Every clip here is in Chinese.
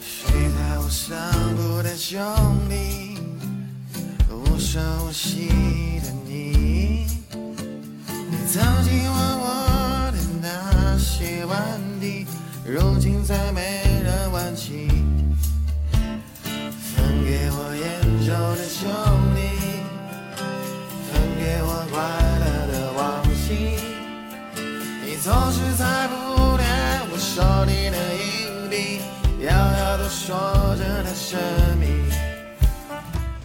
谁在我上不的兄弟，我熟悉的你，你曾经吻我的那些晚地，如今再没人挽起。分给我烟酒的兄弟，分给我快乐的往昔。你总是在不念我手里的硬币，遥遥地说着它神秘。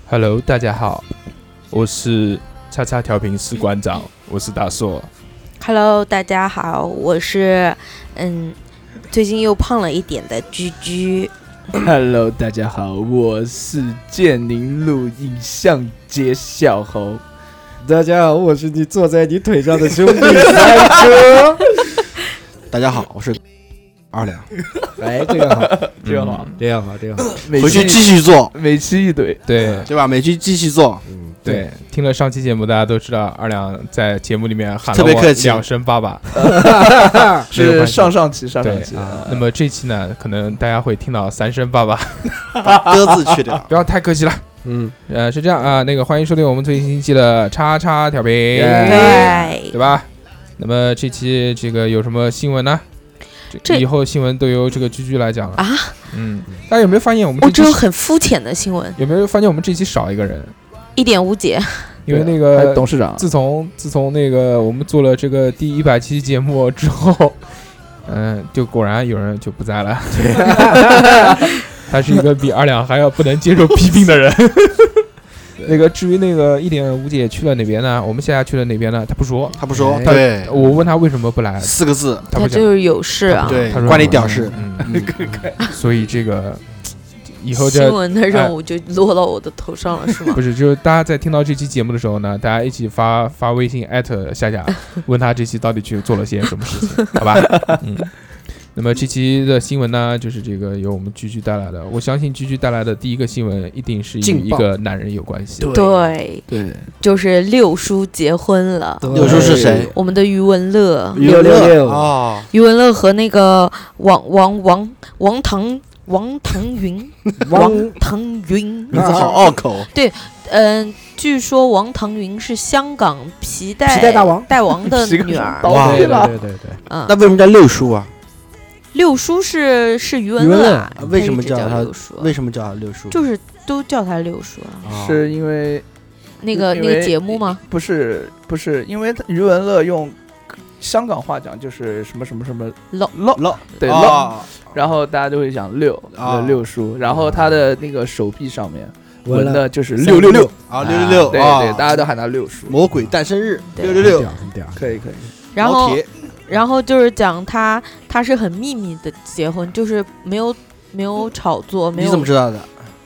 Hello，大家好，我是叉叉调频士官长，我是大硕。 Hello，大家好，我是嗯，最近又胖了一点的居居。 Hello，大家好，我是建宁路影像节小猴。大家好，我是你坐在你腿上的兄弟三哥。大家好，我是二两。哎，这个好，这个好，这样好，这样好，每回去期继续做，每期一堆，对对吧？每期继续 做，对，听了上期节目，大家都知道二两在节目里面喊了特别我客气两声爸爸。没有关是系呃上上期上对上期，呃啊，那么这期呢，可能大家会听到三声爸爸，把鸽子去掉。不要太客气了。嗯，呃，是这样啊、那个欢迎收听我们最新一期的叉叉调频 Yeah 对，哎对吧？那么这期这个有什么新闻呢？这以后新闻都由这个居居来讲了啊。嗯，大家有没有发现我们我这只期有很肤浅的新闻，有没有发现我们这期少一个人？一点无解。因为那啊还有个董事长，啊自从自从那个我们做了这个第一百期节目之后， 嗯，就果然有人就不在了。他是一个比二两还要不能接受批评的人。那个至于那个一点五姐去了哪边呢？我们夏夏去了哪边呢？他不说。他不说，他哎对，我问他为什么不来，四个字，他不讲。就是有事啊，对他，说关你屌事。嗯，嗯嗯所以这个以后哎新这闻的任务就落到我的头上了，是吗？不是，就是大家在听到这期节目的时候呢，大家一起发发微信艾特夏夏，问他这期到底去做了些什么事情，好吧？嗯。那么这期的新闻呢，就是这个由我们居居带来的。我相信居居带来的第一个新闻一定是与劲一爆个男人有关系的。对，对，就是六叔结婚了，六叔是谁？我们的余文乐，刘六六啊哦，余文乐和那个王王王王唐王唐云，汪王唐云，名字好拗口。嗯，据说王唐云是香港皮 带皮带大王大 王的是个女什么儿刀，哇对对了，对对对，嗯那，为什么叫六叔啊？六叔是是余文余文乐乐啊，他为什一么直叫叫他六叔啊？为什么叫他六叔？就是都叫他六叔啊。 哦是因为那个那因个为节目吗？不是不是，因为他余文乐用香港话讲就是什么什么什么老老啊老对老，哦然后大家就会想六啊六叔，然后他的那个手臂上面完纹了，的就是六六六，啊，六六对六对啊，，大家都喊他六叔，魔鬼诞生日对六六六，很屌，很屌，可以可以，然老后铁然后就是讲他他是很秘密的结婚，就是没有没有炒作，没你有怎么知道的？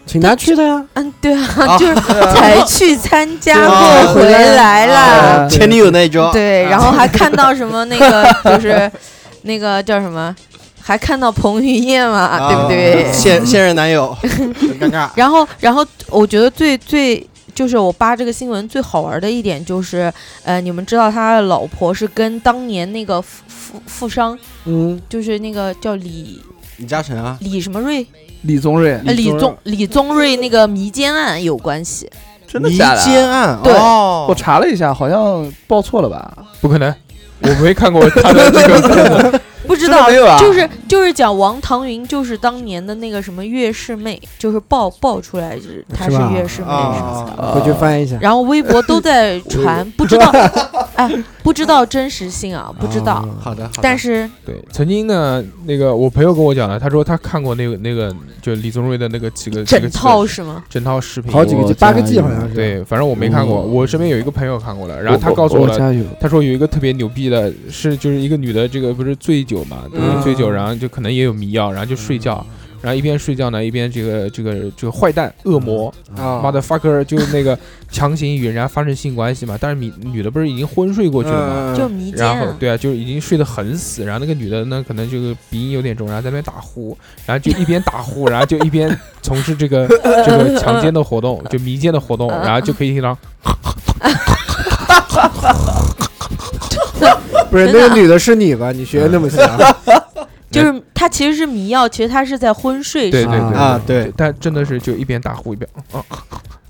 请他去的呀，嗯，对啊，啊 就是才去参加啊过回来啦。啊前女友那一招，对，啊然后还看到什么那 个就是那个叫什么，还看到彭于晏嘛，对不对啊？现现任男 友，很尴尬。然后，然后我觉得最最就是我扒这个新闻最好玩的一点就是，呃，你们知道他的老婆是跟当年那个富富富商，嗯，就是那个叫李李嘉诚啊，李什么瑞，李宗瑞呃，李宗宗李宗瑞那个迷奸案有关系。真的迷假的奸啊？案，对哦我查了一下，好像报错了吧？不可能，我没看过他的这个，不知真的道没有啊就是就是讲王唐云就是当年的那个什么岳氏妹，就是爆爆出来就是她是是吧岳氏妹啊什么的。啊回去翻一下。然后微博都在传，不知道，哎，不知道真实性啊，不知道。啊好的，好的但是对，曾经呢，那个我朋友跟我讲了，他说他看过那个那个，就李宗瑞的那个几个几整个套是吗？整套视频，好几个 G，我八个 G 好像是。，对，反正我没看过，嗯我身边有一个朋友看过了，然后他告诉我我了。加油！他说有一个特别牛逼的，是就是一个女的，这个不是醉酒嘛，对嗯醉酒，然后就可能也有迷药，然后就睡觉，然后一边睡觉呢，一边这个这个这个坏蛋恶魔啊，妈的 fucker 就那个强行与人家发生性关系嘛，但是女女的不是已经昏睡过去了吗？嗯就是迷奸然后啊，对啊，就是已经睡得很死，然后那个女的呢，可能这个鼻音有点重，然后在那边打呼，然后就一边打呼，然后就一边从事这个呃这个强奸的活动，就迷奸的活动，然后就可以听到不是真的那个女的是你吧？你学的那么像， 就是她其实是迷药，其实她是在昏睡对是对吗对啊啊，对，但真的是就一边打呼一边啊，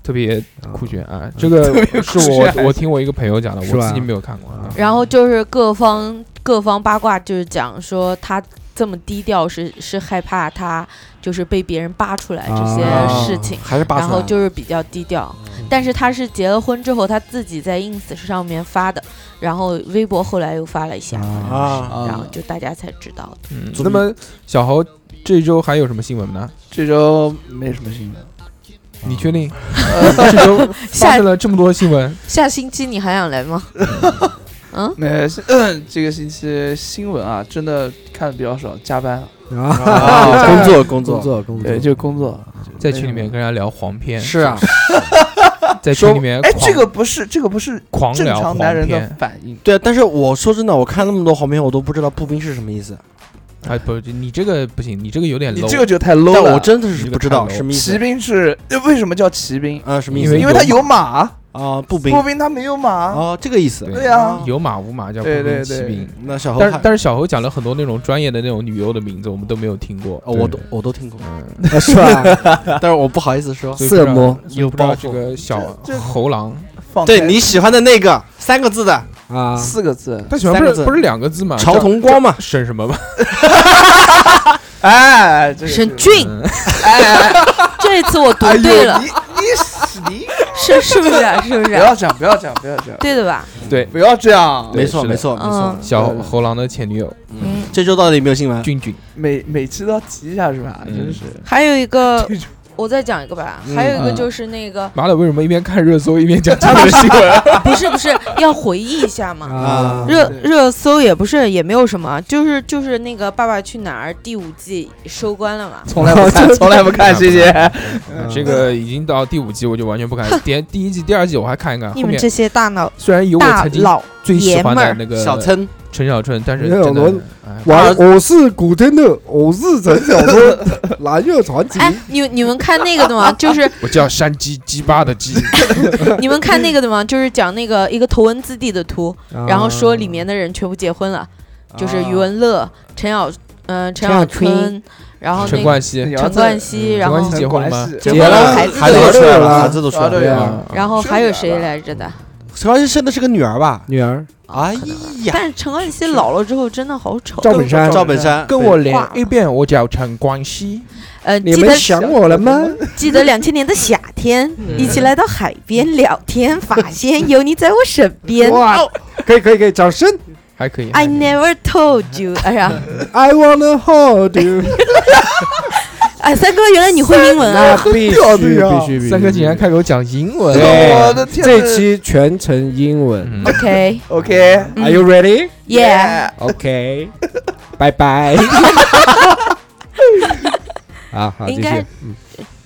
特别酷炫嗯啊！这个是我我听我一个朋友讲的，是我吧自己没有看过。啊然后就是各方各方八卦，就是讲说她这么低调是是害怕她就是被别人扒出来这些啊事情，还是八然后就是比较低调。但是她是结了婚之后，她自己在 ins 上面发的，然后微博后来又发了一下，啊，啊然后就大家才知道的。嗯那么小侯这周还有什么新闻呢？这周没什么新闻。你确定？啊 这周发下生了这么多新闻，下星期你还想来吗？嗯，没，是呃这个星期新闻啊，真的看的比较少，加班。啊，工作工工作作工作，对，就工作。嗯在群里面跟人家聊黄片，是啊，在群说里面哎，狂这个不是，这个不是狂正聊常黄男人的片，反应。对啊，但是我说真的，我看那么多黄片，我都不知道步兵是什么意思，哎不，你这个不行，你这个有点你 low，这个就太 low 但了。我真的是不知道你这个太 low 什么意骑思兵是呃为什么叫骑兵？啊，什么意因思为？因为他有有马，啊，步兵步兵他没有马。哦，这个意思。对对呀，有马无马叫步对兵对骑对兵。那小侯但是看但是小侯讲了很多那种专业的那种女优的名字，我们都没有听过。哦，我都我都听过，嗯，啊是吧？ 但是我不好意思说。所以不知色道魔所以不知有道包这袱个小这这猴狼放对开你喜欢的那个三个字的啊，四个字，他喜欢三不个是字不是两个字嘛？朝叫同光嘛，省什么吧？哎，这个沈 俊，嗯这一次我读哎呦对了，你你你是是不是啊？是不不是啊？要这样，不要这样，不要这样，对的吧？对，不要这样。对没错是的没错没错嗯。小猴狼的前女友嗯，这周到底有没有新闻？俊俊，每每期都要提一下是吧？嗯真是还有一个这种，我再讲一个吧。嗯还有一个就是那个，啊妈的，为什么一边看热搜一边讲这个 新闻？不是不是，要回忆一下嘛。啊，热热搜也不是也没有什么，就是就是那个《爸爸去哪儿》第五季收官了嘛。从来不 看，从来不看，谢谢。嗯这个已经到第五季，我就完全不看。第第一季、第二季我还看一看，你后们面这些大脑虽然有我大曾经佬，最喜欢的那个小岑，陈小春，但是没有真的我哎我我是古天乐，我是陈小春，蓝月传奇。哎，你你们看那个的吗？ 就是我叫山鸡鸡巴的鸡，你们看那个的吗？就是讲那个一个头文字 D 的图，然后说里面的人全部结婚了，就是余文乐、陈小嗯陈陈小小春春，然陈后哦那个冠希你，要陈再冠希，嗯然陈冠后希结婚了吗啊陈冠希结婚婚了了，孩孩子子都都出出来来了了，孩子都出来啊对了。啊啊然后还有谁来着的？陈冠希生的是个女儿吧？女儿哎呀，但是陈冠希老了之后真的好丑。赵本山，赵本山跟我连话一遍，我叫陈冠希，呃，你记得们想我了吗？ 记得两千年的夏天，一起来到海边聊天，发现有你在我身边。哇哦可以可以可以，掌声还可以。还，I 可以 never told you。哎呀， ！I wanna hold you。哎，三哥，原来你会英文那啊？必掉须的呀必须必须！三哥竟然开口讲英文，对我的天这期全程英文。嗯 OK， OK， Are you ready? 耶， OK，拜拜。啊，好，继应该续。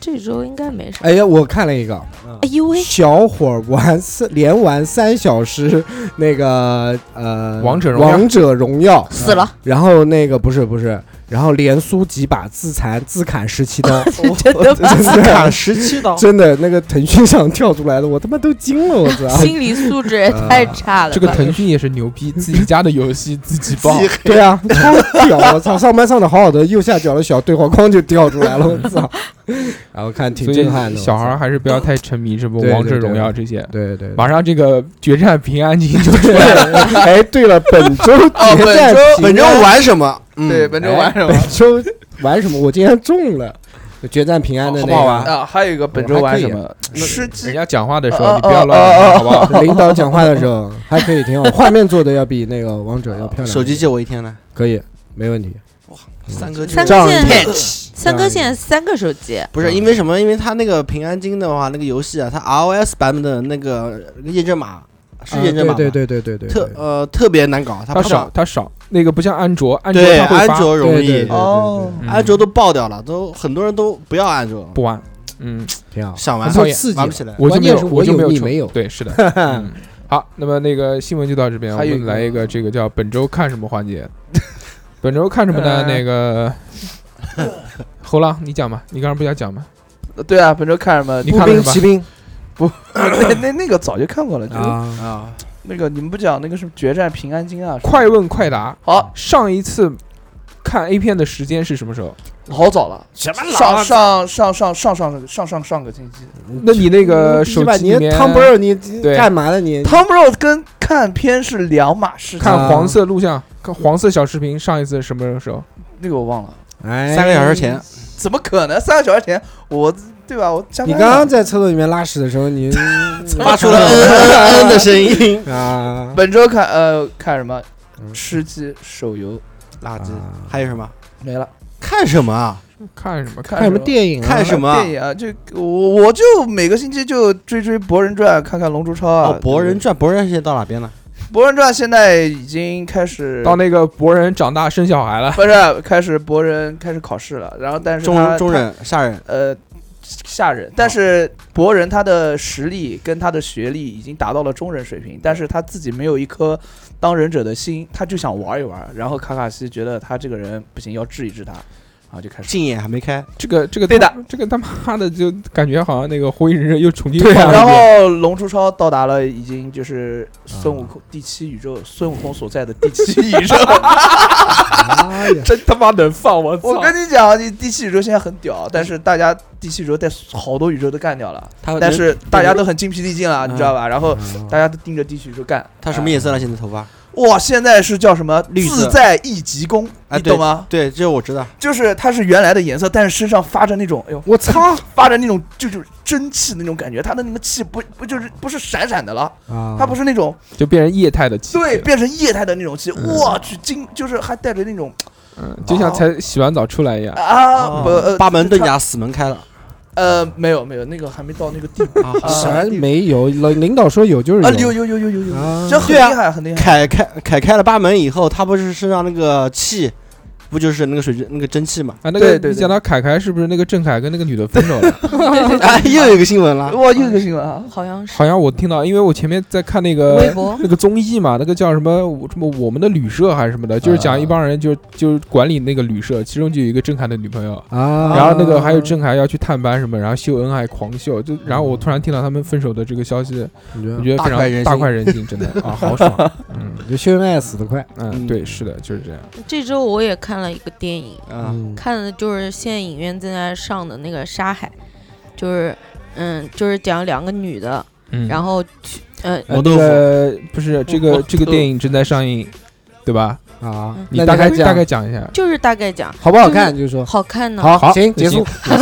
这周应该没啥。哎呀，我看了一个啊哎呦喂，小伙儿玩三连玩三小时，那个呃，王者荣耀王者荣耀，死了！然后那个不是不是，然后连输几把，自残自砍十七刀，哦 真的吗？真 自砍的十七刀，真的那个腾讯上跳出来的，我他妈都惊了，我操！心理素质也太差了吧。这个腾讯也是牛 逼，自己家的游戏自己爆，对啊，超屌！我操，上班上的好好的，右下角的小对话框就跳出来了，我 操！然后看挺所震撼以的，小孩儿还是不要太沉迷什么对王者对对荣耀这些。对对，马上这个决战平安京就 出来了，对，哎，对了，本周哦决本赛周平本周安玩什么？嗯对，哎本周玩什么本？周玩什么？我竟然中了，决战平安的那个好不好玩啊，还有一个本周玩什啊么？吃人鸡家讲话的时哦候你不要哦哦乱，啊好不好？ 领导讲话的时候还可以挺好，画面做的要比那个王者要漂亮。 手机借我一天来， 可以，没问题。三哥三这样哥现在仗骗三哥现在三个手机，不是因为什么？因为它那个平安京的话，那个游戏啊，它 iOS 版本的那个验证码是验证码啊吧，对对对对对对，特呃特别难搞，它他不少少，他少，那个不像安卓，安卓对他会安发，卓容对对易对，哦，嗯安卓都爆掉了，都很多人都不要安卓，不玩。嗯，挺好。想玩很讨厌刺激玩不起来。我就没关键是有，我我就有没有你成没有对，是 的。嗯好，那么那个新闻就到这边，我还有一们来个一个这个叫本周看什么环 节。本周看什么呢？呃那个侯浪，你讲吧，你刚刚不想讲吗？对啊，本周看什么？你看了什么？兵那那那个早就看过了，就是啊，啊，那个你们不讲那个什么决战平安京啊？快问快答。好，上一次看 A 片的时间是什么时候？好早了，什么上上上上上上上上上个星期。那你那个手吧，机你里面汤不是你对干嘛呢？你 Tom Rose 跟看片是两码事情，啊看黄色录像，看黄色小视频，上一次什么时候？那个我忘了，哎三个小时前，怎么可能？三个小时前我对吧？我加班你了刚刚在厕所里面拉屎的时候，你 发出了嗯嗯嗯的声音， 啊，本周看呃看什么嗯？吃鸡手游垃圾啊。还有什么？没了，看什么啊？看什么？看看看什么电影啊？看什么啊电？影啊？就我我就每个星期就追追《博人传》，看看《龙珠超》啊。哦，《博人对传》《博人传》现在到哪边了？ 《博人传》现在已经开始到那个博人长大生小孩了，不是开始博人开始考试了，然后但是中他中他忍、下忍，呃吓人，但是博人他的实力跟他的学历已经达到了中忍水平，但是他自己没有一颗当忍者的心，他就想玩一玩。然后卡卡西觉得他这个人不行，要治一治他，然啊后就开始。禁眼还没开。这个这个对的他，这个他妈的就感觉好像那个《火影忍者》又重新对啊放了 然一遍 后龙珠超到达了，已经就是孙悟空第七宇宙，孙悟空所在的第七宇 宙。哎呀，真他妈能放我我跟你讲，你第七宇宙现在很屌，但是大家第七宇宙带好多宇宙都干掉了，他但是大家都很精疲力尽了，嗯你知道吧？然后大啊家都盯着第七宇宙干。他什么啊颜色了？现在头发？哇，现在是叫什么？绿色自在一极功，啊你对懂吗？对，这我知道。就是它是原来的颜色，但是身上发着那种，哎呦，我操 发着那种就是蒸汽的那种感觉，它的那个气不不就是不是闪闪的了，啊它不是那种就变成液态的气体了，对变成液态的那种气，嗯我去，精就是还带着那种嗯，就像才洗完澡出来一样。啊不呃哦八门遁它甲死门开了呃没有没有那个还没到那个地步啊！啊啥没有，领领导说有就是啊有有有有有有有，啊这很对啊厉害很厉害，凯开凯开了八门以后，他不是身上那个气，不就是那个水那个蒸汽嘛？啊，那对个对对你讲到凯凯是不是那个郑恺跟那个女的分手 了？哎，又有一个新闻了，哇又一个新闻啊！好像嗯是呃好像我听到，因为我前面在看那微个博。那个综艺嘛，那个叫什么我什么我们的旅社还是什么的，就是讲一帮人就就是管理那个旅社，其中就有一个郑恺的女朋友，啊，然后那个还有郑恺要去探班什么，然后秀恩爱狂秀，就然后我突然听到他们分手的这个消息，你觉我得，觉得非嗯大快人常心大快人心，真的啊，好 爽，嗯你觉得秀恩爱死得快，嗯，对，是的，就是这样。这周我也看了一个电影，啊，嗯看的就是现在影院正在上的那个《沙海》，就是嗯，就是讲两个女的，嗯然后去呃呃磨豆腐那个不是这磨个豆腐这个电影正在上映，对吧？啊嗯，你那大概还讲大概讲一下。就是大概讲好不好看，就是说好看呢，哦好行，就结束行，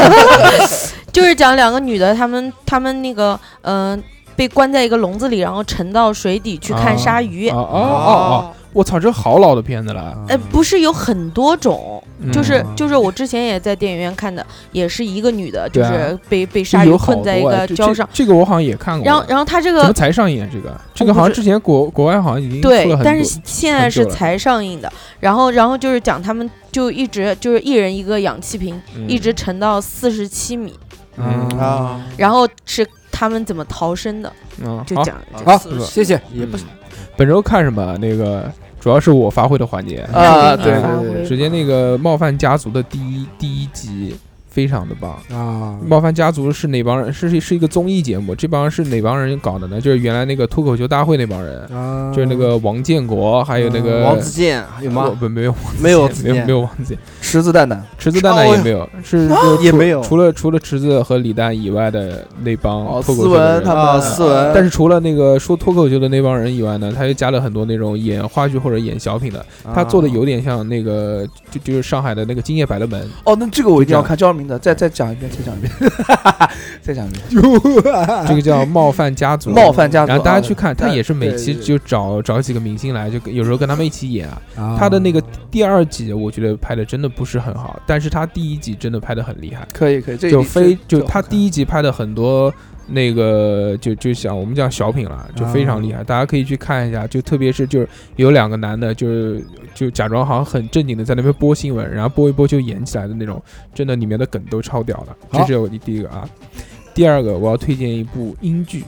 就是讲两个女的，她们她们那个嗯、呃被关在一个笼子里，然后沉到水底去看鲨鱼。哦哦哦哦！我操，这好老的片子了，啊呃，不是有很多种，嗯就是就是我之前也在电影院看的，也是一个女的，就对啊是被被鲨鱼有好困在一多哎个这礁这上，这个我好像也看过。然后然后她这怎么个才上映？这个这我个不好像知之前国国外好像已经出对了，很但是多。现在很是久了才上映的，然后然后就是讲他们就一直就是一人一个氧气瓶，嗯一直沉到四十七米，嗯啊啊，然后是他们怎么逃生的，嗯就好嗯讲好这好四十谢谢，也不本周看什么？那个主要是我发挥的环节，啊，那对给你对发对挥直接那个冒犯家族的第一第一集非常的棒。 啊，冒犯家族是哪帮人？是是是一个综艺节目，这帮是哪帮人搞的呢？就是原来那个脱口秀大会那帮人，啊就是那个王建国，还有那个啊王自健有不吗？不没有没有自没有健没，有王自健，狮子蛋蛋，池子蛋蛋也没有，是就也除没有除了除了池子和李诞以外的那帮哦，脱口斯秀的文人他啊们，斯文但是除了那个说脱口秀的那帮人以外呢，他又加了很多那种演话剧或者演小品的，他做的有点像那个就就是上海的那个《今夜百乐门》，哦，那这个我一定要看，叫什么名字？再再讲一遍，再讲一遍， 再讲一遍，这个叫《冒犯家族》。冒犯家族。然后大家啊去看，他也是每期对对对就找找几个明星来，就跟有时候跟他们一起演啊。他的那哦个第二集，我觉得拍的真的不是很好，但是他第一集真的拍的很厉害，可以可以，这就非就他一第一集拍的很多那个就就像我们讲小品了，就非常厉啊害，大家可以去看一下。就特别是就是有两个男的，就是就假装好像很正经的在那边播新闻，然后播一播就演起来的那种，真的里面的梗都超屌的。这好是我的第一个啊。第二个，我要推荐一部英 剧，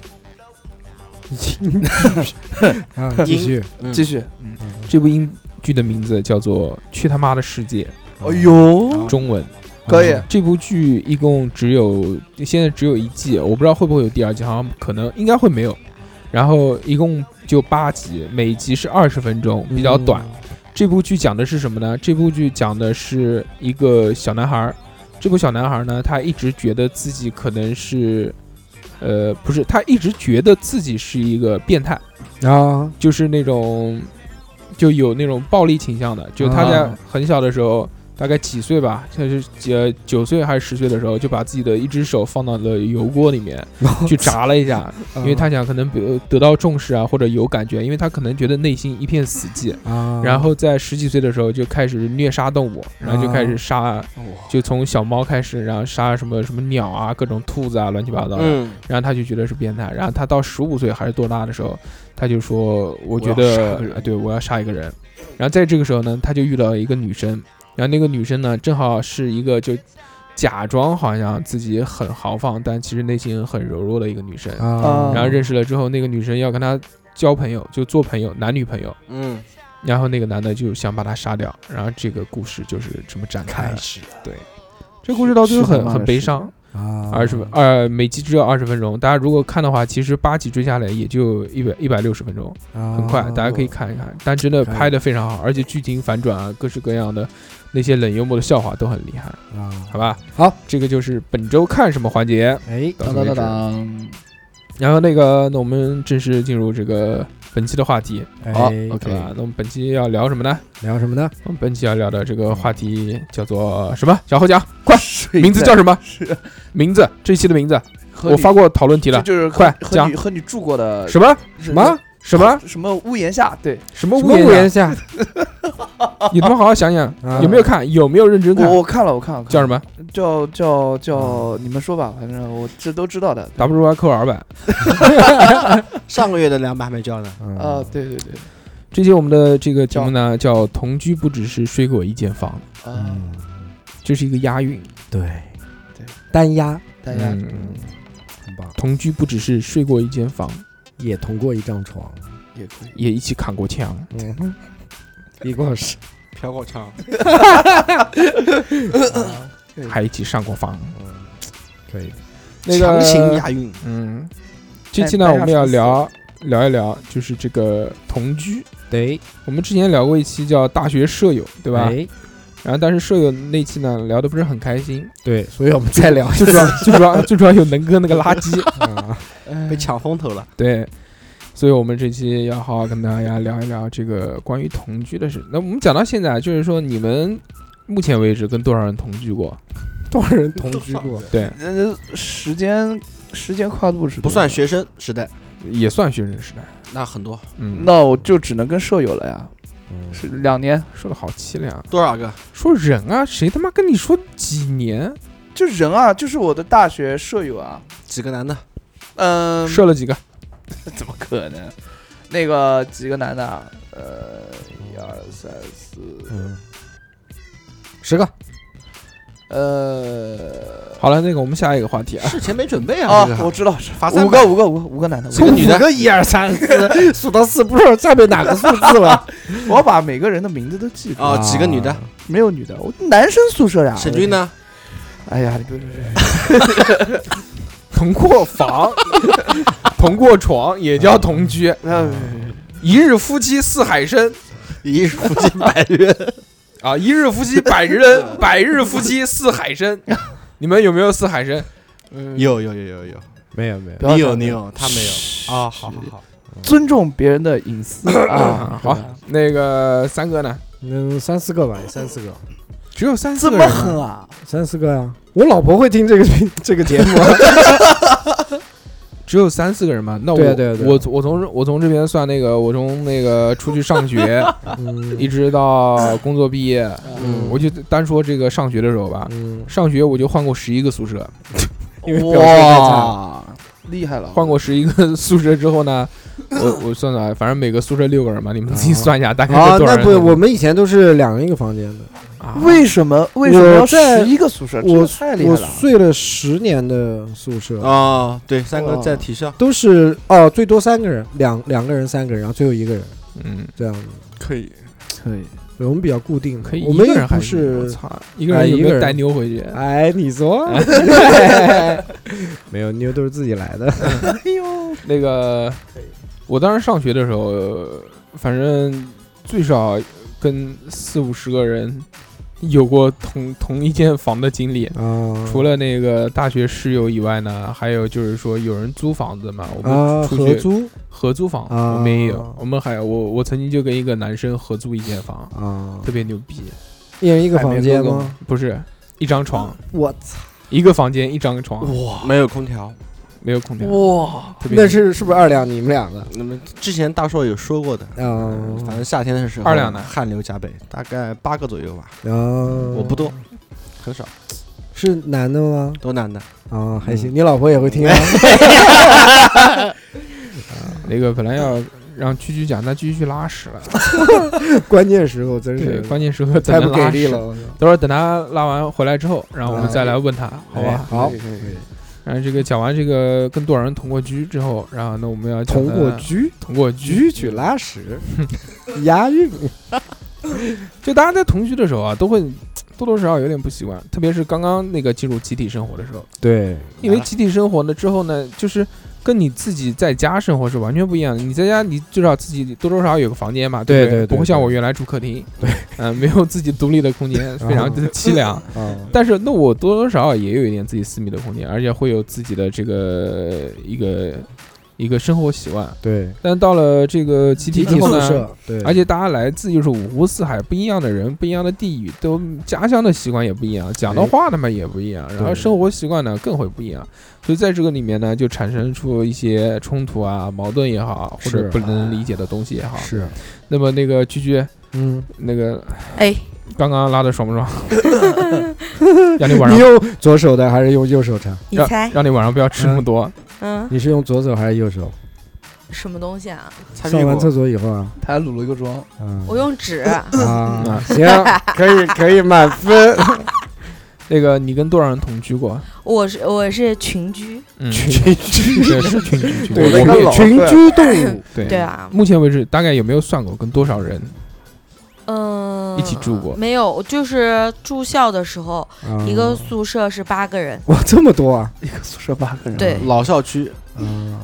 啊，继续，就继续。嗯这部英剧的名字叫做《去他妈的世界哎呦》，，中文。可以啊这部剧一共只有现在只有一季，我不知道会不会有第二季，好像可能应该会没有。然后一共就八集，每集是二十分钟，比较嗯短。这部剧讲的是什么呢？这部剧讲的是一个小男孩儿。这部小男孩儿呢，他一直觉得自己可能是，呃，不是，他一直觉得自己是一个变态，啊，就是那种就有那种暴力倾向的，就他在啊很小的时候，大概几岁吧，就是几呃九岁还是十岁的时候，就把自己的一只手放到了油锅里面去炸了一下，因为他想可能得得到重视啊，或者有感觉，因为他可能觉得内心一片死寂。啊，然后在十几岁的时候就开始虐杀动物，然后就开始杀，就从小猫开始，然后杀什么什么鸟啊，各种兔子啊，乱七八糟的。嗯，然后他就觉得是变态。然后他到十五岁还是多大的时候，他就说：“我觉我要杀得个人啊对我要杀一个人。”然后在这个时候呢，他就遇到一个女生，然后那个女生呢，正好是一个就假装好像自己很豪放，但其实内心很柔弱的一个女生。啊，然后认识了之后，那个女生要跟他交朋友，就做朋友，男女朋友。嗯，然后那个男的就想把她杀掉，然后这个故事就是这么展开了。始对，这故事到最后是他很妈很的悲是的伤，啊，二十分呃，每集只有二十分钟，大家如果看的话，其实八集追下来也就一百一百六十分钟，很很快，大家可以看一看。但真的可以拍的非常好，而且剧情反转啊，各式各样的那些冷幽默的笑话都很厉害，啊，好吧？好，这个就是本周看什么环节。哎，到此为止当，然后那个，那我们正式进入这个本期的话题，好哎好吧？那我们本期要聊什么呢？聊什么呢？我们本期要聊的这个话题叫做什么？小侯讲，快，水名字在叫什么？是名字，这一期的名字，和我你发过讨论题这了。就是和快和讲你和你住过的什么什什么什么？什么屋檐下？对，什么啊什屋么屋檐檐下？ 你他妈好好想想，啊有没有看？有没有认真看我？我看了，我看了，我看了叫什么叫叫叫，你们说吧，反正我这都知道的。 ？W Y 扣二百。上个月的两百还没交呢，嗯呃啊，对对对，这期我们的这个节目呢，叫“同居不只是睡过一间房啊，”，这是一个押韵。对对，单压大家嗯很棒，同居不只是睡过一间房，也同过一张 床，也可以。也一起扛过枪。嗯，一共是嫖过娼，还一起上过房。可以，那个强行押韵，嗯，这期呢，哎我们要大家聊聊一聊，就是这个同居。哎对，我们之前聊过一期叫“大学舍友”，对对吧？然后但是舍友那期呢，聊的不是很开心，对，所以我们再聊 最主要最主要最主要有能哥那个垃 圾。啊，被抢风头了，对，所以我们这期要好好跟大家聊一聊这个关于同居的事。那我们讲到现在，就是说你们目前为止跟多少人同居过？多少人同居过？对，呃，时间时间跨度是不算。学生时代，也算学生时代。啊那很多嗯，那我就只能跟舍友了呀，是两年，说的好凄凉，啊多少个？说人啊，谁他妈跟你说几年？就人啊，就是我的大学舍友啊，几个男的？嗯，射了几个？怎么可能？那个几个男的啊，呃，一二三四，嗯，十个，呃，好了，那个我们下一个话题啊，事前没准备啊，啊这，个我知道是罚三五百个，五个，五个，五个男的。这五个个 从女的五个一二三四数到四，不知道下面哪个数字了。我把每个人的名字都记住，啊，几个女的，没有女的，我男生宿舍呀。沈军？呢？哎呀，你别别别， 同过房，同过床，也叫同居。那嗯一日夫妻似海深一日夫妻百日恩，啊，一日夫 妻百日恩，百日夫妻似海 参。你们有没有似海参？ 有有有有有，没有没有，不要你这有样你有，他没有啊，好好好，尊重别人的隐私啊。好，那个三哥呢？嗯，三四个吧，三四个，只有三四这个么人狠吗，啊！三四个呀、我老婆会听这个 这个节目啊，只有三四个人吗？那我对啊对啊对啊我从我从我从这边算那个，我从那个出去上 学， 一嗯直到工作毕业，嗯我就单说这个上学的时候吧。嗯，上学我就换过十一个宿舍，因为表现太差，厉害了！换过十一个宿舍之后呢， 我我算算，反正每个宿舍六个人嘛，你们自己算一下，大概啊是，多少那人？不，我们以前都是两人一个房间的，啊为什么为什么要我在十一个宿舍？这我个太厉害我了！睡了十年的宿舍，啊，对，三个在体校，都是哦，最多三个人，两两个人，三个人，然后最后一个人嗯，这样子。可以，可以，对我们比较固定的，可以我一们个也人还我不是，操，一个哎人有一没个有人带妞回去？哎，你 说，没有妞都是自己来的，哎那个，我当时上学的时候，呃反正最少跟四五十个人有过同同一间房的经历。啊， 除了那个大学室友以外呢，还有就是说有人租房子嘛，我啊们出合去租合租房，啊我们也有。我们还有我我曾经就跟一个男生合租一间房，啊，特别牛逼，一人一个房间吗？不是一张床，啊我操，一个房间一张床，哇没有空调。没有空调，哇！特别那牛是是不是二两？你们两个那么之前大硕有说过的，嗯啊反正夏天的时候，二两呢汗流浃背，大概八个左右吧，啊，我我不多，很少，是男的吗？都男的。啊，还行，你老婆也会 听啊。那个本来要让蛐蛐讲，但蛐蛐去拉屎了。关键时候真对是，关键时刻太等他不拉给力屎了。。我操等会儿等他拉完回来之后，然后我们啊再来问他，好哎吧？好，然后这个讲完这个跟多少人同过居之后，然后呢我们要讲同的过居，同过居，居去拉 屎，押韵。就大家在同居的时候啊，都会多多少少有点不习惯，特别是刚刚那个进入集体生活的时候，对，因为集体生活呢之后呢，就是。跟你自己在家生活是完全不一样的。你在家，你至少自己多多少少有个房间嘛，对不对对不会对像我原来住客厅，对，嗯，没有自己独立的空 间，非常的凄凉。啊，但是那我多多少少也有一点自己私密的空间，而且会有自己的这个一个一个生活习惯。对，但到了这个集体集之体后宿呢，舍，对，而且大家来自就是五湖四海，不一样的人，不一样的地域，都家乡的习惯也不一样，讲的话他妈也不一样，然后对生活习惯呢更会不一样。所以在这个里面呢，就产生出一些冲突啊、矛盾也好，或者是不能理解的东西也好。是，那么那个居居，嗯，那个哎，刚刚拉的爽不爽？让你晚上你用左手的还是用右手查？你让猜，让你晚上不要吃那么多。哎嗯，你是用左手还是右手？什么东西啊？擦屁上完厕股，所以后啊，他还卤了一个妆，嗯我 用纸， 啊，行，可以可以满分，那个，你跟多少人同居过？我是我是群居，嗯，群居，对，是群居。群居对我们那个也老 群居动物，对对。啊，目前为止，大概有没有算过跟多少人？嗯，一起住过嗯没有？就是住校的时候，啊一个宿舍是八个人， 哇这么 多啊一个宿舍八嗯个人。对，老校区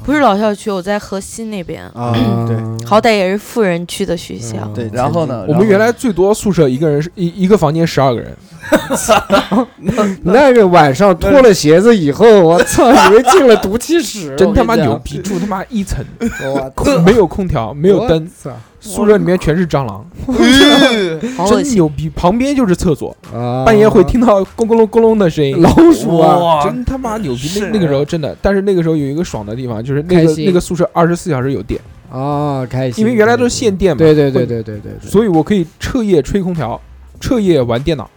不是老校区，我在河西那边，啊，对，嗯嗯好歹也是富人区的学校嗯，对 然后呢？我们原来最多宿舍一个人是一一个房间十二个人，那个晚上脱了鞋子以后， 我操，以为进了毒气室， 真他妈牛 逼，住他妈一层， 我空没有空调，没有灯，操宿舍里面全是蟑螂，好恶真心。牛逼。旁边就是厕所，啊！半夜会听到咕咕隆咕隆的声音。 老鼠啊，哇，真他妈牛逼！那是那个时候真的，但是那个时候有一个爽的地方，就是那开个心那个宿舍二十四小时有电，啊，开心，因为原来都是限电嘛，对对对对对对对，所以我可以彻夜吹空调，彻夜玩电脑，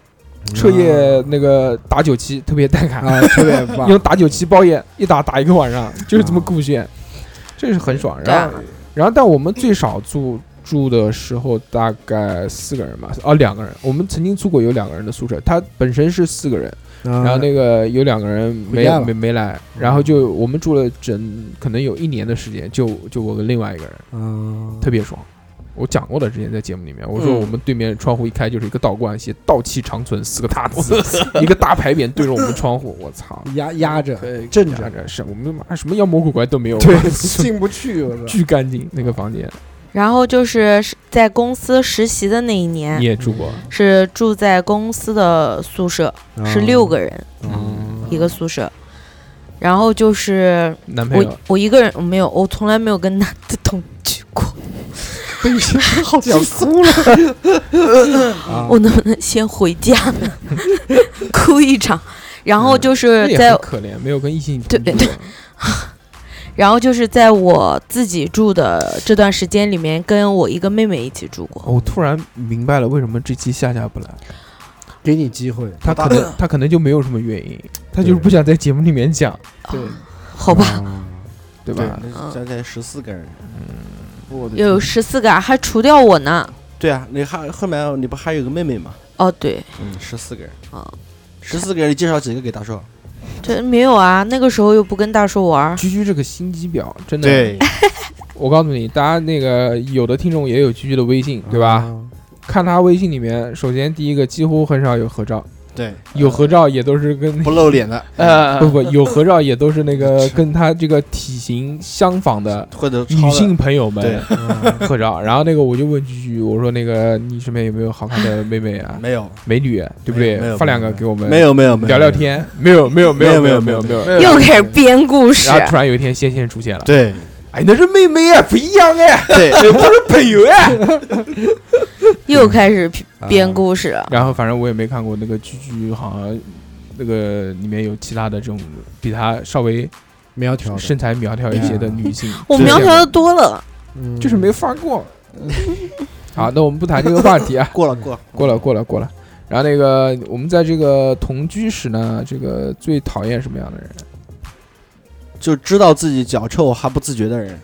彻夜那个打九七，特别带感，啊，特别 棒用打九七包夜，一打打一个啊晚上，就是这么酷炫，这是很爽。对然后，啊，然后但我们最少住住的时候大概四个人吧，哦，两个人。我们曾经租过有两个人的宿舍，他本身是四个人，然然后那个有两个人回没家了没没来，然后就我们住了整可能有一年的时间，就就我跟另外一个人，嗯，特别爽。我讲过的，之前在节目里面，我说我们对面窗户一开就是一个道观，写“道气长存”四个大字，一个大牌匾对着我们窗户，我操！压压着，对，镇着着是我们妈什么妖魔鬼怪都没有，对，进不去，我操， 巨干净那个房间，然后就是是在公司实习的那一年你，也住过，是住在公司的宿舍，是六个人嗯，一个宿舍。然后就是男朋友我，我一个人没有，我从来没有跟男的同居过。啊好想哭 了， 啊我能不能先回家呢？ 哭一场。然后就是那也在很可怜，没有跟异性对同居对过然后就是在我自己住的这段时间里面，跟我一个妹妹一起住过。我突然明白了为什么这期夏夏不来，给你机会，他可能他可能就没有什么原因，他就是对不想在节目里面讲，对啊好吧，对对吧？，嗯那加起来十四个人，我的有天十四个啊，还除掉我呢。对啊，你还后面你不还有个妹妹吗？哦，对，嗯，十四个人啊，十四个人，你介绍几个给大硕？这没有啊，那个时候又不跟大叔玩儿。居居这个心机婊，真的，，我告诉你，大家那个有的听众也有居居的微信，对吧？嗯啊？看他微信里面，首先第一个几乎很少有合照，对，有合照也都是跟不露脸的，呃，不不有合照也都是那个跟他这个体型相仿的或者女性朋友对们 合照。然后那个我就问居居，我说那个你身边有没有好看的妹妹啊？没有，美女，对不没对？有发两个没有给我们，没有没有没有聊聊，天。没有没有没有有没没没有有没有。 又开始编故事，然后突然有一天，仙仙出现了，对哎，那是妹妹啊，不一样哎，对，不是朋友哎。 又开始啊编故事了。然后反正我也没看过那个居居，好像那个里面有其他的这种比她稍微苗条的，身材苗条一些的女性，我对苗条的多了，嗯就是没发 过。好，那我们不谈这个话题啊， 过了过了过了过了过了。然后那个我们在这个同居时呢，这个最讨厌什么样的人？就知道自己脚臭还不自觉的人，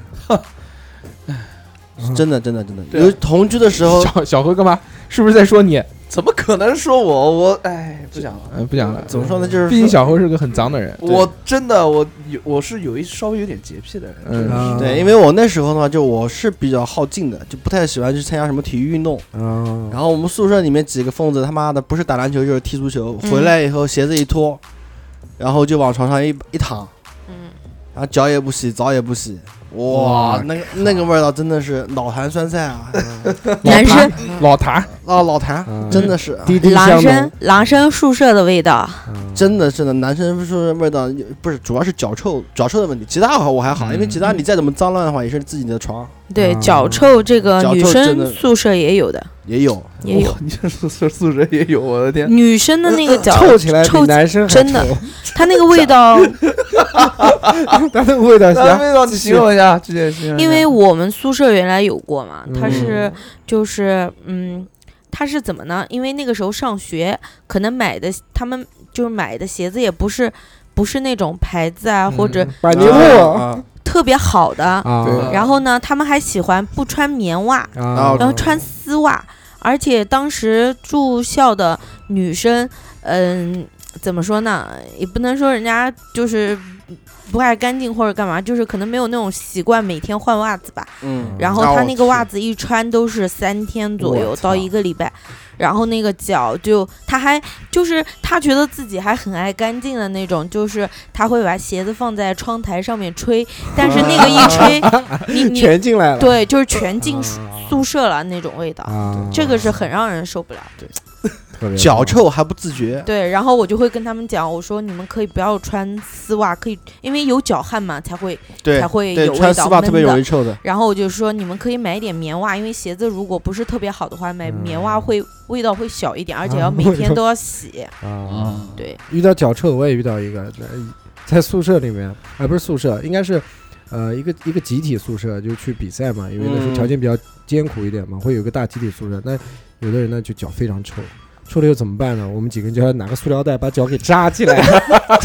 真的真的真的，对啊有同居的时候，小小何干嘛？是不是在说你？怎么可能说我？我哎，不讲了。嗯，不讲了。怎么说呢，就是毕竟小何是个很脏的 人，我真的我有我是有一稍微有点洁癖的人，嗯啊对，因为我那时候的话，就我是比较好静的，就不太喜欢去参加什么体育运动。啊，然后我们宿舍里面几个疯子，他妈的不是打篮球就是踢足球，嗯回来以后鞋子一脱，然后就往床上一一躺，嗯，然后脚也不洗，澡也不洗，哇哇，那个那个味道真的是脑含酸菜 啊，老男痰生老痰，啊老痰，嗯真的是。滴滴狼香生浓，狼生宿舍的味道，真的，真的，男生说味道不是，主要是脚臭，脚臭的问题。其他好我还嗯好，因为其他你再怎么脏乱的话，也是自己的床对啊脚臭这个脚臭女真的生宿舍也有的，也有。也有哇你这宿舍宿舍也有，我的天，女生的那个脚 臭起来比臭，男生还真的臭，它那个味道， 它的味道来香，味道你形容一下，直接形容一下。因为我们宿舍原来有过嘛，它是嗯就是嗯，它是怎么呢？因为那个时候上学，可能买的他们就是买的鞋子也不是不是那种牌子啊，或者嗯百你年木哦特别好的，啊对然后呢，他们还喜欢不穿棉袜，啊，然后穿丝袜，而且当时住校的女生，嗯，怎么说呢？也不能说人家就是不爱干净或者干嘛，就是可能没有那种习惯每天换袜子吧。嗯然后她那个袜子一穿都是三天左右到一个礼拜，然后那个脚就她还就是她觉得自己还很爱干净的那种，就是她会把鞋子放在窗台上面吹，但是那个一 吹，你你全进来了，对就是全嗯进宿啊宿舍了那种味道。啊，这个是很让人受不了的。特别脚臭还不自觉，对，然后我就会跟他们讲，我说你们可以不要穿丝袜，可以因为有脚汗嘛，才会对才会对有，味穿道丝袜特别闷容的易臭的。然后我就说你们可以买一点棉袜，因为鞋子如果不是特别好的话，买棉袜嗯会味道会小一点，而且啊要每味天道都要洗。啊。嗯，对，遇到脚臭，我也遇到一个，在在宿舍里面，啊、不是宿舍，应该是呃一个一个集体宿舍，就去比赛嘛，因为那时候条件比较艰苦一点嘛，会有一个大集体宿舍。那有的人呢就脚非常臭，出来又怎么办呢？我们几个人就要拿个塑料袋把脚给扎起 来，啊，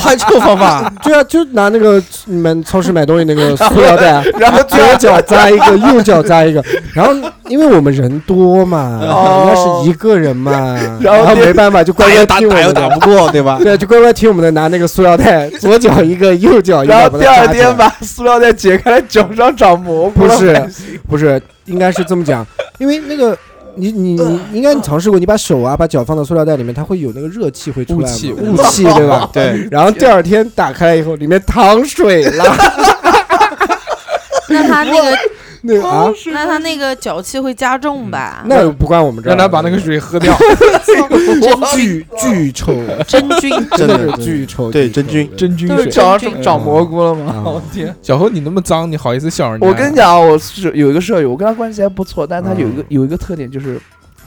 还有这种方法？ 对啊，就拿那个你们超市买东西那个塑料袋，然后左脚扎一个，右脚扎一个，然后因为我们人多嘛，哦人家是一个人嘛，然后然后没办法就打乖也乖打听我打又们打的，不过，对吧？ 对啊，就乖乖听我们的，拿那个塑料袋，左脚一个，右脚一个，然后把第它二扎起天来把塑料袋解开，脚上长蘑菇不了。是不是，应该是这么讲，因为那个你你 你应该你尝试过，你把手啊把脚放到塑料袋里面，它会有那个热气会出来嘛，雾气雾气对吧？对，然后第二天打开来以后，里面糖水了， 那他那个那个啊，那他那个脚气会加重吧？那不关我们这儿，让他把那个水喝 掉。巨巨臭，真菌 真的是巨臭，对巨真臭菌对真菌就是水。脚上长长蘑菇了吗？嗯我天！小何，你那么脏，你好意思笑人家？我跟你讲，我是有一个舍友，我跟他关系还不错，但是他有一个嗯有一个特点就是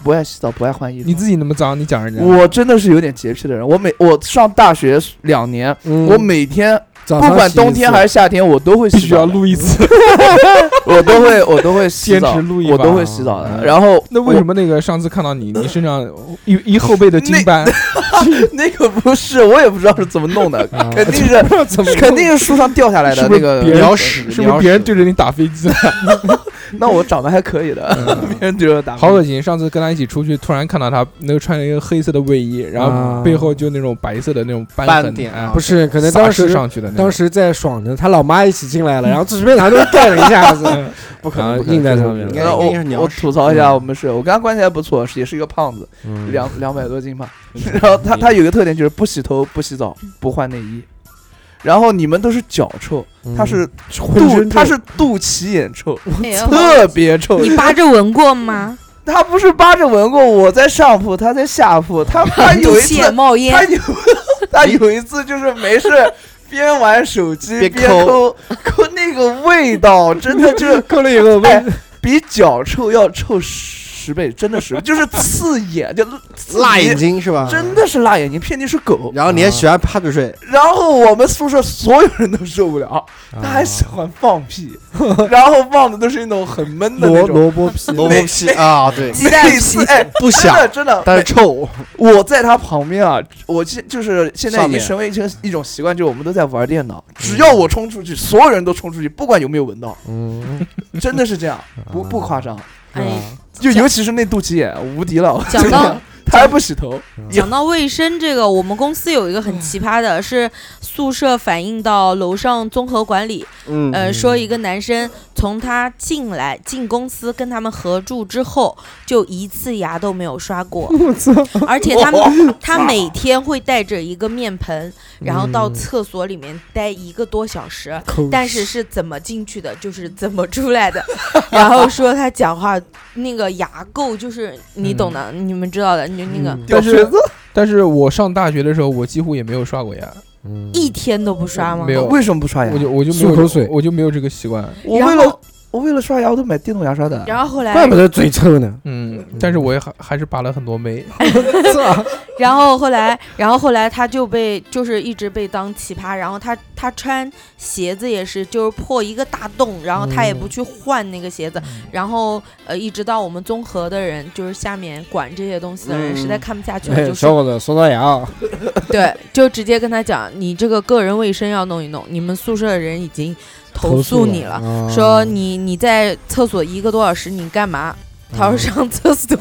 不爱洗澡，不爱换衣服。嗯你自己那么脏，你讲人家。我真的是有点洁癖的人。我每我上大学两年，嗯我每天早上不管洗一冬天次还是夏天，我都会必洗须要澡的，录一次，我都会我都会洗坚澡持，录一把。我都会洗澡的。嗯然后那为什么那个上次看到你，你身上一 一后背的金斑，我 那个不是我也不知道是怎么弄的，啊肯定 是不知道怎么肯定是树上掉下来的是不那是个别人鸟是屎，不是鸟别人屎对着你打飞机？ 嗯那我长得还可以的， 别人觉得打好恶心！上次跟他一起出去，突然看到他那个穿了一个黑色的卫衣，然后啊背后就那种白色的那种斑斑痕点啊不是，可能洒当射时上去的那种，当时在爽着，他老妈一起进来 了，然后随便拿东西盖了一下子，不可然后能，嗯啊印在上面应了。该然后应该是我鸟我屎吐槽一下，嗯我们室友，我跟他关系还不错，是也是一个胖子，嗯两两百多斤吧。嗯 然后他他有个特点就是不洗头、不洗澡、不换内衣。然后你们都是脚臭，嗯他是 浑肚身他臭是肚脐眼臭，哎呦特别臭。你扒着闻过吗？他不是扒着闻过，我在上铺，他在下铺。他他肚有一脐也次，冒他烟，有他有一次就是没事。边玩手机边边抠抠抠那个味道，真的就是过了以后，哎比脚臭要臭十倍，真的十，就是刺眼，就刺辣你眼，睛是吧？真的是辣眼睛，骗你是狗。然后你还喜欢趴着睡，然后我们宿舍所有人都受不啊了，他还喜欢放屁，然后放的都是那种很闷的那萝种。萝卜皮，萝卜屁啊，对，鸡蛋每次皮哎，不真想，的真的，但是臭，我在他旁边啊，我现就是现在上已经面成为一种一种习惯，就是我们都在玩电脑，只要我冲出去，所有人都冲出去，不管有没有闻 到，嗯，真的是这样，不不夸张，哎，就尤其是那肚脐眼无敌了， 讲到他还不洗头，讲到卫生这个，我们公司有一个很奇葩的，是宿舍反映到楼上综合管理，嗯，呃，说一个男生从他进来进公司跟他们合住之后，就一次牙都没有刷 过，而且他们他每天会带着一个面盆，然后到厕所里面待一个多小时， 口但是是怎么进去的，就是怎么出来 的，然后说他讲话那个牙垢，就是你懂的，你们知道的，你就那个。嗯掉但靴是子。但是我上大学的时候，我几乎也没有刷过牙，嗯一天都不刷吗？没有为什么不刷牙？我就我就没漱有口水我就没有这个习惯。我然为后了我为了刷牙，我都买电动牙刷的。然后后来，怪不得嘴 臭呢。嗯，但是我也还还是拔了很多眉。然后后来，然后后来他就被就是一直被当奇葩，然后他他穿鞋子也是就是破一个大洞，然后他也不去换那个鞋子，然后呃一直到我们综合的人就是下面管这些东西的人、嗯实在看不下去了，哎，就小说伙子，刷刷牙啊，对，就直接跟他讲，你这个个人卫生要弄一弄，你们宿舍的人已经投诉你了。啊说你你在厕所一个多小时，你干嘛？他说上厕所。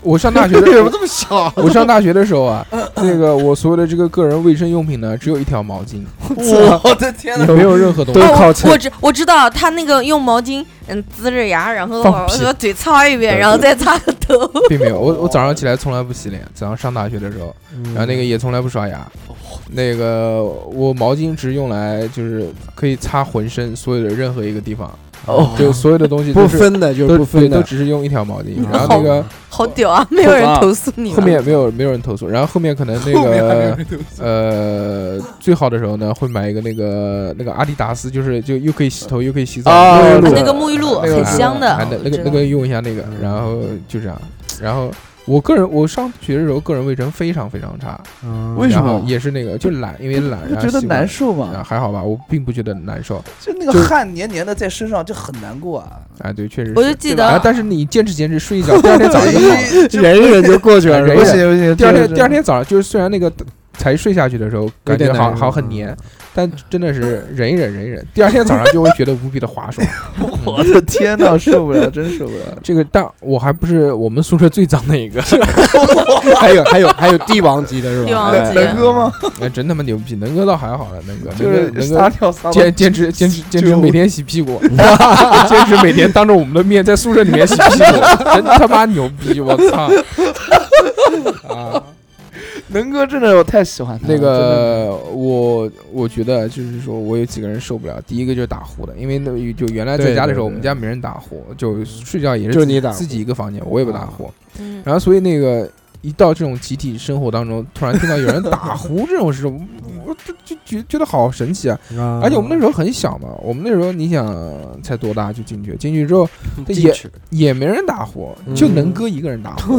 我上大学的时候，这么小？我上大学的时候啊，那个我所有的这个个人卫生用品呢，只有一条毛巾，我的天呐，没有任何东西都。哦靠蹭我知我知道他那个用毛巾嗯滋着牙，然后放往屁往嘴擦一遍，对然后再擦个头。并没有，我我早上起来从来不洗脸，早上上大学的时候，嗯嗯然后那个也从来不刷牙，那个我毛巾只用来就是可以擦浑身所有的任何一个地方，哦就所有的东西不都是分的，就是都对不分都的，只是用一条毛巾，嗯然后那个好屌啊！没有人投诉你后们。面没有没有人投诉，然后后面可能那个呃最好的时候呢会买一个那个那个阿迪达斯，就是就又可以洗头又可以洗澡，啊又可那以那个沐浴露那个很香的啊那那个我知道那个用一下那个，然后就这样，然后我个人我上学的时候，个人卫生非常非常差， 嗯为什然么后也是那个就懒，因为懒就啊，觉得习惯难受啊，嘛，还好吧，我并不觉得难受。就那个汗黏黏的在身上就很难过啊。啊，对，确实我是就记啊得但是你坚持坚持睡一觉，第二天早上就好 了。忍一忍就过去了，是吧忍一忍不行，第二天第二天早上就是虽然那个才睡下去的时候感觉点好难好受很嗯黏，但真的是忍一忍忍一忍，第二天早上就会觉得无比的滑 爽。 我的天呐，受不了，真受不了！这个但我还不是我们宿舍最脏的一个，还有还有还有帝王级的是吧？帝王能级能喝吗？哎，真他妈牛逼，能哥倒还好了，能哥 就能哥是能撒哥尿撒完坚坚持坚持坚持就每天洗屁 股，坚持每天当着我们的面在宿舍里面洗屁股，真他妈牛逼，我操！啊。能哥真的我太喜嗯欢他了那个，我我觉得就是说，我有几个人受不了。第一个就是打呼的，因为那就原来在对家的时候，对我们家没人打呼，就睡觉也是就自己你打呼啊自己一个房间，我也不打呼。嗯，然后所以那个一到这种集体生活当中，突然听到有人 打呼这种事，我就就觉觉得好神奇啊！啊而且我们那时候很小嘛，我们那时候你想才多大就进去，进去之后这进也去也没人打呼，就能哥一个人打呼，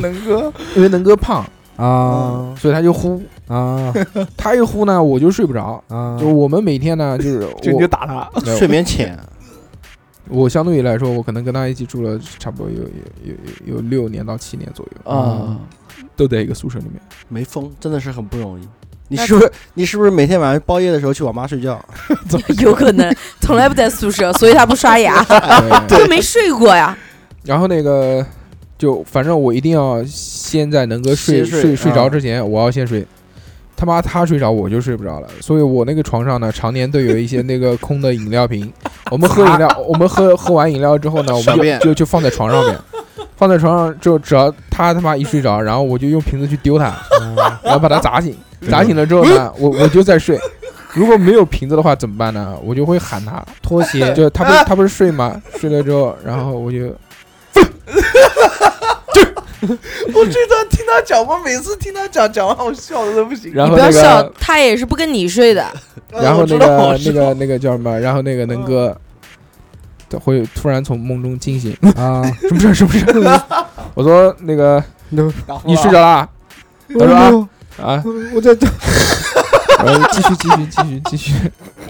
能哥，因为能哥胖，啊所以他就呼，啊他一呼呢我就睡不着。啊，就是我们每天呢，就是就你我就打他，没有睡眠浅，我相对于来说，我可能跟他一起住了差不多有有有有有六年到七年左右，啊，都在一个宿舍里面。嗯没风，真的是很不容易。你那是不是你是不是每天晚上包夜的时候去网吧睡觉？有可能从来不在宿舍，所以他不 刷牙，对，他没睡过呀。然后那个就反正我一定要先在能哥睡先睡睡睡啊着之前，我要先睡。他妈他睡着我就睡不着了，所以我那个床上呢，常年都有一些那个空的饮料瓶。我们喝饮料，我们喝喝完饮料之后呢，我小们就便就就放在床上面，放在床上之后，只要他他妈一睡着，然后我就用瓶子去丢他。然后把它砸醒，砸醒了之后呢，我我就在睡。如果没有瓶子的话怎么办呢？我就会喊他，拖鞋就他不他不是睡吗？睡了之后，然后我就我这段听他讲，我每次听他讲，讲完我笑的都不行。然你后不要那笑个，他也是不跟你睡的。然后呃我那知道个我知那道嗯个那个叫什么？然后那个能哥。他会突然从梦中惊醒， 啊，什么事儿？什么事儿？ 我说那个啊你睡着啦？他说哦啊啊，我在然后继续继续继续继续，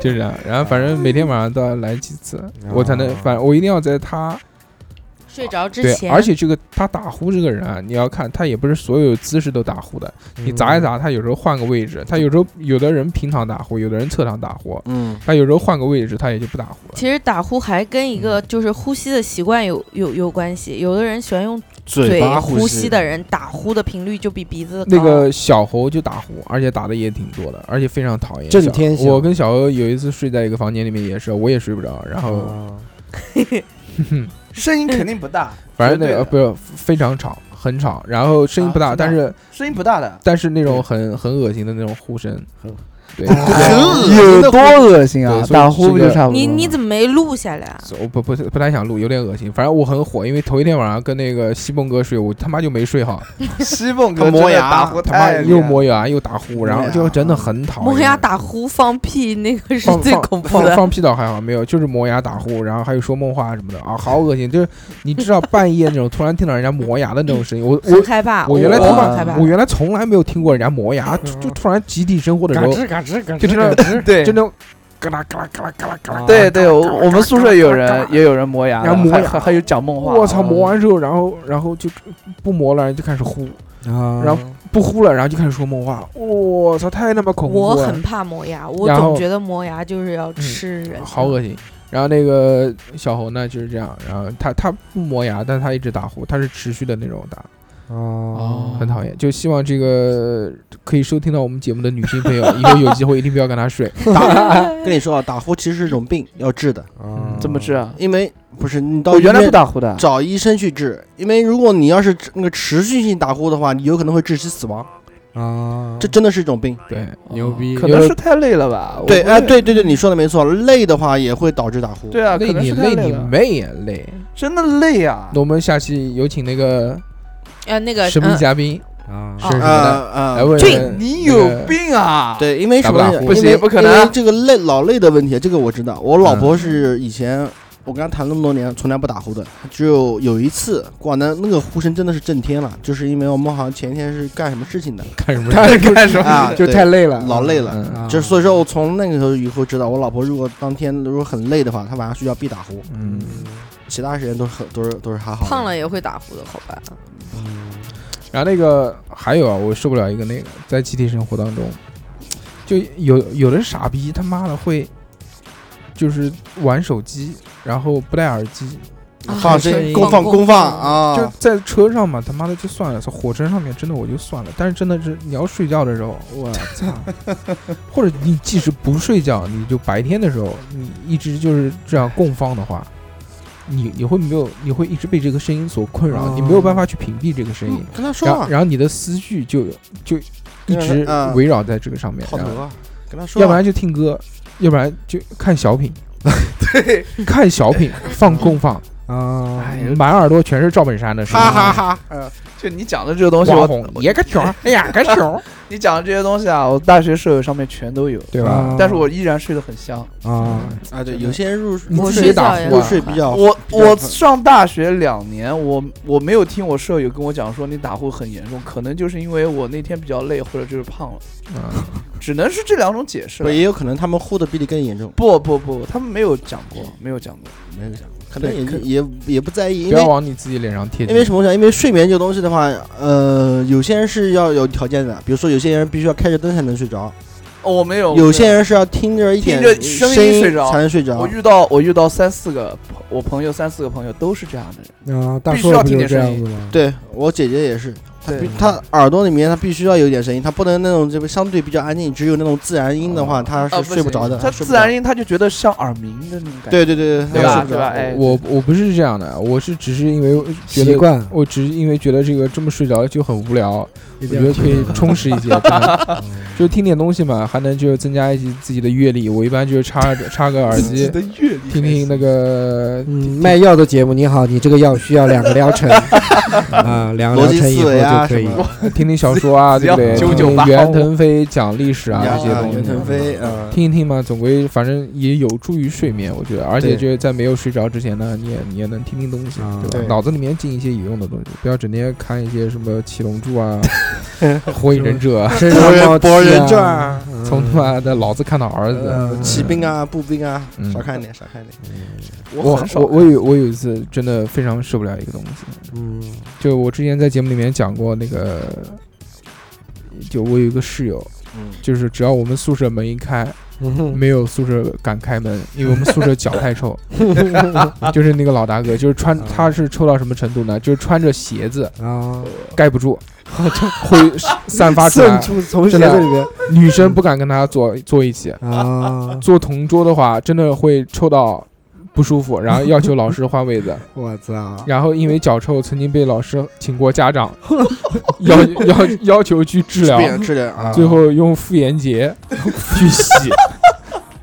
就这样。然后反正每天晚上都要来几哦次，我才能，反正我一定要在他睡着之对，前，而且这个他打呼这个人啊，你要看他也不是所有姿势都打呼的，嗯你砸一砸，他有时候换个位置，他有时候有的人平躺打呼，有的人侧躺打呼，嗯，他有时候换个位置，他也就不打呼了。其实打呼还跟一嗯个就是呼吸的习惯有有有关系。有的人喜欢用嘴巴呼吸的人，打呼的频率就比鼻子高。那哦个小猴就打呼，而且打的也挺多的，而且非常讨厌。震小天响我跟小猴有一次睡在一个房间里面，也是我也睡不着，然哦后声音肯定不 大，反正那绝个对的呃不是非常吵，很吵，然后声音不啊大，但真的是声音不大的，但是那种很很恶心的那种呼声，对，哦哎有 多恶心对啊！所以打呼不就这个差不多吗？你你怎么没录下来啊？所 以我不不不太想录，有点恶心。反正我很火，因为头一天晚上跟那个西蹦哥睡，我他妈就没睡好，西凤他哥磨真的牙打呼他妈太厉害又磨牙又打呼，磨然后牙就真的很讨厌。磨牙打呼放屁那个是放最放恐怖放的。放屁倒还好，没有，就是磨牙打呼，然后还有说梦话什么的啊，好恶心！就是你知道半夜那种突然听到人家磨牙的那种声音，我很我。害怕，我原来啊我从很来害怕我。原来从来没有听过人家磨牙，就嗯就突然集体生活的时嘎候，吱嘎吱嘎吱，就听到对就那种嘎啦嘎啦嘎啦嘎啦嘎啦，对对，我我们宿舍有人也有人磨牙的，然后磨还牙还还有讲嗯梦话。我哦操！磨完之后，然后然后就不磨了，然后就开始呼，啊，然后不呼了，然后就开始说梦话。我操，太他妈恐怖我了很，怕磨牙，我然后嗯总觉得磨牙就是要吃人。好恶心。然后那个小猴呢就是这样，然后他他不磨牙，但他一直打呼，他是持续的那种打，哦很讨厌。就希望这个可以收听到我们节目的女性朋友，以后有机会一定不要跟他睡。打，跟你说啊，打呼其实是一种病，要治的，啊怎么治？啊？因为不是你到我原来医不院打呼的，找医生去治，因为如果你要是那个持续性打呼的话，你有可能会窒息死亡，啊，这真的是一种病。对，哦牛逼可呃能是太累了吧？对，我不哎，对对对，你说的没错，累的话也会导致打呼。对啊，可累能你是太累累你了，妹也累。真的累啊那！我们下期有请那个呃，那个神秘嗯嘉宾，啊是什么啊的？来啊，为俊我们你那个有病啊！对，因为打什不啊打么原呼因？不行因为不可嗯能因为这个累老累的问题，这个我知道。我老婆是以前我跟他谈那么多年，从来不打呼的，只有有一次挂单，那个呼声真的是震天了，就是因为我们好像前一天是干什么事情的，干什么？他是 干什啊么？就对太累了，老累嗯了。啊，就是所以说我从那个时候以后知道，我老婆如果当天如果很累的话，她晚上睡觉必打呼，嗯，其他时间都是很都是都是还好的。胖了也会打呼的，好吧？然后那个还有啊，我受不了一个那个，在集体生活当中，就有有的傻逼他妈的会，就是玩手机，然后不戴耳机，啊啊放声这音公放公公放放就啊，在车上嘛，他妈的就算了，火车上面真的我就算了，但是真的是你要睡觉的时候，我 操，或者你即使不睡觉，你就白天的时候，你一直就是这样供放的话，你你会没有，你会一直被这个声音所困扰，你没有办法去屏蔽这个声音哦嗯，跟他说然后啊，然后你的思绪就就一直嗯围绕在这个上面，套然后头啊，跟他说啊，要不然就听歌，要不然就看小 品，对，看小品放供放，啊，哎满耳朵全是赵本山的声音，哎哈哈哈，嗯就你讲的这个东西，网我红我也个球，哎呀个 球，你讲的这些东西啊，我大学舍友上面全都有，对吧？啊但是我依然睡得很香。啊，啊，对，有些人入你我自睡己觉打也呼入啊睡比较我比较我狠上大学两年，我我没有听我舍友跟我讲说你打呼很严重，可能就是因为我那天比较累，或者就是胖了，啊只能是这两种解释不了。也有可能他们呼的比你更严重，不不不，他们没有讲过，没有讲过。没有想过，可能对可也也也不在意，不因为要往你自己脸上贴金，因为什么？我想，因为睡眠这个东西的话，呃，有些人是要有条件的，比如说有些人必须要开着灯才能睡着，哦，我没有。有些人是要听着一点听着声声音睡着才能睡着我。遇到我遇到三四个朋我朋友三四个朋友都是这样的人，啊，大必须硕要不听就是见这声样音子吗？对我姐姐也是，她对必她耳朵里面她必须要有点声音，她不能那种这个相对比较安静，只有那种自然音的话，她啊，是睡不着的。他睡不自着然音他就觉得像耳鸣的那种感觉。对啊对对她对吧睡不对着吧哎我我不是这样的，我是只是因为觉习得。惯，我只是因为觉得这个这么睡着就很无聊，一我定觉要得可以 充实一些，真的 就听点东西嘛，还能就增加一些自己的阅历。我一般就是插插个耳机，听听那个嗯，卖药的节目，你好，你这个药需要两个疗 程啊，两个逻疗辑程以思后维啊就什可以。么，听听小说啊，只对不要对？九听九听八袁五腾飞讲历史啊然这后些啊东西。袁腾飞，啊嗯，听一听嘛，总归反正也有助于睡眠，我觉得，而且对就是在没有睡着之前呢，你也你也能听听东西，嗯啊对吧？对脑子里面进一些有用的东西，不要整天看一些什么《七龙珠》啊、《火影忍者》啊，身博上人冒博气人啊传啊嗯 从他妈的老子看到儿子。嗯骑兵啊，步兵啊嗯，少看一点，少看一点。我很少我我有我有一次真的非常受不了一个东西，嗯就我之前在节目里面讲过那个，就我有一个室友，嗯就是只要我们宿舍门一开，嗯哼没有宿舍敢开门，因为我们宿舍脚太臭。就是那个老大哥，就是穿啊他是臭到什么程度呢？就是穿着鞋子啊，盖不住，会散发出渗来。出从鞋真的子里面 女生不敢跟他坐坐一起，啊，坐同桌的话，真的会臭到不舒服，然后要求老师换位 子。我操！然后因为脚臭，曾经被老师请过家 长，要要要求去治疗不，行，质量啊，最后用妇炎 洁去洗，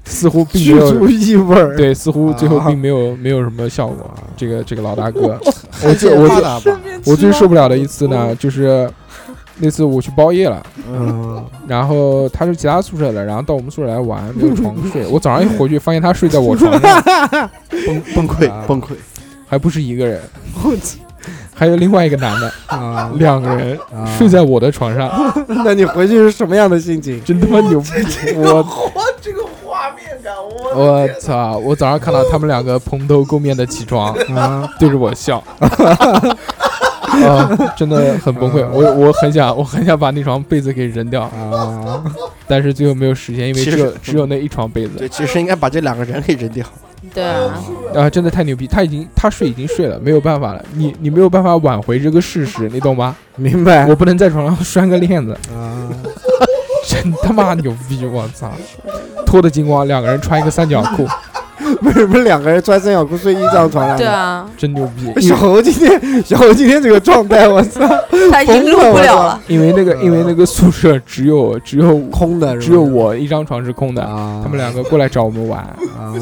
似乎并去没有除异味儿，对，似乎最后啊并没有没有什么效果。这个这个老大 哥，我最我最最我最受不了的一次呢，就是那次我去包夜了，嗯，然后他是其他宿舍的，然后到我们宿舍来玩，没有床睡。我早上一回去，发现他睡在我床上，崩崩啊溃崩溃。还不是一个人，还有另外一个男的，啊，两个人啊睡在我的床上，那你回去是什么样的心情？真他妈牛逼！我哇，这个画面感，我我操！我早上看到他们两个蓬头垢面的起床，啊，对着我笑，啊，真的很崩溃。我我很想，我很想把那床被子给扔掉，啊，但是最后没有实现，因为其实只有只有那一床被子对，其实应该把这两个人给扔掉。对啊，嗯啊，真的太牛逼！他已经他睡已经睡了，没有办法了，你你没有办法挽回这个事实，你懂吗？明白我不能在床上拴个链子，啊，真他妈牛逼！我操，脱的精光，两个人穿一个三角裤，为什么两个人穿三角裤睡一张床哎上？对。啊，真牛逼！因小为侯今天，小侯今天这个状态，我操，他已经录不了了。因为那呃个因为那个宿舍只有只有空的是吧，只有我一张床是空的，啊，他们两个过来找我们玩。啊，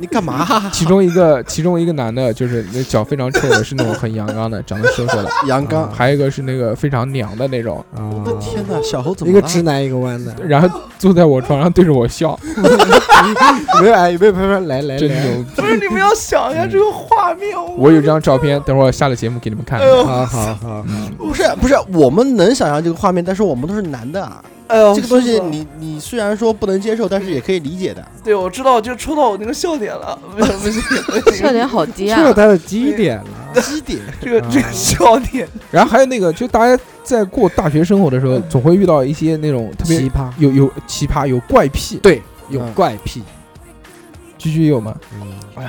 你干嘛？其中一个，其中一个男的，就是那脚非常臭的，是那种很阳刚的，长得瘦瘦的；杨刚，还有一个是那个非常娘的那种，啊啊我的天哪，小猴怎一么个了直男，一个弯的，然后坐在我床上对着我笑， 没有哎，被拍拍来来真来，牛！不是你们要想一下嗯这个画面，我我有张照片，等会儿下了节目给你们看嗯哎。呦好好好，不是不是，我们能想象这个画面，但是我们都是男的啊。哎呦这个东西是吗你你虽然说不能接受，但是也可以理解的。对我知道，就戳到我那个笑点了，不行不行不笑行，点好低啊这！他的基点了。基点这个这个笑点，然后还有那个，就大家在过大学生活的时候，总会遇到一些那种特别奇葩，有有奇葩、有怪癖。对，有嗯怪癖。居居有吗？嗯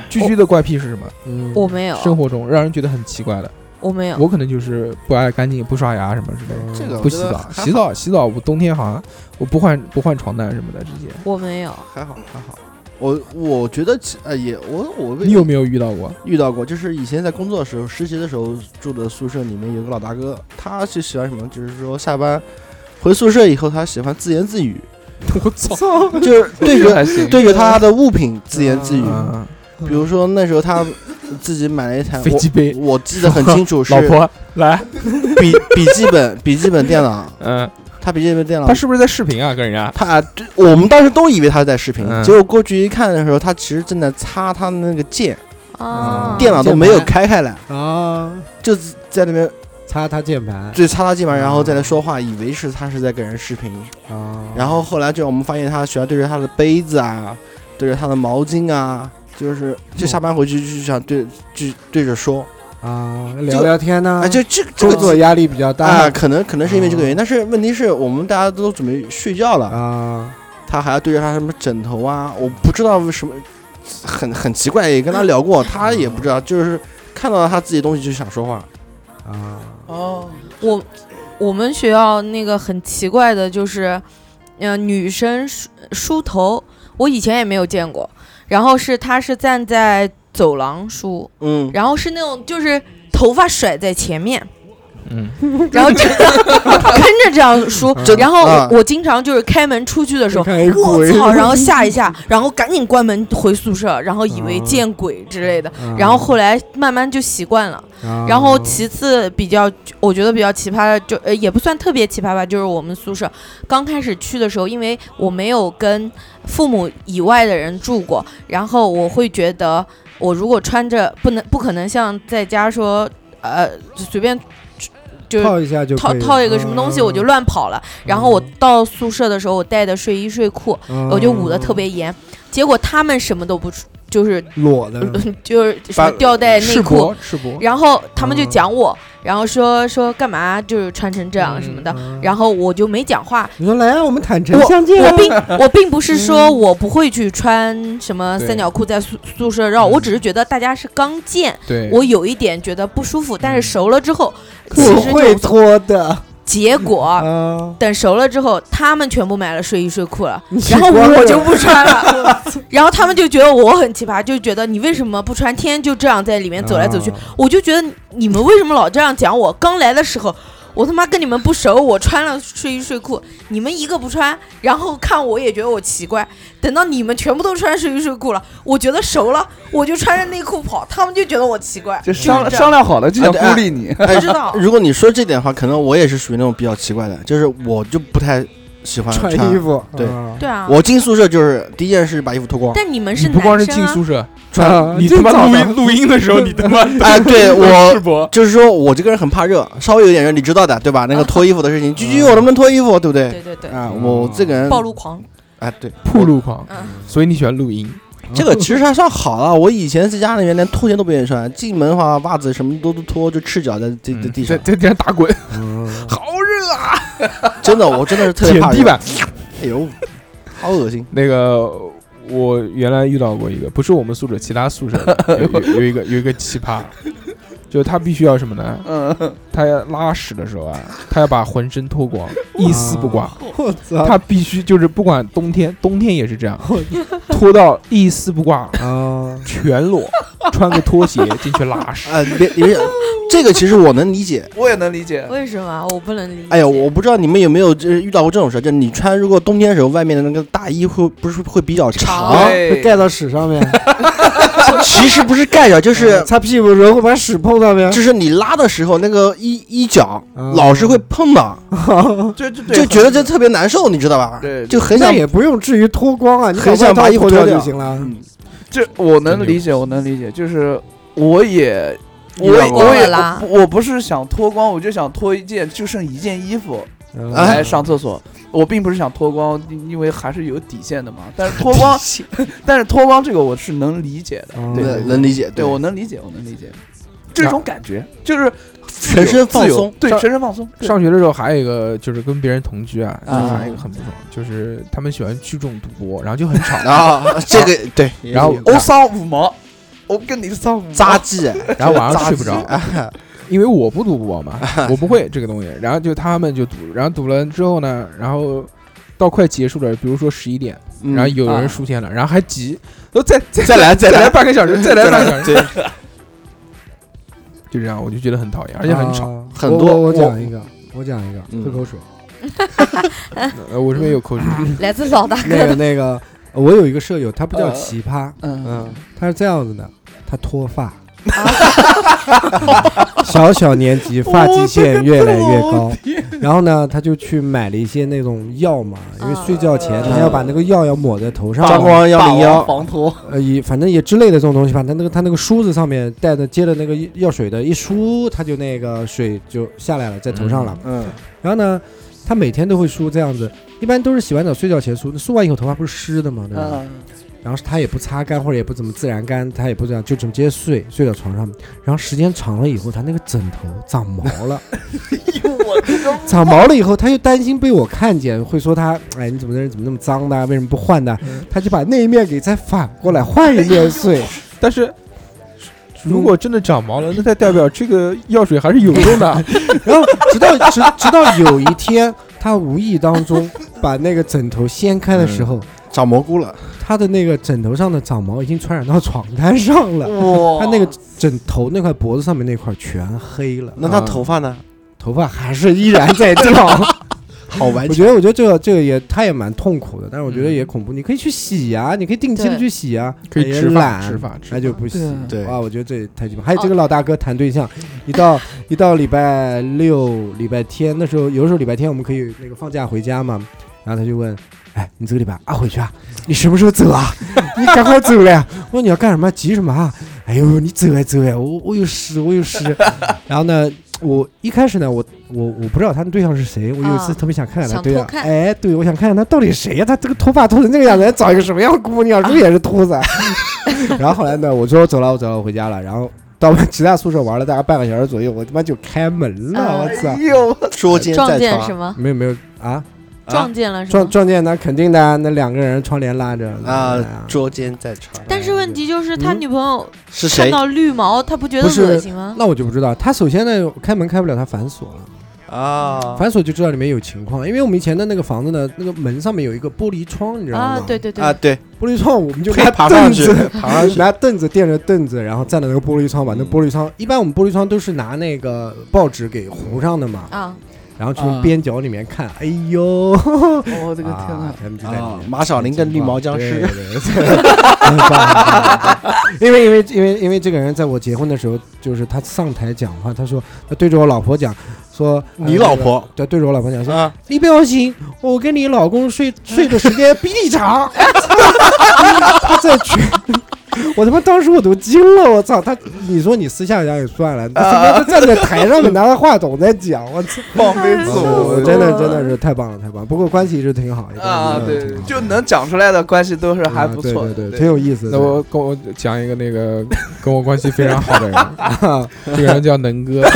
居居的怪癖是什么？嗯，我没有，生活中让人觉得很奇怪的，我没有，我可能就是不爱干净、不刷牙什么之类的，这个我不觉洗得澡。还洗澡洗澡，我冬天好像我不换不换床单什么的，直接。我没有。 还好还好。我我觉得其呃也我我你有没有遇到过？遇到过，就是以前在工作的时候，实习的时候住的宿舍里面有个老大哥，他就喜欢什么，就是说下班回宿舍以后，他喜欢自言自语，我操！就是对着还行，对着他的物品自言自语。啊，比如说那时候他 自己买了一台飞机杯，我我记得很清楚是 老婆来，笔笔记本 笔记本电脑，嗯，他笔记本电脑他是不是在视频啊？跟人家他对我们当时都以为他在视频，嗯结果过去一看的时候，他其实正在擦他那个键，啊，嗯电脑都没有开开来，啊，就在那边擦他键盘就擦他键盘，然嗯后在那说话，以为是他是在给人视频。啊，然后后来就我们发现他喜欢对着他的杯子啊，对着他的毛巾啊，就是嗯就下班回去就想对就对着说，啊聊聊天呢，啊，就这这工个作压力比较啊，大可能可能是因为这个原因，但是问题是我们大家都准备睡觉了，哦啊，他还要对着他什么枕头啊，我不知道为什么，很很奇怪，也跟他聊过，他也不知道，就是看到他自己东西就想说话，啊，哦，我我们学校那个很奇怪的就是，嗯、女生梳梳头，我以前也没有见过。然后是她是站在走廊梳，嗯，然后是那种就是头发甩在前面，嗯，然后这样 跟着这样梳真。然后啊我我经常就是开门出去的时候，嗯看一我鬼操，然 后吓一吓，然后赶紧关门回宿舍，然后以为啊见鬼之类的。啊然后后来慢慢就习惯了。啊然后其次比较，我觉得比较奇葩的，就呃也不算特别奇葩吧，就是我们宿舍刚开始去的时候，因为我没有跟父母以外的人住过，然后我会觉得我如果穿着不能不可能像在家说呃就随便就套一下就套可以嗯套一个什么东西我就，乱跑了，然后我到宿舍的时候我带的睡衣睡裤嗯我就捂得特别严，结果他们什么都不出就是裸的就是什么把吊带内赤裤。膊赤膊，然后他们就嗯讲我，然后说说干嘛就是穿成这样什么的，嗯然后我就没讲话。你说来啊，我们坦诚我相见啊，嗯我并我并不是说我不会去穿什么三角裤在宿宿舍绕，我只是觉得大家是刚见，对，我有一点觉得不舒服，但是熟了之后，其嗯我实会就啊脱的结果。啊，等熟了之后，他们全部买了睡衣睡裤了，你然后光我着就不穿 了。然后他们就觉得我很奇葩，就觉得你为什么不穿？天天就这样在啊里面走来走啊去，我就觉得你们为什么老这样讲我？刚来的时候，我他妈跟你们不熟，我穿了睡衣睡裤，你们一个不穿，然后看我也觉得我奇怪。等到你们全部都穿睡衣睡裤了，我觉得熟了，我就穿着内裤跑，他们就觉得我奇怪。 就这商样商量好了就想啊对啊孤立你，哎不知道如果你说这点的话，可能我也是属于那种比较奇怪的，就是我就不太喜欢穿穿衣。服，对啊对啊，我进宿舍就是第一件事把衣服脱光，但你们你是不光是男进生啊，宿舍，啊你他这妈早录上音录音的时候，你他妈哎， 对赤我膊，就是说我这个人很怕热，稍微有点热，你知道的，对吧？那个脱衣服的嗯事情，居居我能不能脱衣服，对不对？嗯对对对，啊，我这个人暴露狂，啊，对，铺路狂，嗯。所以你喜欢录音，这个其实还算好了。我以前在家里面连拖鞋都不愿意穿，进门的话袜子什么都都脱，就赤脚在在在地在上。在地上打滚，嗯好热啊，真的，我真的是特别舔怕地热。板。哎呦，好恶心！那个我原来遇到过一个，不是我们宿舍，其他宿舍的有有有一个有一个奇葩，就是他必须要什么呢？嗯，他要拉屎的时候啊，他要把浑身脱光，一丝不挂。我操他必须就是不管冬天，冬天也是这样，脱到一丝不挂，啊，全裸，穿个拖鞋进去拉屎。啊，别别，这个其实我能理解。我也能理解，为什么我不能理解？哎呀，我不知道你们有没有就是遇到过这种事，就是你穿如果冬天的时候外面的那个大衣会不是会比较啊长，对被盖到屎上面，啊其实不是盖着， 就是擦屁股的时候会把屎碰到嗯面，就是你拉的时候那个衣衣角嗯老是会碰到，就嗯就就觉得这特别难受，你知道吧？对对就很 那想也不用至于脱光啊，你很想把衣服脱脱就掉行了。嗯这我能理解，我能理解，就是我也。遇我到也过我也啦我不我不是想脱光，我就想脱一件，就剩一件衣服嗯哎来上厕所。我并不是想脱光，因因为还是有底线的嘛。但是脱 光，但是脱光这个我是能理解的，嗯对对能理解，对我能理解，我能理解这种感觉，就是自全由身放自由松对，上全身放松。对上学的时候还有一个就是跟别人同居啊，啊还有一个很不爽，就是他们喜欢聚众赌博，然后就很吵，啊，这个对，嗯然 后我上五毛，我跟你上五毛扎记， 然后晚上睡不着，啊，因为我不赌博嘛，我不会这个东西。然后就他们就赌，然后赌了之后呢，然后到快结束了，比如说十一点，嗯然后有人输钱了，然后还急，都再再再来再再来来半个小 时，再来半个小时，对， 就这样，我就觉得很讨厌，而且很吵。啊很我多我我我讲一个，我讲一个，嗯喝口水。呃我这边有口水，来自老大那个那个，我有一个舍友，他不叫呃奇葩，嗯，嗯，他是这样子的，他 脱发，小小年纪发际线越来越高，然后呢，他就去买了一些那种药嘛，因啊为睡觉前他要把那个药要抹在头上嘛，张光幺零幺，防脱，呃，也反正也之类的这种东西吧。他那个他那个梳子上面带的接的那个药水的一梳，他就那个水就下来了，在头上了。嗯，然后呢，他每天都会梳这样子，一般都是洗完澡睡觉前梳，那梳完以后头发不是湿的嘛，对吧？嗯，然后他也不擦干，或者也不怎么自然干，他也不这样，就直接睡睡到床上。然后时间长了以后，他那个枕头长毛 了，长毛了以后，他又担心被我看见，会说他，哎，你怎么这人怎么那么脏的啊？为什么不换呢？他就把那一面给再反过来换一面 睡。 但是。如果真的长毛了，那才代表这个药水还是有用 的。然后直到直直到有一天，他无意当中把那个枕头掀开的时嗯候，长蘑菇了，他的那个枕头上的长毛已经传染到床单上了。哇他那个枕头那块脖子上面那块全黑了，那他头发呢？头发还是依然在 掉。好完我全觉得，我觉得这个这个也他也蛮痛苦的，但是我觉得也恐怖。你可以去洗呀、你可以定期的对去洗呀、嗯哎可以也植发，懒植发，植那发。就不洗。对哇，我觉得这也太鸡巴。还有这个老大哥谈对象，一到一到礼拜六、礼拜天那时候，有时候礼拜天我们可以那个放假回家嘛，然后他就问。哎，你这个礼拜啊回去啊？你什么时候走啊？ 你赶快走了呀！我说你要干什么？急什么啊？哎呦，你走呀走呀！我我有事，我有事。 然后呢，我一开始呢，我我我不知道他的对象是谁。我有一次啊特别想看看他想对象偷，看哎，对，我想看看他到底谁呀、他这个脱发脱 成这个样子，还找一个什么样的姑娘？是不是也是秃子啊？ 然后后来呢，我说我走了，我走了，我回家了。然后到其他宿舍玩了大概半个小时左右，我他妈就开门了，啊我操！哎哟，捉奸撞在见什床，么？没有没有啊，撞见了什撞么？撞见那肯定的啊，那两个人窗帘拉着啊，捉奸在床，但是问题就是他嗯女朋友是看谁到绿毛，他不觉得不是恶心吗？那我就不知道。他首先呢，开门开不了，他反锁了，啊？反锁就知道里面有情况。因为我们以前的那个房子呢，那个门上面有一个玻璃窗，你知道吗？啊，对，对对啊，，对，玻璃窗我们 就可以拿爬凳上去子，爬 上去，拿凳子垫着凳子，然后站在那个玻璃窗，把那玻璃窗，一般我们玻璃窗都是拿那个报纸给糊上的嘛，啊，然后啊从边角里面看，哎呦， 我哦的个天啊呐！他们就在里啊面，。马小玲跟绿毛僵尸对，对对很棒 因为因为因为因为这个人在我结婚的时候，就是他上台讲话，他说他对着我老婆讲说，呃你老，婆对，对着我老婆讲说，啊，你不要信，我跟你老公睡睡的时间比你长。他在全，我他妈当时我都惊了，我操！他你说你私下讲也算了，他他妈站在台上面拿着话筒在讲，我操！ 放飞自我哦我，真的真的是太棒了，太棒了！不过关系一直挺好，一直啊，一直对挺，好就能讲出来的关系都是还啊不错的，对对对，挺有意思的。那我跟我讲一个那个跟我关系非常好的人， 这个人叫能哥。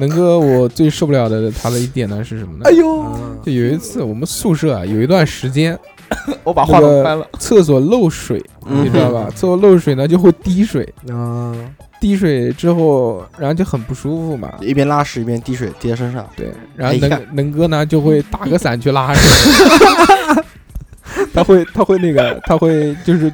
能哥，我最受不了的他的一点呢是什么呢哎？呦，啊就有一次我们宿舍啊，有一段时间我把话筒翻了，厕所漏水，嗯你知道吧？厕所漏水呢就会滴水，啊，滴水之后，然后就很不舒服哎嘛。一边拉屎一边滴水滴在身上，对，然后哎能、呀能哥呢就会打个伞去拉屎， 他会他会那个他会就是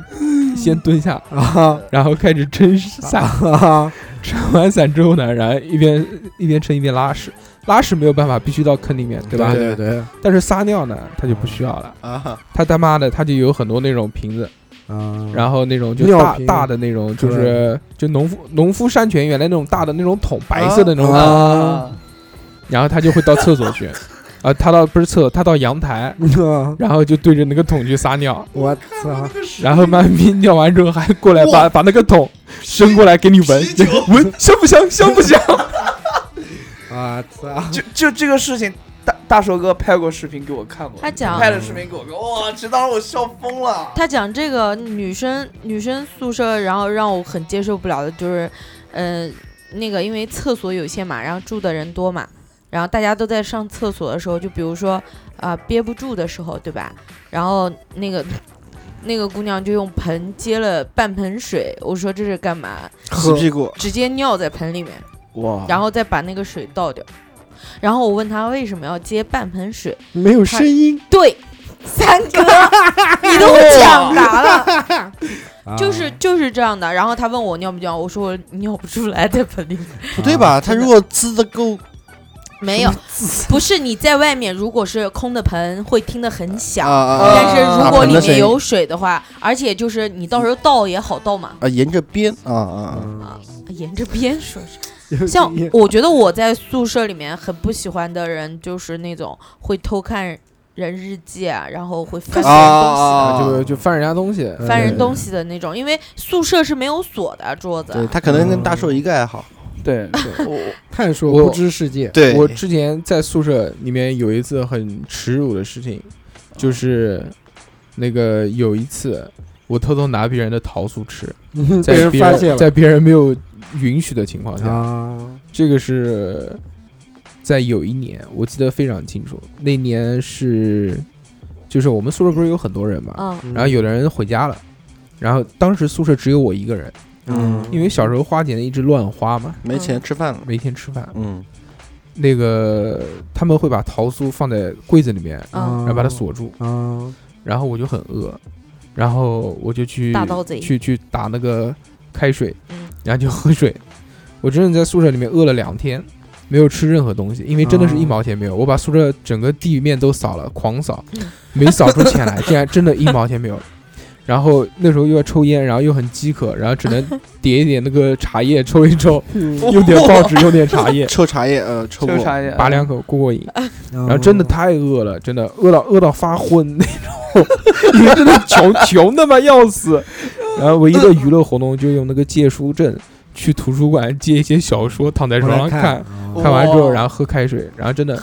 先蹲下，啊然后开始撑伞，啊！撑完伞之后呢，然后一边一边撑一边拉屎，拉屎没有办法，必须到坑里面，对吧？对对但是撒尿呢，他就不需要了，啊，他他妈的他就有很多那种瓶子，啊！然后那种就尿大瓶大的那种，就是就农夫农夫山 泉原来那种大的那种桶，白色的那种桶，啊啊，然后他就会到厕所去，啊，他到不是厕所，他到阳台，啊然后就对着那个桶去撒尿，我操！然后妈咪尿完之后还过来把把那个桶伸过来给你闻， 闻香不香？香不香？我操！就就这个事情，大大手哥拍过视频给我看过，他讲拍了视频给我看，哇，这当时我笑疯了。他讲这个女生女生宿舍，然后让我很接受不了的就是，呃，那个因为厕所有限嘛，然后住的人多嘛，然后大家都在上厕所的时候，就比如说啊、憋不住的时候，对吧？然后那个那个姑娘就用盆接了半盆水，我说这是干嘛？洗屁股，直接尿在盆里面，哦哇然后再把那个水倒掉。然后我问她为什么要接半盆水，没有声音，对，三哥，你都抢答了。啊就是就是这样的。然后他问我尿不尿，我说我尿不出来在盆里。 不对吧？他如果滋的够，没有，不是你在外面，如果是空的盆会听得很响，啊啊啊但是如果打盆里的声面音有水的话，而且就是你到时候倒也好倒嘛，啊，沿着边啊啊啊，啊，沿着边说。有像一我觉得我在宿舍里面很不喜欢的人，就是那种会偷看人日记啊，然后会翻别人东西的。啊就就翻人家东西，呃翻人 东西的那种，因为宿舍是没有锁的桌子，对他可能跟大寿一个爱好，对，对我探索我不知世界。对我之前在宿舍里面有一次很耻辱的事情，就是那个有一次我偷偷拿别人的桃酥吃，被在人别发现人在了别人没有允许的情况下，啊！这个是在有一年我记得非常清楚，那年是就是我们宿舍不是有很多人嘛，嗯，然后有的人回家了，然后当时宿舍只有我一个人，嗯因为小时候花钱一直乱花嘛，没钱吃饭了，没钱吃饭，嗯，，那个他们会把桃酥放在柜子里面。嗯然后把它锁住，啊，然后我就很饿，然后我就去大盗贼去去打那个开水，嗯然后就喝水。我真的在宿舍里面饿了两天，没有吃任何东西，因为真的是一哦毛钱没有。我把宿舍整个地面都扫了，狂扫嗯，没扫出钱来，竟然真的一毛 钱没有。然后那时候又要抽烟，然后又很饥渴，然后只 能点一点那个茶叶抽一抽，嗯用点报纸，用点茶叶抽茶叶，呃，抽抽过，查一下，拔嗯两口过过瘾。然然后真的太饿了，真的饿到饿到发昏 那种，因为真的穷穷的嘛要 死。然后唯一的娱乐活动就用那个借书证去图书馆借一些小说，躺在我床来上看看，啊我看完之后哇然后喝开水，然后真的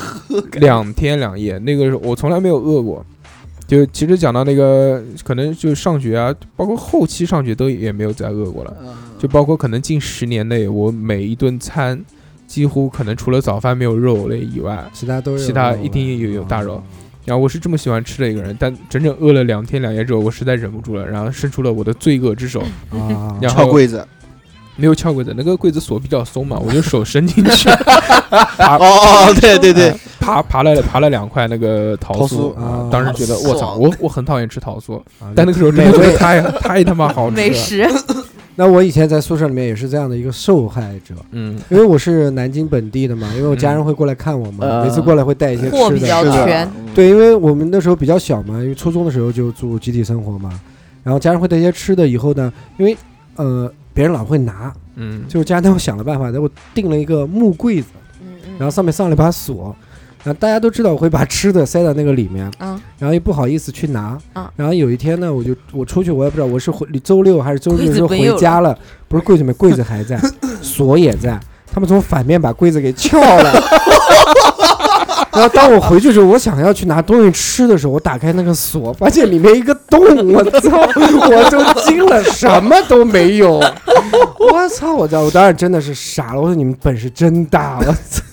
两天两夜，那个时候我从来没有饿过。就其实讲到那个，可能就上学啊，包括后期上学都也没有再饿过了。嗯，就包括可能近十年内，我每一顿餐几乎可能除了早饭没有肉类以外，其他都有其他一定有有大肉。然后我是这么喜欢吃的一个人，但整整饿了两天两夜之后，我实在忍不住了，然后伸出了我的罪恶之手， 啊，然后撬柜子，没有撬柜子，那个柜子锁比较松嘛，我就手伸进去，哦哦，对对对，爬爬了爬了两块那个桃桃酥酥，啊当时觉得好我操，爽我我很讨厌吃桃酥，啊但那个时候真美的觉味得太太他妈好吃美了， 食，那我以前在宿舍里面也是这样的一个受害者，嗯，因为我是南京本地的嘛，因为我家人会过来看我嘛，嗯每次过来会带一些货吃比较的。是的嗯全，对，因为我们那时候比较小嘛，因为初中的时候就住集体生活嘛，然后家人会带一些吃的。以后呢，因为呃别人老会拿，嗯，就是家人让我想了办法，然后我定了一个木柜子，嗯然嗯后上面上了一把锁。然后大家都知道我会把吃的塞到那个里面，嗯，然后又不好意思去拿，嗯然后有一天呢，我就我出去，我也不知道我是回周六还是周日柜的子时候没回有家了，不是柜子没柜子 还在，锁也在，他们从反面把柜子给撬了。 然后当我回去的时候，我想要去拿东西吃的时候，我打开那个锁，发现里面一个洞，我 操，我都惊了，什么都没有，我操，我操，我当时真的是傻了，我说你们本事真大，我操，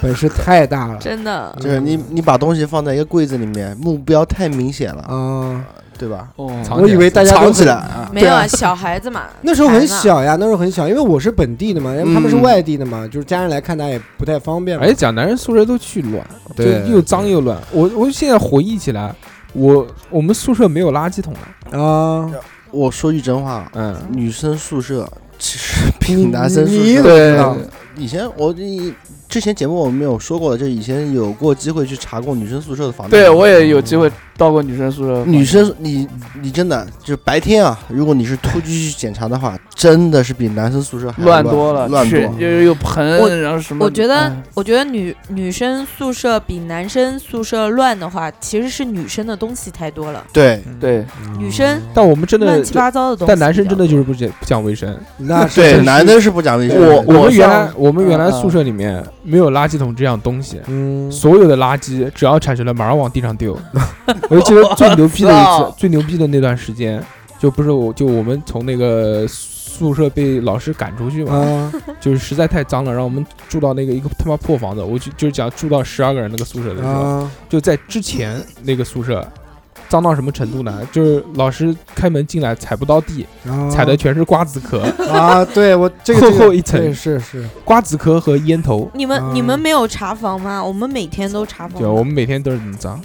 本事太大了，真的，就是你你把东西放在一个柜子里面，目标太明显了，啊、对吧？哦，藏我起以来为大家都藏起很来啊，没有对啊，啊小孩子嘛， 那时候很馋啊，小呀，那时候很小，因为我是本地的嘛，因为他们是嗯外地的嘛，就是家人来看他也不太方便嘛。而且哎讲男人宿舍都巨乱，对就又脏又乱。我我现在回忆起来，我我们宿舍没有垃圾桶了，啊，我说句真话，嗯， 女生宿舍其实比男生宿你舍对以前我一之前节目我们没有说过的，就以前有过机会去查过女生宿舍的房间。对我也有机会到过女生宿舍，女生，你你真的就是白天啊，如果你是突击去检查的话，真的是比男生宿舍还乱多多了，乱去多。又又有我盆，然后什么？我觉得哎，我觉得女女生宿舍比男生宿舍乱的话，其实是女生的东西太多了，对，对，女生但我们真的乱，七八糟的东西比较多。但男生真的就是不讲不讲卫生。那是对，男的是不讲卫生的。我我们原来上我们原来嗯宿舍里面没有垃圾桶这样东西，嗯，所有的垃圾只要产生了，马上往地上丢。 我就记得最牛逼的 一次操，最牛逼的那段时间，就不是我，就我们从那个宿舍被老师赶出去嘛，啊，就是实在太脏了，让我们住到那个一个他妈破房子。我就就是讲住到十二个人那个宿舍的时候，啊，就在之前那个宿舍。脏到什么程度呢？就是老师开门进来踩不到地，啊踩的全是瓜子壳、啊，对我这个厚这个厚一层对是是，瓜子壳和烟头。你们、嗯你们没有查房吗？我们每天都查房对，。我们每天都是这么脏，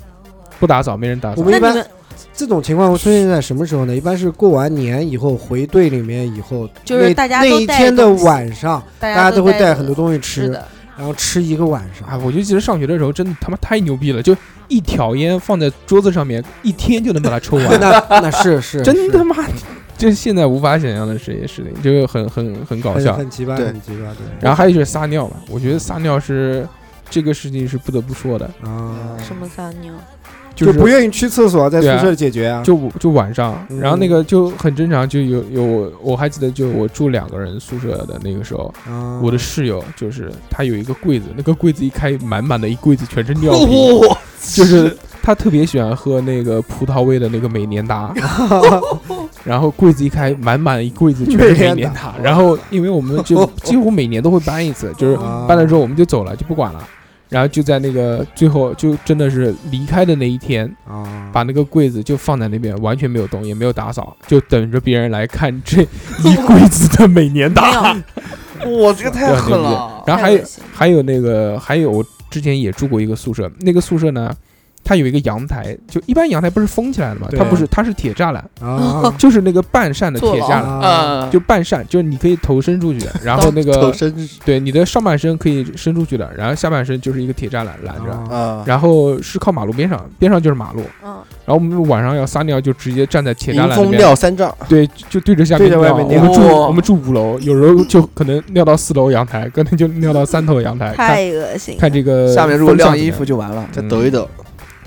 不打扫没人打我扫。们那一你般们这种情况会出现在什么时候呢？一般是过完年以后回队里面以后，就是那大家那都一带天的东西晚上，大大家都会带带很多东西吃吃，的，然后吃一个晚啊，上。我就记得上学的时候，真的他妈太牛逼了，就一条烟放在桌子上面，一天就能把它抽完， 那那是是 真他是妈，这现在无法想象的事情事情，就很很很搞很笑。很奇葩，对很奇葩，对。然后还有就是撒尿嘛，我觉得撒尿是这个事情是不得不说的，啊，什么撒尿？就是不愿意去厕所，在宿对啊舍里解决啊。就就晚上，嗯然后那个就很正常，就有有我我还记得就我住两个人宿舍的那个时候，啊我的室友就是他有一个柜子，那个柜子一开，满满的一柜子全是尿瓶，哇，就是他特别喜欢喝那个葡萄味的那个美年达， 然后柜子一开，满满一柜子全是美美年年达。然后因为我们就几乎每年都会搬一次，就是啊搬了之后我们就走了，就不管了。然后就在那个最后，就真的是离开的那一天，啊，把那个柜子就放在那边，完全没有动，也没有打扫，就等着别人来看这一柜子的美年达。 我这个太狠了。然后还太有恶心了还有那个，还有我之前也住过一个宿舍，那个宿舍呢，它有一个阳台，就一般阳台不是封起来的嘛，对它不是，它是铁栅栏，啊就是那个半扇的坐铁牢栅栏，啊，嗯，就半扇，就是你可以头伸出去，然后那头个伸对你的上半身可以伸出去的，然后下半身就是一个铁栅栏拦着，啊啊，然后是靠马路边上，边上就是马路，嗯，然后我们晚上要撒尿就直接站在铁栅迎栏那风边。尿三丈，对，就就对着下面对着外面我们尿住哇我们住五楼，有时候就可能尿到四楼阳台，可能就尿到三楼阳台，哎看太恶心了。看这个下面如果风向晾衣怎么服就完了。再抖一抖。样，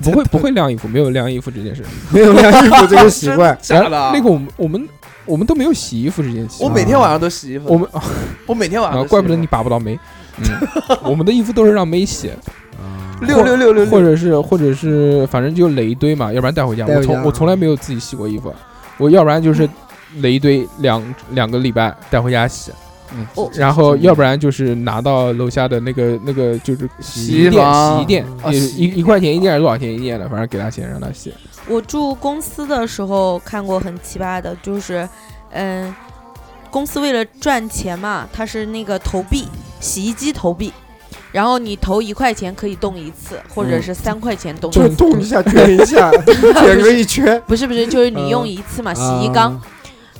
不会不会晾衣服，没有晾衣服这 件事。没有晾衣服这个习 惯假的啊？那个我们我们我们都没有洗衣服这件事我。每天晚上都洗衣服，我们 我每天晚上啊，都洗衣服，怪不得你把不到梅。嗯， 我们的衣服都是让梅洗，六六六六或六，者是或者是反正就垒一堆嘛，要不然带回家。带我回家从我从来没有自己洗过衣服，啊我要不然就是垒一堆两两个礼拜带回家洗，啊嗯哦然后要不然就是拿到楼下的那个那个就是洗衣衣店房洗衣店，啊也是洗一一块钱一件还是多少钱一件的，反正给他钱让他洗。我住公司的时候看过很奇葩的，就是，嗯，公司为了赚钱嘛，它是那个投币，洗衣机投币，然后你投一块钱可以动一次，或者是三块钱动一就次。是动 一下卷一下，卷个一圈不是不是，就是嗯你用一次嘛，洗衣啊缸。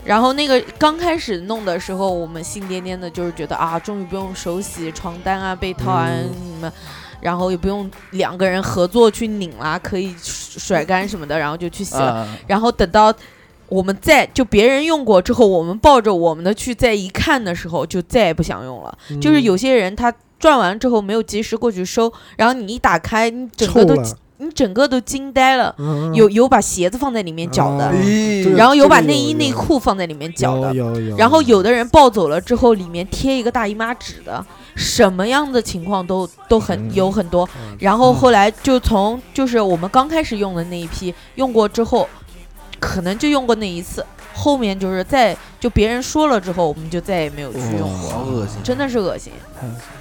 然后那个刚开始弄的时候，我们心颠颠的，就是觉得啊，终于不用手洗床单啊、被套啊嗯什么，然后也不用两个人合作去拧啦、可以甩干什么的，然后就去洗了。嗯啊然后等到我们再就别人用过之后，我们抱着我们的去再一看的时候，就再也不想用了。嗯就是有些人他转完之后没有及时过去收，然后你一打开，你整臭个都了，你整个都惊呆了。嗯有有把鞋子放在里面搅的，啊咦这个然后有把这个内衣有内裤放在里面搅的，有有有，然后有的人抱走了之后，里面贴一个大姨妈纸的，什么样的情况都都很有很多。嗯然后后来就从就是我们刚开始用的那一批用过之后，可能就用过那一次，后面就是再就别人说了之后，我们就再也没有去用哇好过，恶心！啊真的是恶心，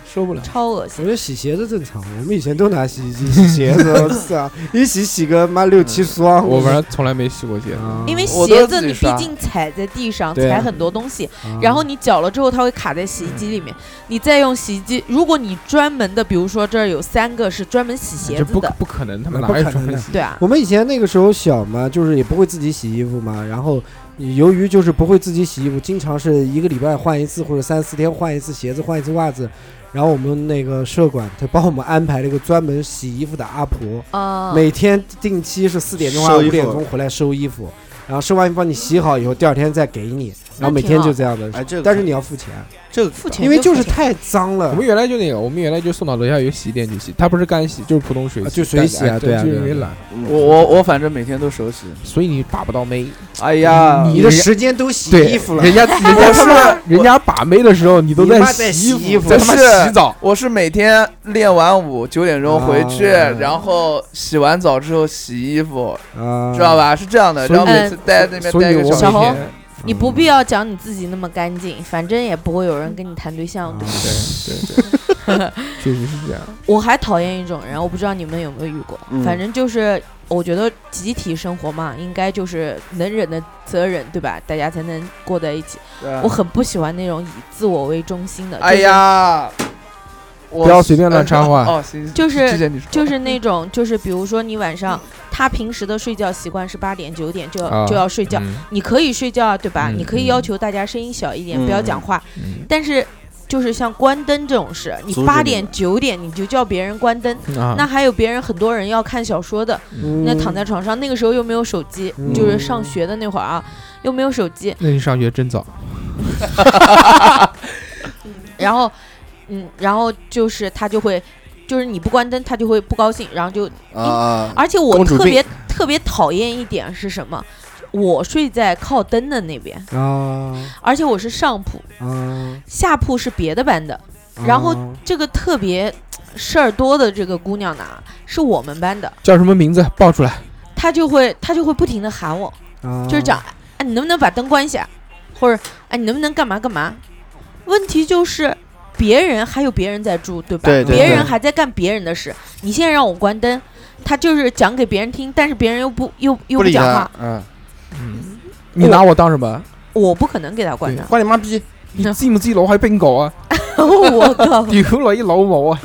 受不了。超恶我心。觉得洗鞋子正常，我们以前都拿洗衣机洗鞋子，我操，一洗洗个妈六七双，啊我反正从来没洗过鞋。啊因为我都鞋是子自己你毕刷竟踩在地上，对啊踩很多东西，然后你搅了之后，它会卡在洗衣机里面。你再用洗衣机，如果你专门的，比如说这儿有三个是专门洗鞋这子不的，不可能，他们们哪哪有有专专门门洗洗？对啊，我们以前那个时候小嘛，就是也不会自己洗衣服嘛，然后由于就是不会自己洗衣服，经常是一个礼拜换一次或者三四天换一次鞋子，换一次袜子。然后我们那个社管他帮我们安排了一个专门洗衣服的阿婆，啊，每天定期是四点钟啊收衣五服点钟回来收衣服，然后收完衣服帮你洗好以后，第二天再给你，然后每天就这样的。哎，这个但是你要付钱，这个付钱因为就是付钱太脏我了们。原来就那个，我们原来就送到楼下有洗衣店去洗，它不是干洗，就是普通水洗，啊就水洗啊但哎对啊就是对啊因为对啊懒，嗯我我我反正每天都手洗。所以你把不到妹。哎呀，你的时间都洗对衣服了，人家人家他妈人家把妹的时候，你都你妈在洗洗衣服在他妈不是洗澡，我是每天练完舞九点钟回去，啊然后洗完澡之后洗衣服，啊，知道？吧？是这样的。所以然后嗯每次待在那边所待以一我个每小时。天你不必要讲你自己那么干净，反正也不会有人跟你谈对象。对吧对对对，确实是这样。我还讨厌一种人，我不知道你们有没有遇过，嗯反正就是我觉得集体生活嘛，应该就是能忍的责忍，对吧？大家才能过在一起。对啊我很不喜欢那种以自我为中心的。哎呀，我不要随便乱插话哦，行，就是之前你说就是， 就是那种，就是比如说你晚上，他平时的睡觉习惯是八点九点就要、啊就要睡觉，嗯你可以睡觉啊，对吧？嗯你可以要求大家声音小一点，嗯不要讲话，嗯但是。就是像关灯这种事，你阻止八你点九点你就叫别人关灯，啊那还有别人很多人要看小说的，那躺嗯在床上，那个时候又没有手机，嗯就是上学的那会儿啊，又没有手机，那你上学真早，然后，嗯，然后就是他就会，就是你不关灯，他就会不高兴，然后就，啊，而且我公主特别特别讨厌一点是什么？我睡在靠灯的那边，啊而且我是上铺，啊，下铺是别的班的，然后啊这个特别事儿多的这个姑娘呢，是我们班的，叫什么名字报出来？她就会她就会不停的喊我，嗯啊就是讲，哎，你能不能把灯关一下，或者哎，你能不能干嘛干嘛？问题就是别人还有别人在住，对吧？对对别对人还在干别人的事，你现在让我关灯，他就是讲给别人听，但是别人又不又又不理讲他话，，嗯，嗯，你拿我当什么？我不可能给他关对灯。关你妈逼！你知唔知老閪冰狗啊？ 我靠！屌你老母啊！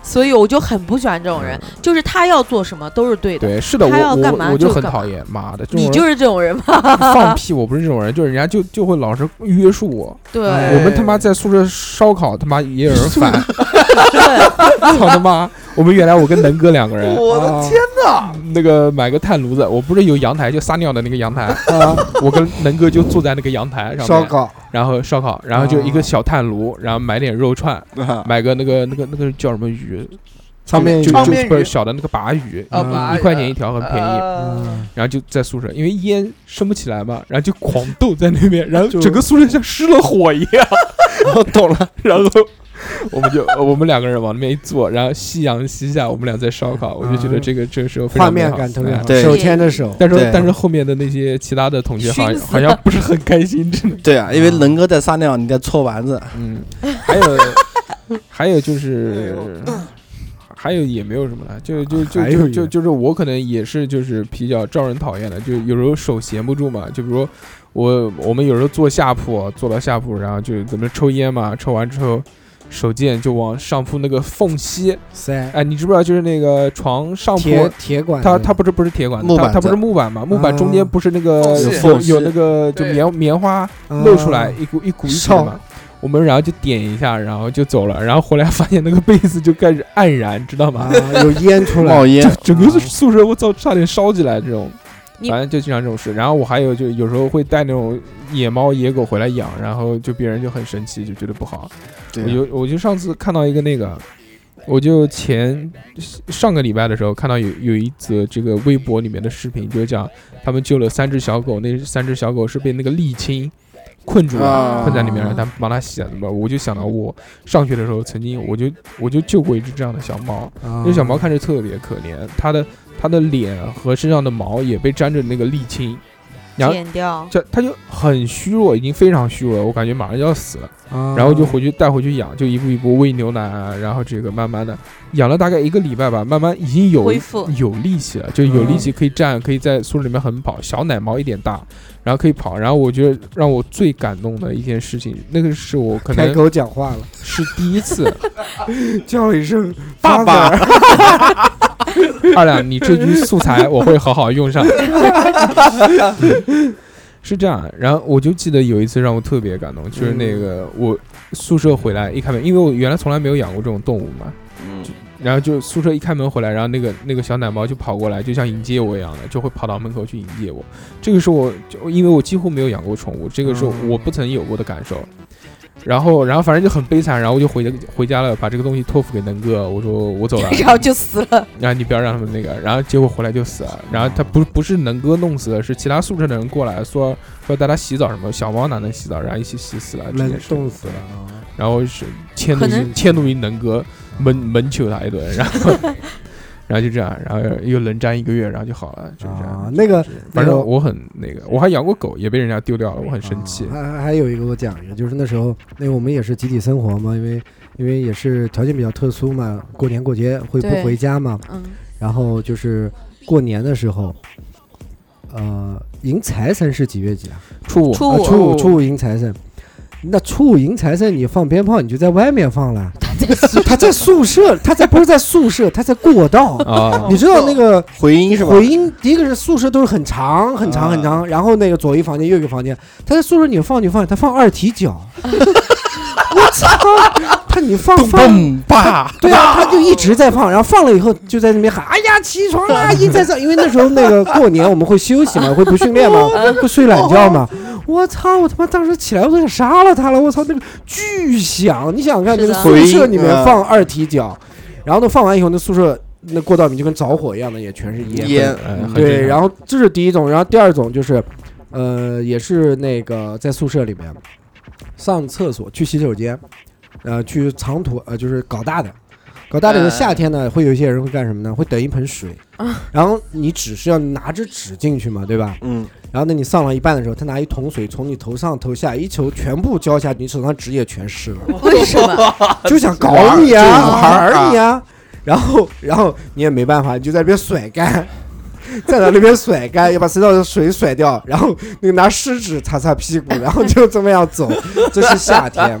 所以我就很不喜欢这种人，就是他要做什么都是对的。对，是的，我他要干嘛我我就很干嘛讨厌，妈的，这种你人就是这种人吗？ 放屁！我不是这种人，就是人家就就会老是约束我。对、哎我们他妈在宿舍烧烤，他妈也有 人烦。 操他妈！我们原来我跟能哥两个哦人，我的天哪！那个买个炭炉子，我不是有阳台就撒尿的那个阳台，啊我跟能哥就坐在那个阳台 上面烧，烤然后烧烤，然后就哦一个小炭炉，然后买点肉串，买个那个那个那个叫什么鱼，上面就就有方就便鱼不是小的那个鲅鱼，啊嗯把一块钱一条，很便宜。嗯啊然后就在宿舍，因为烟升不起来嘛，然后就狂斗在那 边，然后就整个宿舍像失了火一 样。我懂了，然后我们就呃我们两个人往那边一坐，然后夕阳西下，我们俩在烧烤，我就觉得这个这个时候非常嗯画面美好感特别好，哎对手牵着手，但是对但是后面的那些其他的同学好熏像死好像不是很开心，真的。 对啊，因为能哥在撒尿，你在搓丸子，嗯，还有还有就是。还有也没有什么了，就就就还有就也就就是我可能也是就是比较招人讨厌的，就有时候手闲不住嘛，就比如我我们有时候坐下铺，坐到下铺，然后就怎么抽烟嘛，抽完之后手贱就往上铺那个缝隙，塞哎，你知不知道就是那个床上铺铁铁管子，它它不是不是铁管子，木它板它不子是木板嘛，木板中间不是那个缝隙有嗯缝隙有那个就对棉棉花啊露出来一股一股一股的嘛。我们然后就点一下，然后就走了， 然后回来发现那个被子就开始黯然，知道吗啊？，有烟 出来冒烟就，整个宿舍我操，差点烧起来这种。你反正就经常这种事。然后我还有就有时候会带那种野猫野狗回来养，然后就别人就很生气，就觉得不好。啊对我就我就上次看到一个那个，我就前上个礼拜的时候看到有有一则这个微博里面的视频，就是讲他们救了三只小狗，那三只小狗是被那个沥青困住了。啊困在里面，让他们帮他洗啊什么？我就想到我上学的时候，曾经我就我就救过一只这样的小猫，啊那只小猫看着特别可怜，它的它的脸和身上的毛也被沾着那个沥青，然后剪掉，这它就很虚弱，已经非常虚弱了，我感觉马上就要死了。啊然后就回去带回去养，就一步一步喂牛奶啊，然后这个慢慢的养了大概一个礼拜吧，慢慢已经有恢复有力气了，就有力气可以站，可以在宿舍里面很跑，小奶毛一点大，然后可以跑。然后我觉得让我最感动的一件事情，那个是我可开能口讲话了，是第一次，叫了一声爸爸， 二两，你这句素材我会好好用上。 是这样，然后我就记得有一次让我特别感动，就是那个、我宿舍回来一开门，因为我原来从来没有养过这种动物嘛，嗯，然后就宿舍一开门回来，然后那个那个小奶猫就跑过来，就像迎接我一样的，就会跑到门口去迎接我。这个是我就因为我几乎没有养过宠物，这个是我不曾有过的感受。然后，然后反正就很悲惨，然后我就回家回家了，把这个东西托付给能哥，我说我走了，然后就死了。然后你不要让他们那个，然后结果回来就死了。然后他不不是能哥弄死的，是其他宿舍的人过来说说带他洗澡什么，小猫哪能洗澡，然后一起洗死了， 这冷件事冻死了。啊！然后是迁怒可于能迁怒于能哥，闷闷求他一顿，然 后然后就这样，然后又冷战一个月，然后就好了，就是这样。啊，那个反那正个我很那个，我还养过狗，也被人家丢掉了，我很生气啊。还还还有一个我讲一个，就是那时候，因为我们也是集体生活嘛，因为因为也是条件比较特殊嘛，过年过节回不对回家嘛，嗯，然后就是过年的时候，呃，迎财神是几月几啊？初五，初啊，五初五初五迎财神。那初五迎财神，你放鞭炮，你就在外面放了。他在宿舍，他在不是在宿舍，他在过道。啊，你知道那个回音是吧？啊回音，第一个是宿舍都是很长很长很长，然后那个左一房间右一个房间，他在宿舍你放就放，他放二踢脚， 我操，他你放放。蹦吧，对啊，他就一直在放，然后放了以后就在那边喊：“哎呀，起床啦！一再上，因为那时候那个过年我们会休息嘛，会不训练嘛，哦会睡懒觉嘛。我操！我他妈当时起来我都想杀了他了！我操，那个巨响！你想想看，那是个的宿舍里面回音啊放二踢脚，然后呢放完以后，那宿舍那过道里面就跟着火一样的，也全是 烟。烟 嗯很正对，常然后这是第一种，然后第二种就是，呃，也是那个在宿舍里面上厕所去洗手间，呃，去长途呃就是搞大的，搞大的哎嗯夏天呢，会有一些人会干什么呢？会等一盆水，啊然后你只是要拿着纸进去嘛，对吧？嗯，然后那你上了一半的时候，他拿一桶水从你头上头下一球全部浇下去，你手上纸也全湿了。 为什么？就想搞你啊，玩儿玩儿你啊，然后然后你也没办法，你就在那边甩干， 站在那边甩干，要把身上的水甩掉，然后那个拿湿纸擦擦屁股，然后就这么样走。这是夏天，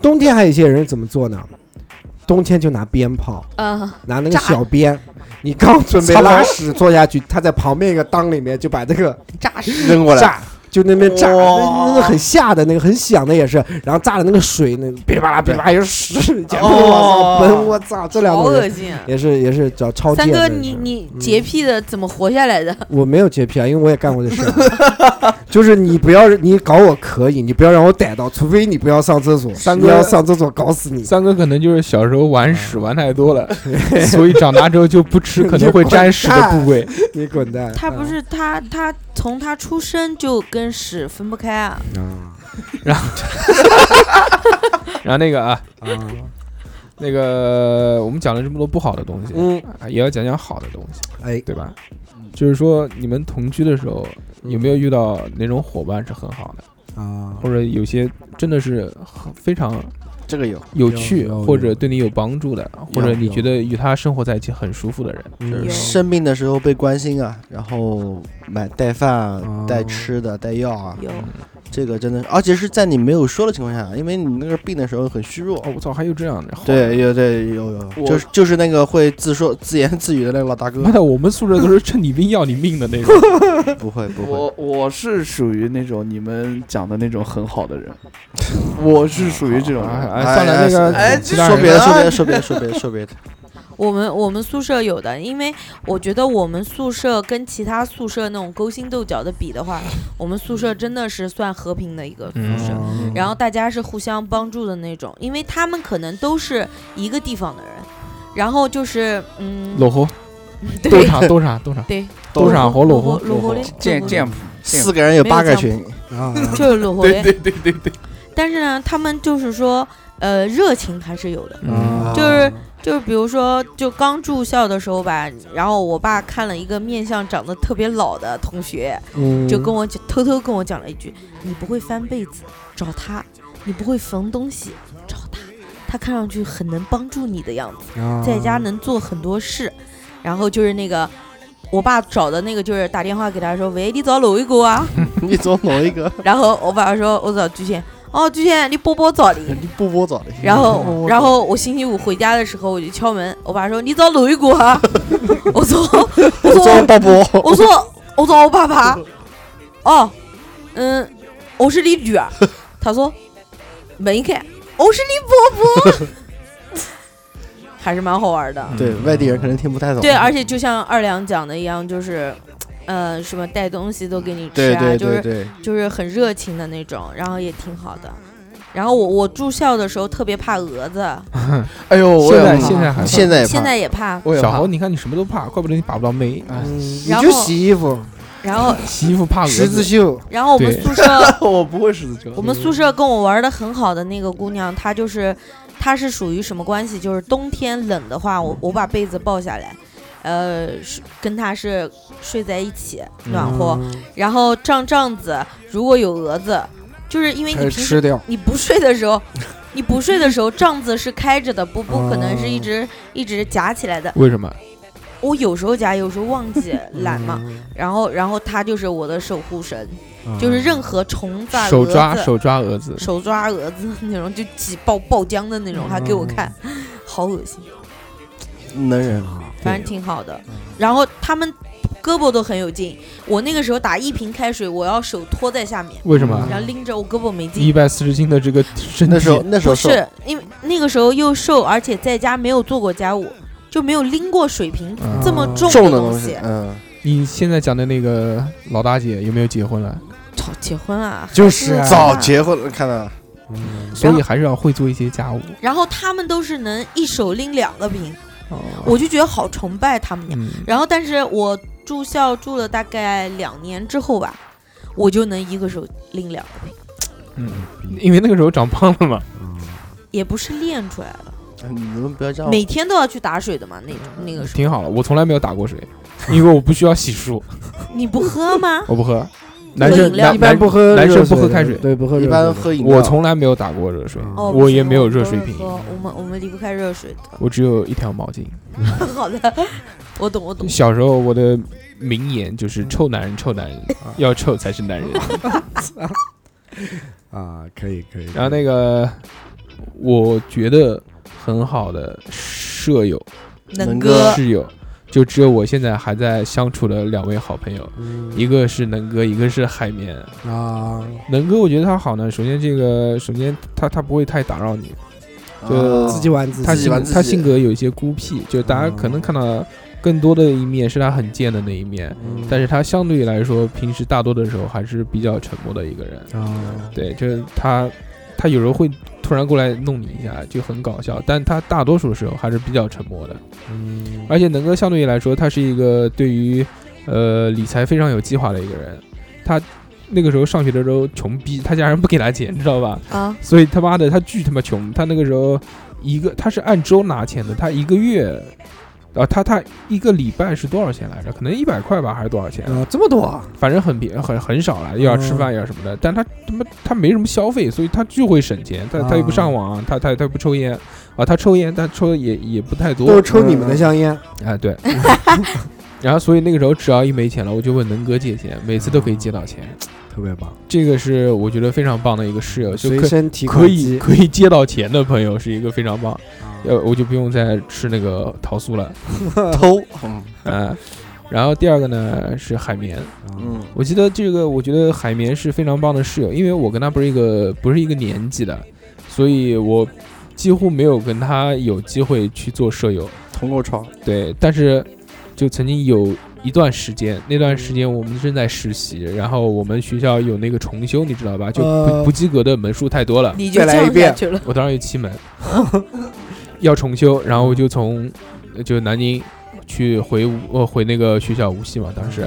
冬天还有一些人怎么做呢？冬天就拿鞭炮，嗯，拿那个炸小鞭，你刚准备操拉屎坐下去，他在旁边一个裆里面就把这个诈尸。扔过来，炸，就那边炸，哇那那个很吓的，那个很响的也是，然后炸的那个水，那个噼里啪啦噼里啪啦有 屎，全部往上哦喷，我操，这两好种恶人心、啊！也是也是找超三贱哥，的人。你你洁癖的怎么活下来的？我没有洁癖啊，因为我也干过这事儿， 就是你不要你搞我可以，你不要让我逮到，除非你不要上厕所，三你哥要上厕所搞死你。三哥可能就是小时候玩屎玩太多 了，所以长大之后就不吃可能会沾屎的部位。你滚蛋！他不是他他从他出生就跟屎分不开啊！啊然后那个啊，啊，那个我们讲了这么多不好的东西，嗯，啊也要讲讲好的东西，哎，对吧？就是说你们同居的时候，有没有遇到哪种伙伴是很好的，啊？或者有些真的是很非常这个有，有趣，有有或者对你有帮助的，或者你有觉得与他生活在一起很舒服的人？嗯有生病的时候被关心啊，然后买带饭哦啊、带吃的、带药啊，有这个真的是，而且是在你没有说的情况下，因为你那个病的时候很虚弱。哦，我操，还有这样的？好对，，有对有我有，就是就是那个会自说自言自语的那个老大哥妈，的，我们宿舍都是趁你病要你命的那种。不会不会，我我是属于那种你们讲的那种很好的人，我是属于这种哎人。 哎，算了，哎那个哎其他说人别的说别的说别的说别的说别的，我们我们宿舍有的，因为我觉得我们宿舍跟其他宿舍那种勾心斗角的比的话，我们宿舍真的是算和平的一个宿舍。嗯然后大家是互相帮助的那种，因为他们可能都是一个地方的人，然后就是嗯，老何，斗对场斗场斗场对，斗场和老罗何，罗嘞，剑剑谱，四个人有八个群， 啊， 就是罗活嘞。对对对，但是呢，他们就是说，呃，热情还是有的。啊嗯，就是就是比如说，就刚住校的时候吧，然后我爸看了一个面相长得特别老的同学，嗯就跟我讲偷偷跟我讲了一句：“你不会翻被子，找他；你不会缝东西，找他。他看上去很能帮助你的样子，啊在家能做很多事。”然后就是那个我爸找的那个，就是打电话给他说：“喂，你找哪一个啊你总某一个，？”然后我爸说：“我找巨蟹。”哦，巨蟹，你波波找的。你不播早的，然后，然后 我星期五回家的时候，我就敲门，我爸说：“你找哪一个啊？”我说：“我我说播播，我说我找我爸爸。”哦，嗯，我是你女儿。他说没看，我是你伯伯， 还是蛮好玩的。啊对外地人可能听不太懂。对，啊而且就像二两讲的一样，就是，呃，什么带东西都给你吃对啊，对就对是对，就是很热情的那种，然后也挺好的。然后我我住校的时候特别怕蛾子，哎呦，我现也在怕现在还现在也怕现在也怕。我也小怕猴，你看你什么都怕，怪不得你把不到妹。哎你嗯然就后洗衣服，然后洗衣服怕蛾十字子，绣，然后我们对宿 舍 我不会十字我球，们宿舍跟我玩的很好的那个姑娘，她就是她是属于什么关系？就是冬天冷的话，我我把被子抱下来，呃，是跟她是睡在一起暖和。嗯然后胀胀子，如果有蛾子，就是因为你开平始时吃掉。你不睡的时候，你不睡的时候帐子是开着的，不哦不可能是一直、一直夹起来的。为什么？我有时候夹，有时候忘记懒嘛。嗯，然后然后它就是我的守护神，就是任何虫子啊、嗯手蛾子抓手抓蛾子，手抓蛾子那种，就挤爆爆浆的那种，嗯还给我看，好恶心，能忍。反正挺好的。然后他们胳膊都很有劲，我那个时候打一瓶开水，我要手托在下面，为什么？然后拎着我胳膊没劲一。百四十斤的这个身那时候体，那时不候瘦是，因为那个时候又瘦，而且在家没有做过家务，就没有拎过水瓶、嗯这么重重的的东西。嗯，你现在讲的那个老大姐有没有结婚了？操，结婚啊！就是啊早结婚了，看到嗯所以还是要会做一些家务。然后他们都是能一手拎两个瓶，我就觉得好崇拜他们俩。哦嗯，然后，但是我住校住了大概两年之后吧，我就能一个手拎两个瓶，嗯因为那个时候长胖了嘛。也不是练出来的，哎你们不要哦这样。每天都要去打水的嘛。那种那个时挺好了，我从来没有打过水，因为我不需要洗漱，候，你不喝吗？我不喝。男喝生饮料男一般不喝热水的，男生不喝开水对，不喝热一水般的。喝饮料，我从来没有打过热水，哦，我不行也没有我热都水是瓶嗯喝我们我们离不开热水的。我只有一条毛巾。 好的，我懂我懂。小时候我的名言就是“臭男人，臭男人，要臭才是男人啊，可以可以”。。然后那个，我觉得很好的舍友、能能哥哥室友，就只有我现在还在相处的两位好朋友，嗯一个是能哥，一个是海绵。啊，能哥，我觉得他好呢。首先，这个首先他他不会太打扰你，就啊自己玩自他自己性玩格自己他性格有一些孤僻，就大家可能看到更多的一面是他很贱的那一面，嗯但是他相对来说平时大多的时候还是比较沉默的一个人。啊，对，就是他他有时候会突然过来弄你一下，就很搞笑，但他大多数时候还是比较沉默的。嗯而且能哥相对来说，他是一个对于呃理财非常有计划的一个人。他那个时候上学的时候穷逼，他家人不给他钱，知道吧？啊，所以他妈的他巨他妈穷，他那个时候一个他是按周拿钱的，他一个月啊，他他一个礼拜是多少钱来着？可能一百块吧，还是多少钱？啊，这么多啊，反正很便很很少了，嗯又要吃饭又要什么的。但他他妈他没什么消费，所以他就会省钱。啊他他又不上网，他他他又不抽烟啊，他抽烟，但抽的也也不太都多是抽你们的香烟，啊，对。 然后，所以那个时候只要一没钱了，我就问能哥借钱，每次都可以借到钱。特别棒，这个是我觉得非常棒的一个室友，就随可身提款可以机可以借到钱的朋友是一个非常棒，啊呃，我就不用再吃那个桃酥 了，偷，嗯啊。然后第二个呢是海绵，嗯嗯我记得这个，我觉得海绵是非常棒的室友，因为我跟他不是一个不是一个年级的，所以我几乎没有跟他有机会去做舍友。同过床，对，但是就曾经有一段时间，那段时间我们正在实习，然后我们学校有那个重修，你知道吧？就不、呃不及格的门数太多了，你就再这来一样下遍去了。我当时有七门， 要重修，然后我就从呃就南京去回武呃回那个学校无锡嘛，当时。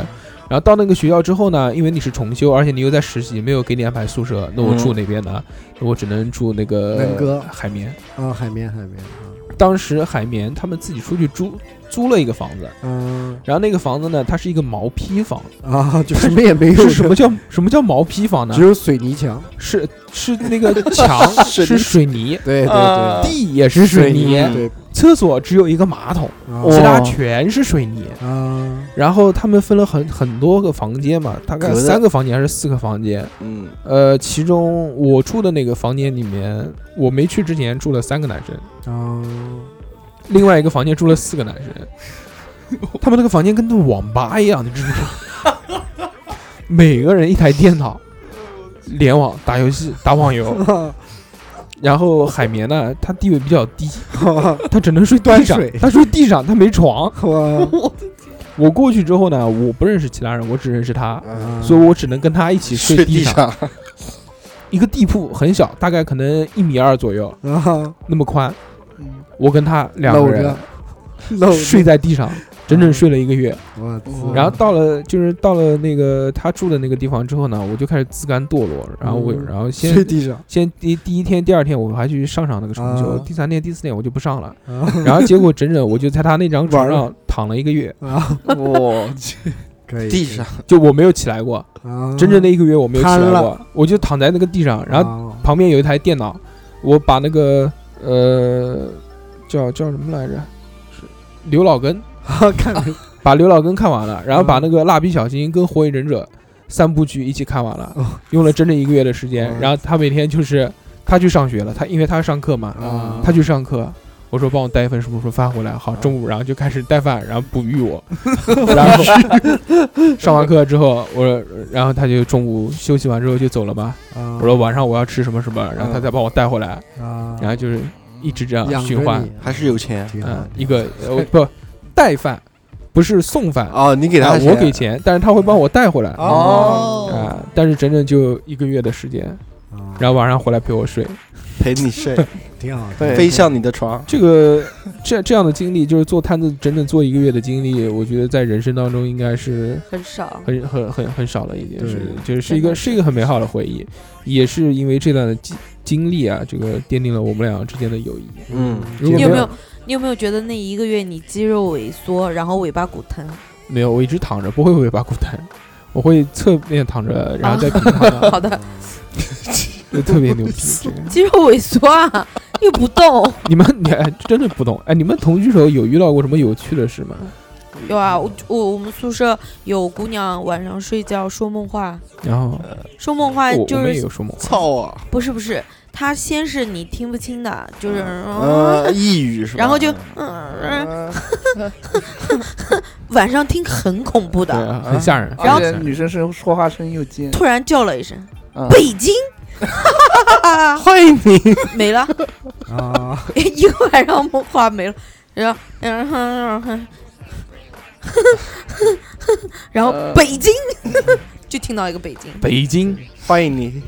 然后到那个学校之后呢，因为你是重修，而且你又在实习，没有给你安排宿舍，那我住哪边呢？那我只能住那个能哥海绵。啊，海绵海绵当时海绵他们自己出去租租了一个房子，啊然后那个房子呢，它是一个毛坯房。啊， 就什么也没有，是什么叫什么叫毛坯房呢 只？有水泥墙，是是那个墙水泥是水泥，对对啊对，地也是呃水泥，对厕所只有一个马桶，啊其哇哦他全是水泥。 啊，然后他们分了很很多个房间嘛，大概隔的三个房间还是四个房间。嗯，呃，其中我住的那个房间里面，我没去之前住了三个男生，啊，另外一个房间住了四个男生。 他们那个 房间跟那网吧一样，你知不知道？每个人一台电脑，联网打游戏、打网 游。然后海绵呢，它地位比较 低，它只能睡地端上水，它睡地上，它没床。 我我过去之后呢，我不认识其他人，我只认识他，啊所以我只能跟他一起睡睡地地上。上，一个地铺很小，大概可能一米二左右啊，那么宽嗯。我跟他两搂个人着搂着嗯睡，在地上，整整睡了一个月。我操然后到了就是到了那个他住的那个地方之后呢，我就开始自甘堕落。然后我嗯然 后先睡地上，先第第一天、第二天我还去上上那个重修，啊第三天、第四天我就不上 了。啊然后结果整整我就在他那张床玩上躺了一个月，啊，我可以地上，就我没有起来过，啊，整整的一个月我没有起嗯瘫来了过，我就躺在那个地上，然后后旁边有一台电脑，我把那个呃叫叫什么来着，是刘老根，啊看啊把刘老根看完了，然后把嗯那个蜡笔小新跟火影忍者三部剧一起看完了，哦用了整整一个月的时间哦。然后他每天就是他去上学了，他因为他上课嘛，啊他去上课。我说帮我带一份什么什么饭回来，哦好，中午然后就开始带饭，然后哺育 我，然后上完课之后，我然后他就中午休息完之后就走了嘛。啊，我说晚上我要吃什么什么，然后他再帮我带回来，啊，然后就是一直这样嗯养循环着，你啊还是有钱挺好嗯，一个呃不带饭，不是送饭，哦，你给啊他，钱，我给钱，但是他会帮我带回来啊、哦但是整整就一个月的时间，啊然后晚上回来陪我睡。陪你睡，挺好的，对飞向你的床。这个这这样的经历，就是做摊子整整做一个月的经历，我觉得在人生当中应该是很少。很很很很少的一件事情，对就是是一个是一个很美好的回忆，也是因为这段的经经历啊，这个奠定了我们俩之间的友谊。嗯，如果你有没没有你有没有觉得那一个月你肌肉萎缩，然后尾巴骨疼？没有，我一直躺着，不会尾巴骨疼，我会侧面躺着，然后再平躺着，哦 好的，就特别牛逼。这个肌肉萎缩啊，又不动。你们你哎真的不懂哎，你们同居时候有遇到过什么有趣的事吗？有啊，我我我们宿舍有姑娘晚上睡觉说梦话，然后说梦话我我啊就们也是有说梦话，操啊！不是不是，她先是你听不清的，就是哦嗯呃，抑郁是吧？然后就嗯嗯，晚上听很恐怖对的，啊，很吓人。而很且吓人女生声说话声音又尖，突然叫了一声嗯北京，欢迎你。没了。啊， 一个晚上梦话没了，然后，然后，然后， 然后呃北京 就听到一个北京，北京欢迎你，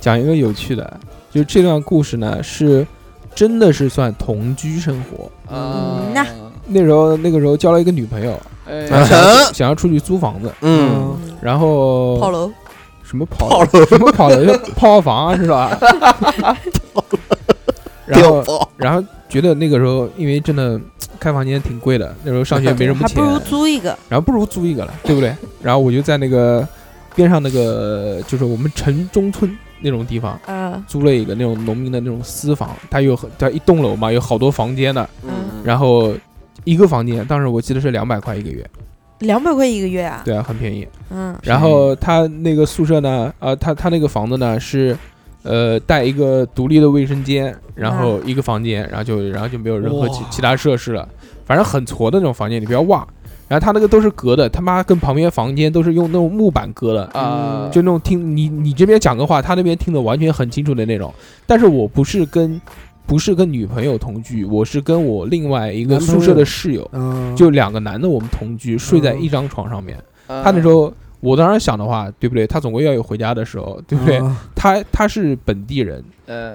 讲一个有趣的，就这段故事呢是真的是算同居生活。嗯那那时候那个时候交了一个女朋友，哎然后想要嗯想要出去租房子，嗯，然后炮楼，什么跑楼什么跑楼 就泡房啊是 吧？然后包然后觉得那个时候因为真的开房间挺贵的，那时候上学没什么还钱不，如租一个，然后不如租一个了，对不对？然后我就在那个边上那个就是我们城中村那种地方嗯租了一个那种农民的那种私房，它有很它一栋楼嘛，有好多房间的，嗯，然后一个房间当时我记得是两百块一个月，两百块一个月啊，对啊，很便宜。嗯，然后他那个宿舍呢，呃，他他那个房子呢是。呃，带一个独立的卫生间，然后一个房间，然后就然后就没有任何其哇其他设施了，反正很矬的那种房间，你不要哇。然后他那个都是隔的，他妈跟旁边房间都是用那种木板隔的，啊，就那种听你你这边讲个话，他那边听得完全很清楚的那种。但是我不是跟不是跟女朋友同居，我是跟我另外一个男朋友宿舍的室友，嗯，就两个男的，我们同居，睡在一张床上面。他他那时候，我当然想的话，对不对？他总归要有回家的时候，对不对？啊他他是本地人，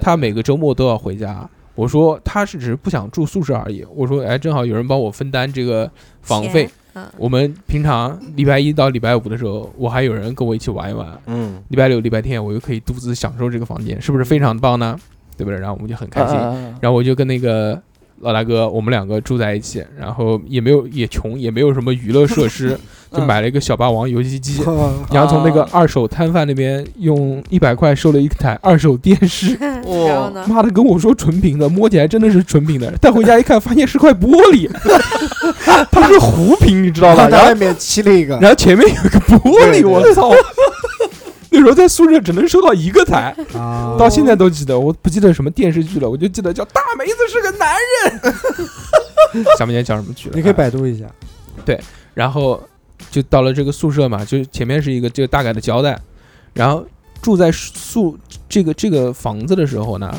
他每个周末都要回家。我说他是只是不想住宿舍而已。我说，哎，正好有人帮我分担这个房钱费。，嗯，我们平常礼拜一到礼拜五的时候，我还有人跟我一起玩一玩。嗯，礼拜六、礼拜天我又可以独自享受这个房间，是不是非常棒呢？对不对？然后我们就很哎开嗯心。嗯心，然后我就跟那个老大哥，我们两个住在一起，然后也没有也穷，也没有什么娱乐设施，就买了一个小霸王游戏机。嗯然后从那个二手摊贩那边用一百块收了一台二手电视，然哦哇后呢，妈的跟我说纯平的，摸起来真的是纯平的，带回家一看发现是块玻璃，它是弧屏，你知 道吧？他然后外面漆了一个，然后前面有一个玻璃，我操！那时候在宿舍只能收到一个台，啊到现在都记得，我不记得什么电视剧了，我就记得叫大梅子是个男人， 想不起来叫什么剧了。你可以哎百度一下，然后就到了这个宿舍嘛，就前面是一个这个大概的交代，然后住在宿这个这个房子的时候呢，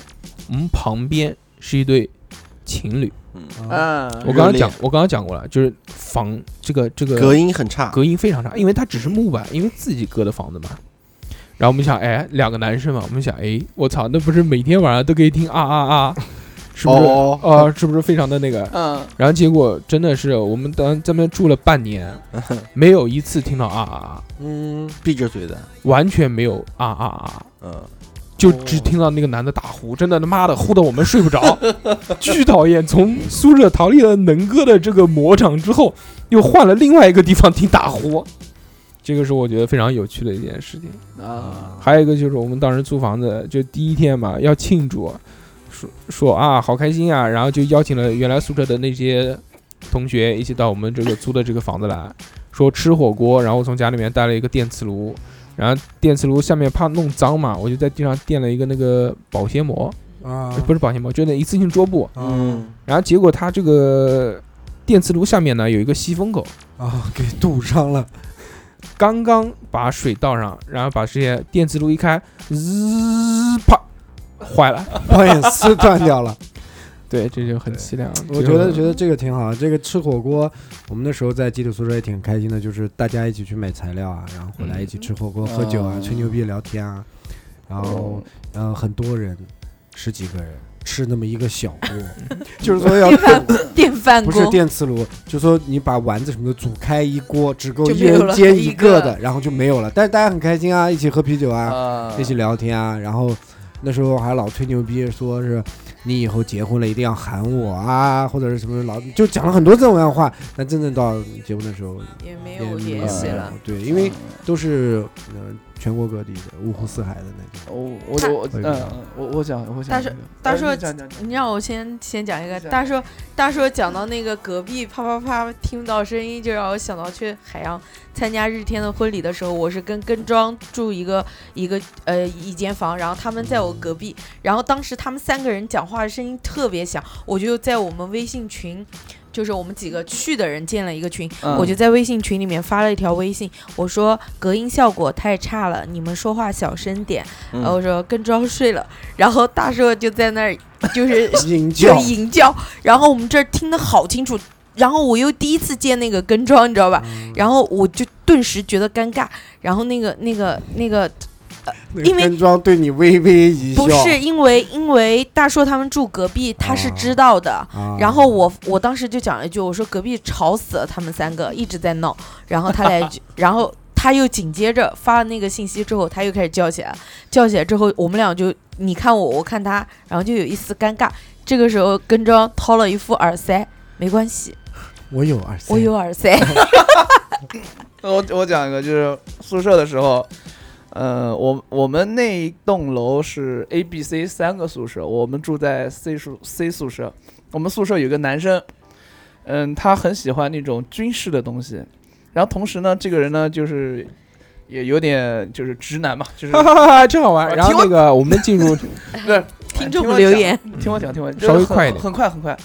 我们旁边是一对情侣。我嗯，刚刚热讲恋，我刚刚讲过了，就是房这个这个隔音很差，隔音非常差，因为它只是木板，因为自己隔的房子嘛。然后我们想，哎，两个男生嘛，我们想，哎，我操，那不是每天晚上都可以听啊啊啊，是不是？哦啊，是不是非常的那个？嗯，然后结果真的是，我们当在那边住了半 年，没有一次听到啊啊啊，嗯，闭着嘴的，完全没有啊啊啊，嗯，就只听到那个男的打呼，真的他妈的呼的我们睡不着， 巨讨厌。从宿舍逃离了能哥的这个魔掌之后，又换了另外一个地方听打呼，这个是我觉得非常有趣的一件事情。啊，还有一个就是我们当时租房子，就第一天嘛要庆祝，说说啊好开心啊，然后就邀请了原来宿舍的那些同学一起到我们这个租的这个房子来，说吃火锅，然后从家里面带了一个电磁炉，然后电磁炉下面怕弄脏嘛，我就在地上垫了一个那个保鲜膜，啊不是保鲜膜，就那一次性桌布，啊嗯然后结果它这个电磁炉下面呢有一个吸风口，啊，给堵上了，刚刚把水倒上，然后把这些电磁炉一开，滋啪，坏 了。保险丝断掉了。对，这就很凄凉。我觉得觉得这个挺好，这个吃火锅，我们那时候在基础宿舍也挺开心的，就是大家一起去买材料啊，然后回来一起吃火锅、喝酒啊、嗯吹牛逼、聊天啊，然后然后很多人，十几个人吃那么一个小锅，就是说要电饭电饭不是锅，电磁炉，就说你把丸子什么的煮开一锅，只够就一没有人了煎一个个的，然后就没有了。但是大家很开心啊，一起喝啤酒啊，啊一起聊天啊，然后那时候还老吹牛逼，说是你以后结婚了一定要喊我啊，或者是什么老就讲了很多这种样话。但真正到结婚的时候，哎也没也呃有联系了。。对，因为都是嗯全国各地的五湖四海的那种。我我他我嗯嗯我我讲我讲但一个，是但是哎呃你讲讲讲你让我先先讲一个，是大叔大叔讲到那个隔壁啪啪啪听不到声音，就让我想到去海洋参加日天的婚礼的时候，我是跟跟庄住一个一个呃一间房，然后他们在我隔壁，然后当时他们三个人讲话的声音特别响，我就在我们微信群。就是我们几个去的人建了一个群，嗯我就在微信群里面发了一条微信，我说隔音效果太差了，你们说话小声点。呃嗯然后我说跟庄睡了，然后大硕就在那儿 就是营就教吟叫，然后我们这儿听得好清楚，然后我又第一次见那个跟庄，你知道吧？然后我就顿时觉得尴尬，然后那个那个那个那个因为跟庄对你微微一笑，不是因为因为大硕他们住隔壁，他是知道的。啊。然后我我当时就讲了一句，我说隔壁吵死了，他们三个一直在闹。然后他来一 句，然后他又紧接着发了那个信息之后，他又开始叫起来，叫起来之后，我们俩就你看我，我看他，然后就有一丝尴尬。这个时候，跟庄掏了一副耳塞，没关系，我有耳塞，我有耳塞。我我讲一个，就是宿舍的时候，呃，我我们那一栋楼是 A、B、C 三个宿舍，我们住在 C 宿 C 宿舍。我们宿舍有个男生，嗯，他很喜欢那种军事的东西，然后同时呢，这个人呢就是也有点就是直男嘛，就是哈哈哈哈， 真好玩。我然后听那个，我们进入不是 听众我留讲言，听我讲，听我 讲，稍微就是很快一点很快很快。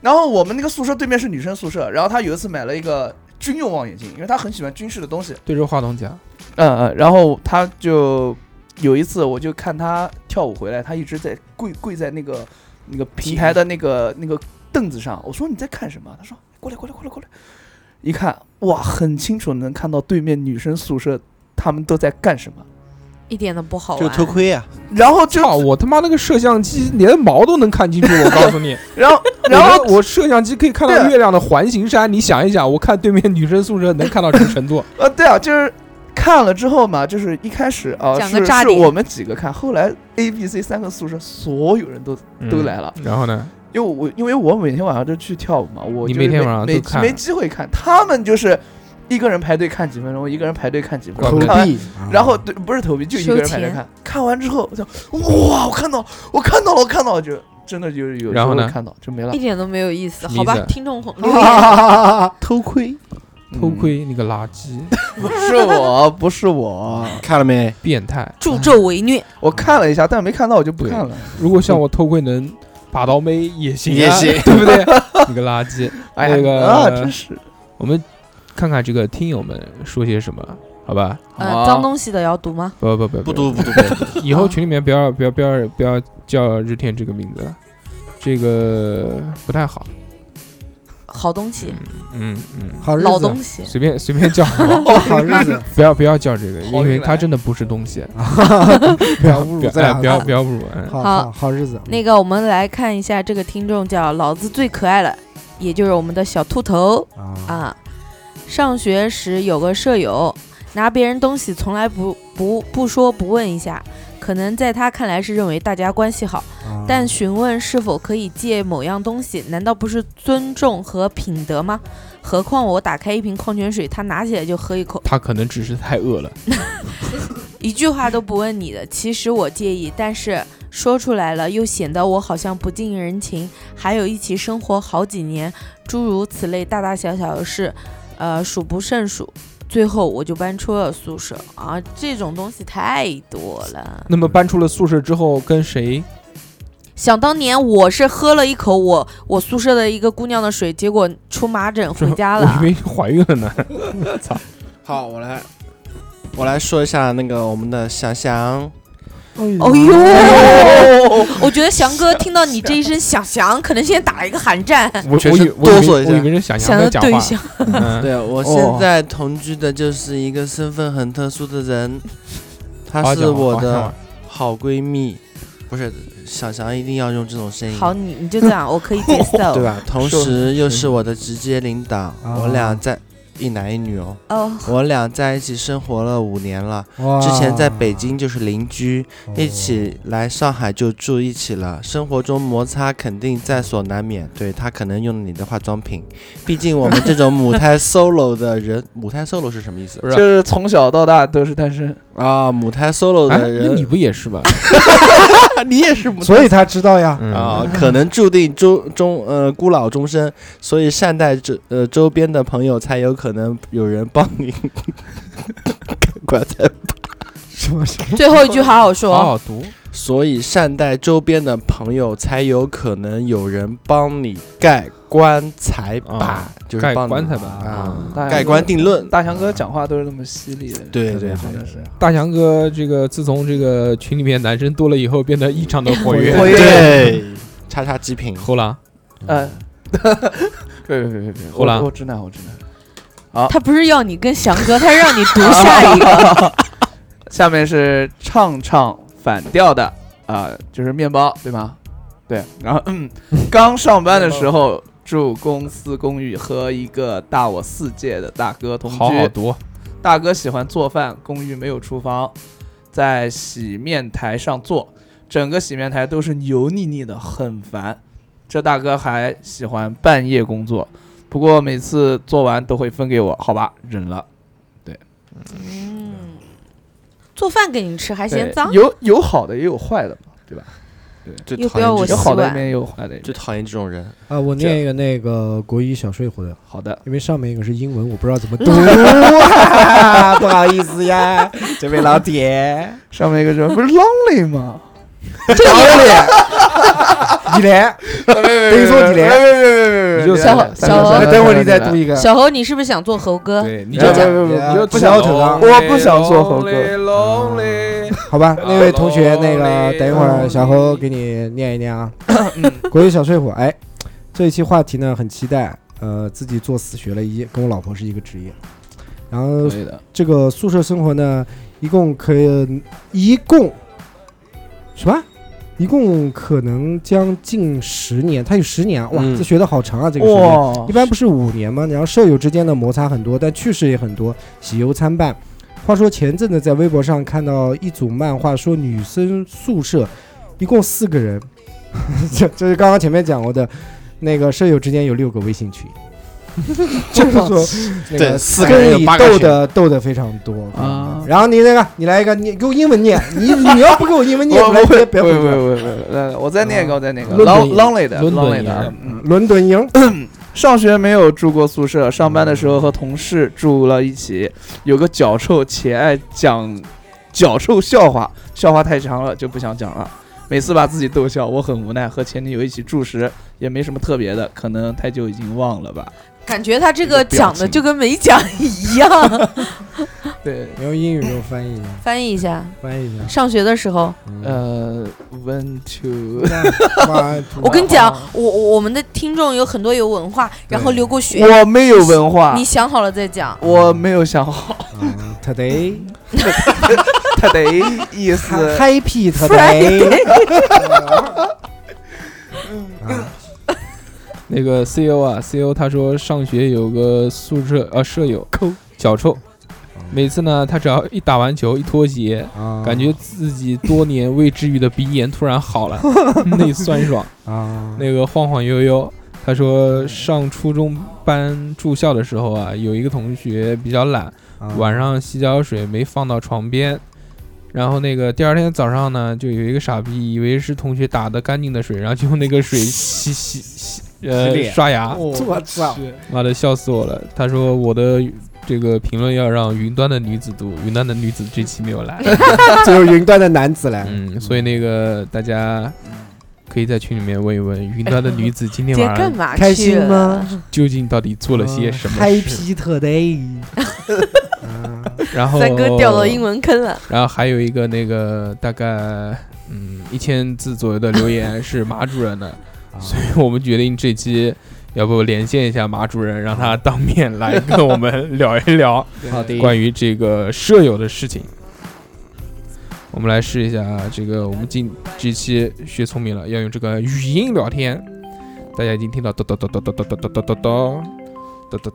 然后我们那个宿舍对面是女生宿舍，然后他有一次买了一个军用望远镜，因为他很喜欢军事的东西。对着话筒讲，嗯嗯，然后他就有一次，我就看他跳舞回来，他一直在跪跪在那个那个平台的那个那个凳子上。我说你在看什么？他说过来过来过来过来。一看哇，很清楚能看到对面女生宿舍 他们都在干什么。一点都不好就玩。偷窥啊呀，然后就操，我他妈那个摄像机连毛都能看清楚，我告诉 你。然后然我后觉得我摄像机可以看到对啊月亮的环形山，你想一想，我看对面女生宿舍能看到什么程 度？呃，对啊，就是看了之后嘛，就是一开始啊、讲个是炸是点我们几个看，后来 A、B、C 三个宿舍所有人都都来了嗯。然后呢，因为我因为我每天晚上都去跳舞嘛，我你就是每没天晚上都没看没机会看，他们就是一个人排队看几分钟，一个人排队看几分怪不钟，得看完投币， 然后对不是投币，就一个人排队收看，看完之后我就哇，我看到了我看到了我看到了，就真的就是有时然后候呢看到就没了一，点都没有意思，迷好吧 子，听众朋留言，啊偷窥，偷窥那个垃圾，嗯不 是我不是我，哦看了没？变态。助纣为虐。我看了一下，但没看到我就不对看了。如果像我偷窥能把刀妹也行、啊，也行 对不对？你个垃 圾。哎呀那个 啊，真是我们看看这个听友们说些什么。好吧？嗯，脏东西的要读吗？不不不不，读不读不读，不以后群里面不要不要不要不要叫日天这个名字了，这个不太好。好东西，嗯嗯，好日老子东，西，随便随便叫， 好日子，不要不要叫这个，因好运为来它真的不是东西。不要侮不辱，要咱哎俩不要不要侮辱嗯好好好好日子。那个，我们来看一下这个听众叫“老子最可爱了”，也就是我们的小秃头啊，啊。上学时有个舍友，拿别人东西从来不不不说不问一下，可能在他看来是认为大家关系好，啊但询问是否可以借某样东西，难道不是尊重和品德吗？何况我打开一瓶矿泉水，他拿起来就喝一口，他可能只是太饿了。一句话都不问你的。其实我介意，但是说出来了又显得我好像不近人情。还有一起生活好几年，诸如此类大大小小的事，呃，数不胜数。最后我就搬出了宿舍啊，这种东西太多了。那么搬出了宿舍之后，跟谁想当年我是喝了一口我我宿舍的一个姑娘的水，结果出麻疹回家了啊我以。为怀孕了呢。 好，我来，我来说一下那个我们的翔翔，哎哦哎呦！ 我觉得翔哥听到你这一声响翔，可能先打了一个寒战。我我全以身我以哆为嗦一下我以为是想想象在的讲对话。象，嗯，对我哦现在同居的就是一个身份很特殊的人，她好是讲话我好讲的话哦好闺蜜，不是翔翔一定要用这种声音，好，你你就这样，我可以接受。对吧？同是时又是我的直接领导，嗯我俩在一男一女哦，哦，我俩在一起生活了五年了。哇之前在北京就是邻居，哦一起来上海就住一起了。生活中摩擦肯定在所难免，对他可能用了你的化妆品，毕竟我们这种母胎 solo 的人，母胎 solo 是什么意思不？就是从小到大都是单身，啊，母胎 solo 哎，的那你人不也是吗？你也是母所以他知道呀，啊嗯，，可能注定终终呃孤老终生，所以善待周呃周边的朋友，才有可能有人帮你。快点什么什么最后一句好好说。好好哦读。所以善待周边的朋友，才有可能有人帮你盖棺材板，啊就是盖帮你棺材板啊啊，大盖棺定论。大强哥讲话都是那么犀利的，对真的对真对的是。大强哥，这个自从这个群里面男生多了以后，变得异常的活跃。活跃对，叉叉极品。后浪，呃， 别别别别别，好啦我我知难我知难。他不是要你跟翔哥，他是让你读下一个。下面是唱唱反调的啊、就是面包对吗？对，然后、嗯、刚上班的时候住公司公寓，和一个大我四届的大哥同居。好好读。大哥喜欢做饭，公寓没有厨房，在洗面台上做，整个洗面台都是油腻腻的，很烦。这大哥还喜欢半夜工作，不过每次做完都会分给我，好吧，忍了。嗯，做饭给你吃还嫌对啊脏，有有好的也有坏的嘛，对吧？最又讨不要厌我这种有洗好的一碗面，也有坏的一面。最讨厌这种人。啊？我念一个那个国一小睡虎的，好的，因为上面一个是英文，我不知道怎么读。哇，不好意思呀，这位老铁。上面一个是不是 lonely 吗？你来，等于说你连连你就小三个小三个呃三个等会儿你再读一个。小侯，你是不是想做猴哥？对，你你就就来讲来。啊呃不就来不想想啊扯了了我不想做猴哥 Lonely, lonely 好吧，那位同学， Hello，那个你等一会儿小侯给你念一念啊。 国语小睡虎，哎，这一期话题呢很期待，呃，自己做死学了一，跟我老婆是一个职业，然后对的，这个宿舍生活呢，一共可以一共什么？一共可能将近十年，他有十年啊，哇，嗯这学的好长啊，这个时间。哇一，般不是五年吗？然后舍友之间的摩擦很多，但趣事也很多，喜忧参半。话说前阵子在微博上看到一组漫画，说女生宿舍一共四个人， 这这是刚刚前面讲过的，那个舍友之间有六个微信 群，就是说那对个四个人跟有你八个群斗的斗的非常多嗯啊然后你那个你来一个，你给我英文念， 你你要不给我英文念，我来我别别嗯不回不我。不不，呃，我再念一个，我再念一个伦敦 Lon-，lonely 的伦敦 lonely 也是的，嗯，伦敦赢， 上学没有住过宿舍，上班的时候和同事住了一起，有个脚臭且爱讲脚臭笑话，笑话太长了就不想讲了。每次把自己逗笑，我很无奈。和前女友一起住时也没什么特别的，可能太久已经忘了吧。感觉他这个这个表讲的 情就跟没讲一样。对，你用英语给我翻译一下，翻译一下。翻 译一下。上学的时候，嗯，呃，went to， 哇我跟你讲，我我我们的听众有很多有文化，然后留过学，我没有文化你，想好了再讲。我没有想好嗯 today 他的意思。 happy today，那个 C O 啊，C O 他说上学有个宿舍呃舍友抠脚臭，每次呢他只要一打完球一脱鞋，啊感觉自己多年未治愈的鼻炎突然好了，内酸爽。啊那个晃晃悠悠，他说上初中班住校的时候啊，有一个同学比较懒，啊晚上洗脚水没放到床边，然后那个第二天早上呢，就有一个傻逼以为是同学打的干净的水，然后就用那个水洗洗洗洗呃脸刷牙，我操，妈的笑死我了。他说我的。这个评论要让云端的女子读，云端的女子这期没有来，只有云端的男子来，嗯，所以那个大家可以在群里面问一问，云端的女子今 天今天晚上干嘛去？开心？吗？究竟到底做了些什么事？ ？Happy today，啊然后三哥掉到英文坑了。然后还有一个那个大概嗯一千字左右的留言是马主任 的，啊所以我们决定这期要不连线一下马主任，让他当面来跟我们聊一聊好的，关于这个舍友的事情。我们来试一下啊这个，我们今这期学聪明了，要用这个语音聊天。大家已经听到叨叨叨叨叨叨叨叨叨叨叨叨叨叨叨叨叨叨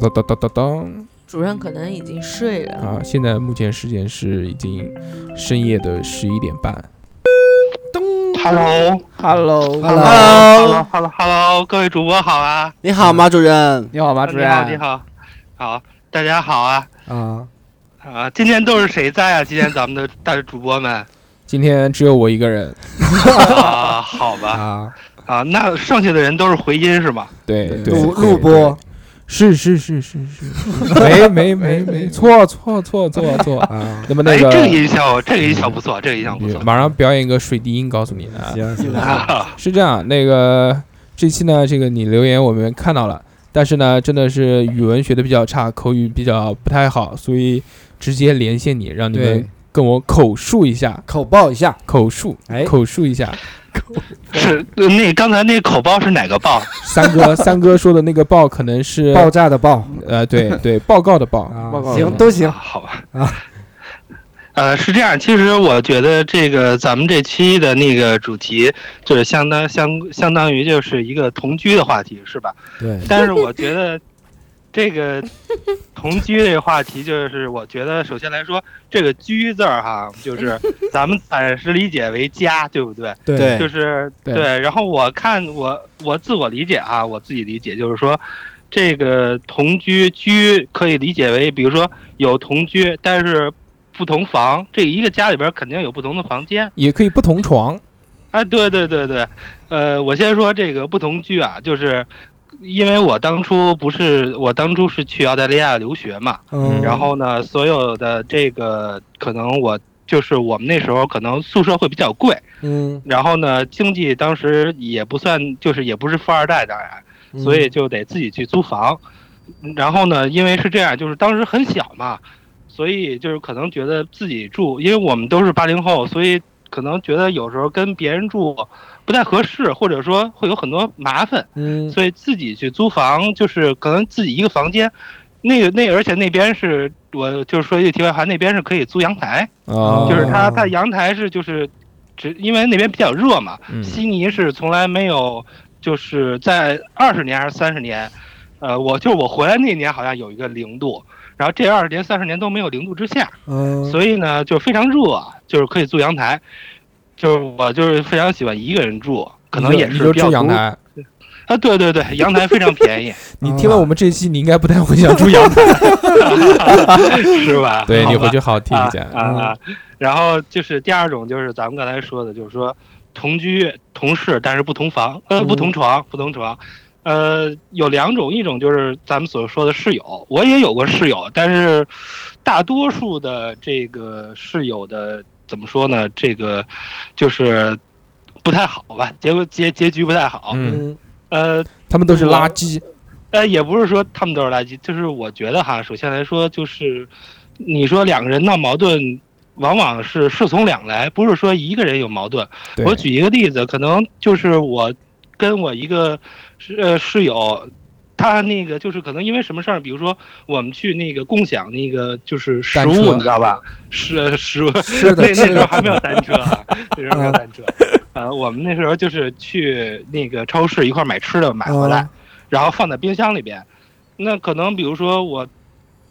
叨叨叨叨。主任可能已经睡了。啊，现在目前时间是已经深夜的十一点半。 Hello Hello， Hello，Hello，Hello，各位主播好啊！你好，马主任。你好吗，主呃你好，你任？好，好，大家好啊！啊，啊，今天都是谁在啊？今天咱们的大主播们今天只有我一个人，啊，好吧，啊，啊，那剩下的人都是回音是吗？对对，录对录，播是是是是是，没没没没，错错错错错。啊，那么哎，那这个个，嗯音效，这个音效不错，这个音效不错。马上表演一个水滴音，告诉你啊，行 行，啊，是这样，那个这期呢，这个你留言我们看到了，但是呢，真的是语文学的比较差，口语比较不太好，所以直接连线你，让你对们跟我口述一下，口爆一下，口述，哎口述一下。是那刚才那口爆是哪个爆？三哥，三哥说的那个报可能是爆炸的爆呃，对对，报告的报。啊报，告行都行，好吧。啊。呃，是这样，其实我觉得这个咱们这期的那个主题就是相当相相当于就是一个同居的话题，是吧？对，但是我觉 得这个同居这个话题，就是我觉得首先来说，这个“居”字儿哈，就是咱们暂时理解为家，对不对？对对就是对然后我看我我自我理解啊，我自己理解就是说，这个同居居可以理解为，比如说有同居，但是不同房，这一个家里边肯定有不同的房间。也可以不同床，啊，对对对对，呃，我先说这个不同居啊，就是因为我当初不是我当初是去澳大利亚留学嘛，嗯，然后呢，所有的这个可能我就是我们那时候可能宿舍会比较贵，嗯，然后呢，经济当时也不算，就是也不是富二代，当然，嗯所以就得自己去租房。然后呢，因为是这样，就是当时很小嘛，所以就是可能觉得自己住，因为我们都是八零后，所以可能觉得有时候跟别人住不太合适，或者说会有很多麻烦，嗯所以自己去租房，就是可能自己一个房间。那个那而且那边是我就是说一句题外话，那边是可以租阳台，啊，就是它哦它阳台是就是只因为那边比较热嘛，嗯悉尼是从来没有，就是在二十年还是三十年，呃，我就是我回来那年好像有一个零度，然后这二十年三十年都没有零度之下，嗯，所以呢就非常热，啊就是可以住阳台，就是我就是非常喜欢一个人住，可能你就也你是就比较住阳独台。啊，对对对，阳台非常 便宜，你听了我们这期，你应该不太会想住阳台，是吧？对你好吧回去好好听一下。啊啊啊。然后就是第二种，就是咱们刚才说的，就是说同居同室，但是不同房，呃，嗯不同床，不同床。呃，有两种，一种就是咱们所说的室友，我也有过室友，但是大多数的这个室友的怎么说呢？这个就是不太好吧，结果结结局不太好。嗯，呃，他们都是垃圾，呃，也不是说他们都是垃圾，就是我觉得哈，首先来说就是，你说两个人闹矛盾，往往是事从两来，不是说一个人有矛盾。对我举一个例子，可能就是我跟我一个室呃室友，他那个就是可能因为什么事儿，比如说我们去那个共享那个就是食单物，车你知道吧？是呃食物，是的那那是时候的还没有单车 啊，那时候没有单车。呃，我们那时候就是去那个超市一块儿买吃的，买回哦来，然后放在冰箱里边。那可能比如说我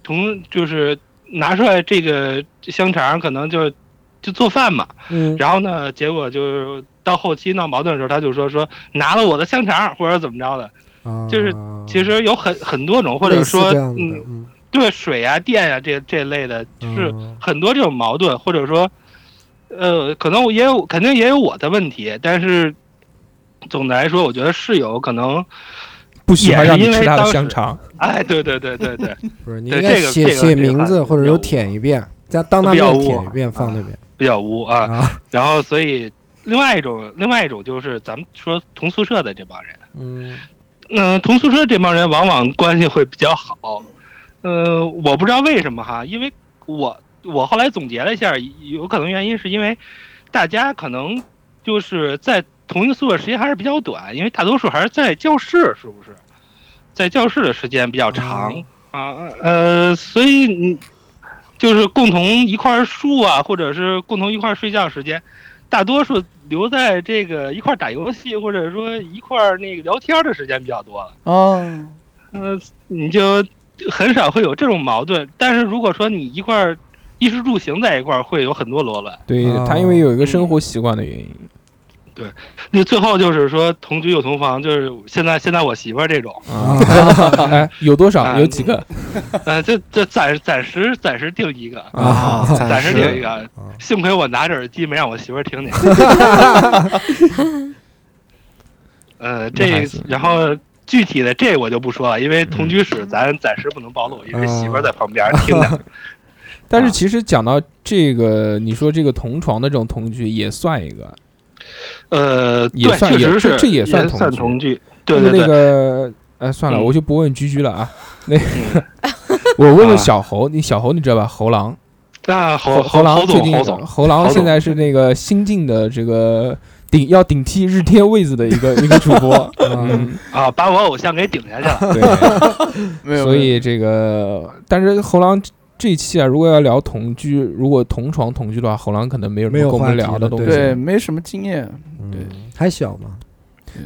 从就是拿出来这个香肠，可能就就做饭嘛。嗯，然后呢，结果就是到后期闹矛盾的时候，他就说说拿了我的香肠或者怎么着的。啊就是其实有很很多种，或类者似说这样子的嗯，对水啊、电啊这这类的，嗯，是很多这种矛盾，或者说，呃，可能也有，肯定也有我的问题，但是总的来说，我觉得室友可能，不喜欢让你也是吃因为他的当时香肠，哎，对对对对对，不是你对应该这个写这个写这个名还字，或者比较说污舔一遍，加当当比较面污啊舔一遍放那边比较污啊。啊，然后，所以另外一种，另外一种就是咱们说同宿舍的这帮人，嗯，嗯、同宿舍这帮人往往关系会比较好，呃，我不知道为什么哈，因为我我后来总结了一下，有可能原因是因为大家可能就是在同一个宿舍时间还是比较短，因为大多数还是在教室，是不是？在教室的时间比较长啊，呃，所以你就是共同一块儿住啊，或者是共同一块儿睡觉时间，大多数留在这个一块儿打游戏或者说一块儿那个聊天的时间比较多了。哦，嗯，你就很少会有这种矛盾。但是如果说你一块儿衣食住行在一块儿，会有很多罗乱。对哦他因为有一个生活习惯的原因，那最后就是说同居又同房，就是现在现在我媳妇儿 这种，啊， 哎，有多少？啊有几个？呃，这这暂暂时暂时定一个，啊，暂时定一是个啊。幸亏我拿着耳机没让我媳妇儿听见。呃，那这还行然后。具体的这我就不说了，因为同居室咱暂时不能暴露，因为媳妇儿在旁边听着。但是啊其实讲到这个，你说这个同床的这种同居也算一个，呃，也对，算确也实这是，这也算同算居同居。那对么对嗯那 对，个，呃，算了，嗯我就不问居居了啊。嗯我问问啊小猴，你小猴你知道吧？猴狼，那侯猴侯狼最总，近侯总，猴狼侯总现在是那个新晋的这个顶要顶替日天位子的一个一个主 播，嗯，啊，把我偶像给顶下去了。 对， 没有，所以这个，但是猴狼这这一期啊，如果要聊同居，如果同床同居的话，猴狼可能没有什没么有跟我话们题聊的了东西，对对，没什么经验，对嗯还小嘛，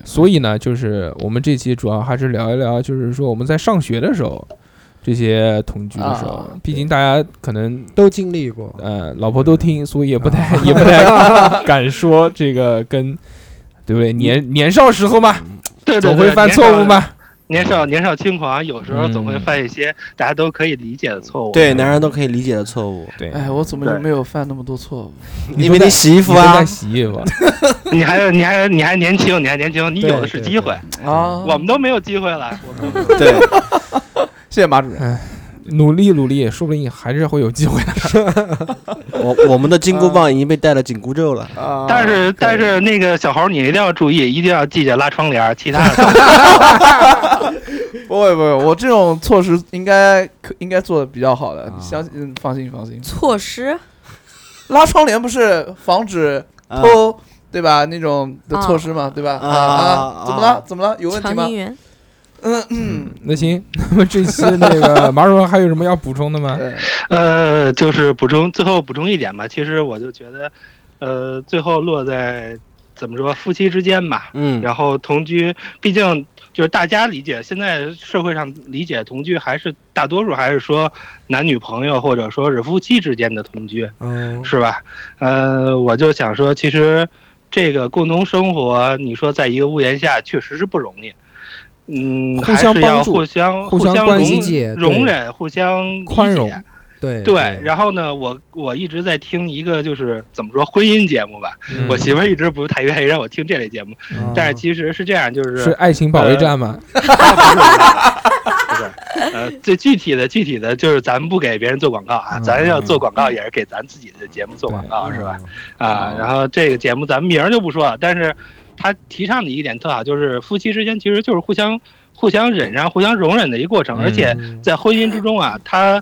所以呢，就是我们这期主要还是聊一聊，就是说我们在上学的时候，这些同居的时候啊，毕竟大家可能都经历过，呃老婆都听，所以也不啊太 也不太 敢说这个跟对不嗯对？年年少时候嘛，对对对，总会犯错误嘛。嘛。年少年少轻狂，有时候总会嗯犯一些大家都可以理解的错误。对，男人都可以理解的错误，对，哎，我怎么就对没有犯那么多错误？因为你洗衣你服都在啊，洗衣服，你还有你还你还年轻，你还年轻，你有的是机会，嗯啊，我们都没有机会啊了。我们都对，谢谢马主任。努力努力，说不定还是会有机会的。我我们的金箍棒已经被戴了紧箍咒了。啊但是但是那个小猴，你一定要注意，一定要记着拉窗帘儿，其 他的不会不会，我这种措施应该可应该做的比较好的，啊你相信嗯放心放心。措施拉窗帘不是防止啊偷对吧那种的啊措施嘛，对吧？啊啊，怎么啊了？怎么了？有问题强吗行？员，嗯嗯，那行， 那么这期那个马主任还有什么要补充的吗？对呃，就是补充最后补充一点吧。其实我就觉得，呃，最后落在怎么说夫妻之间吧，嗯，然后同居，毕竟就是大家理解，现在社会上理解同居还是大多数还是说男女朋友或者说是夫妻之间的同居，嗯，是吧？呃，我就想说，其实这个共同生活，你说在一个屋檐下确实是不容易。嗯，互相还是要帮助互相互相相关容心解容对忍、互相理宽容解对对，然后呢，我我一直在听一个就是怎么说婚姻节目吧，嗯我媳妇儿一直不太愿意让我听这类节目，嗯但是其实是这样，就是是爱情保卫战吗？ 不是，呃，最具体的具体的就是咱们不给别人做广告啊，嗯咱要做广告也是给咱自己的节目做广告是嗯吧？？啊，然后这个节目咱们名儿就不说了，但是他提倡的一点特好就是夫妻之间其实就是互相互相忍让、互相容忍的一个过程。而且 嗯在婚姻之中啊，它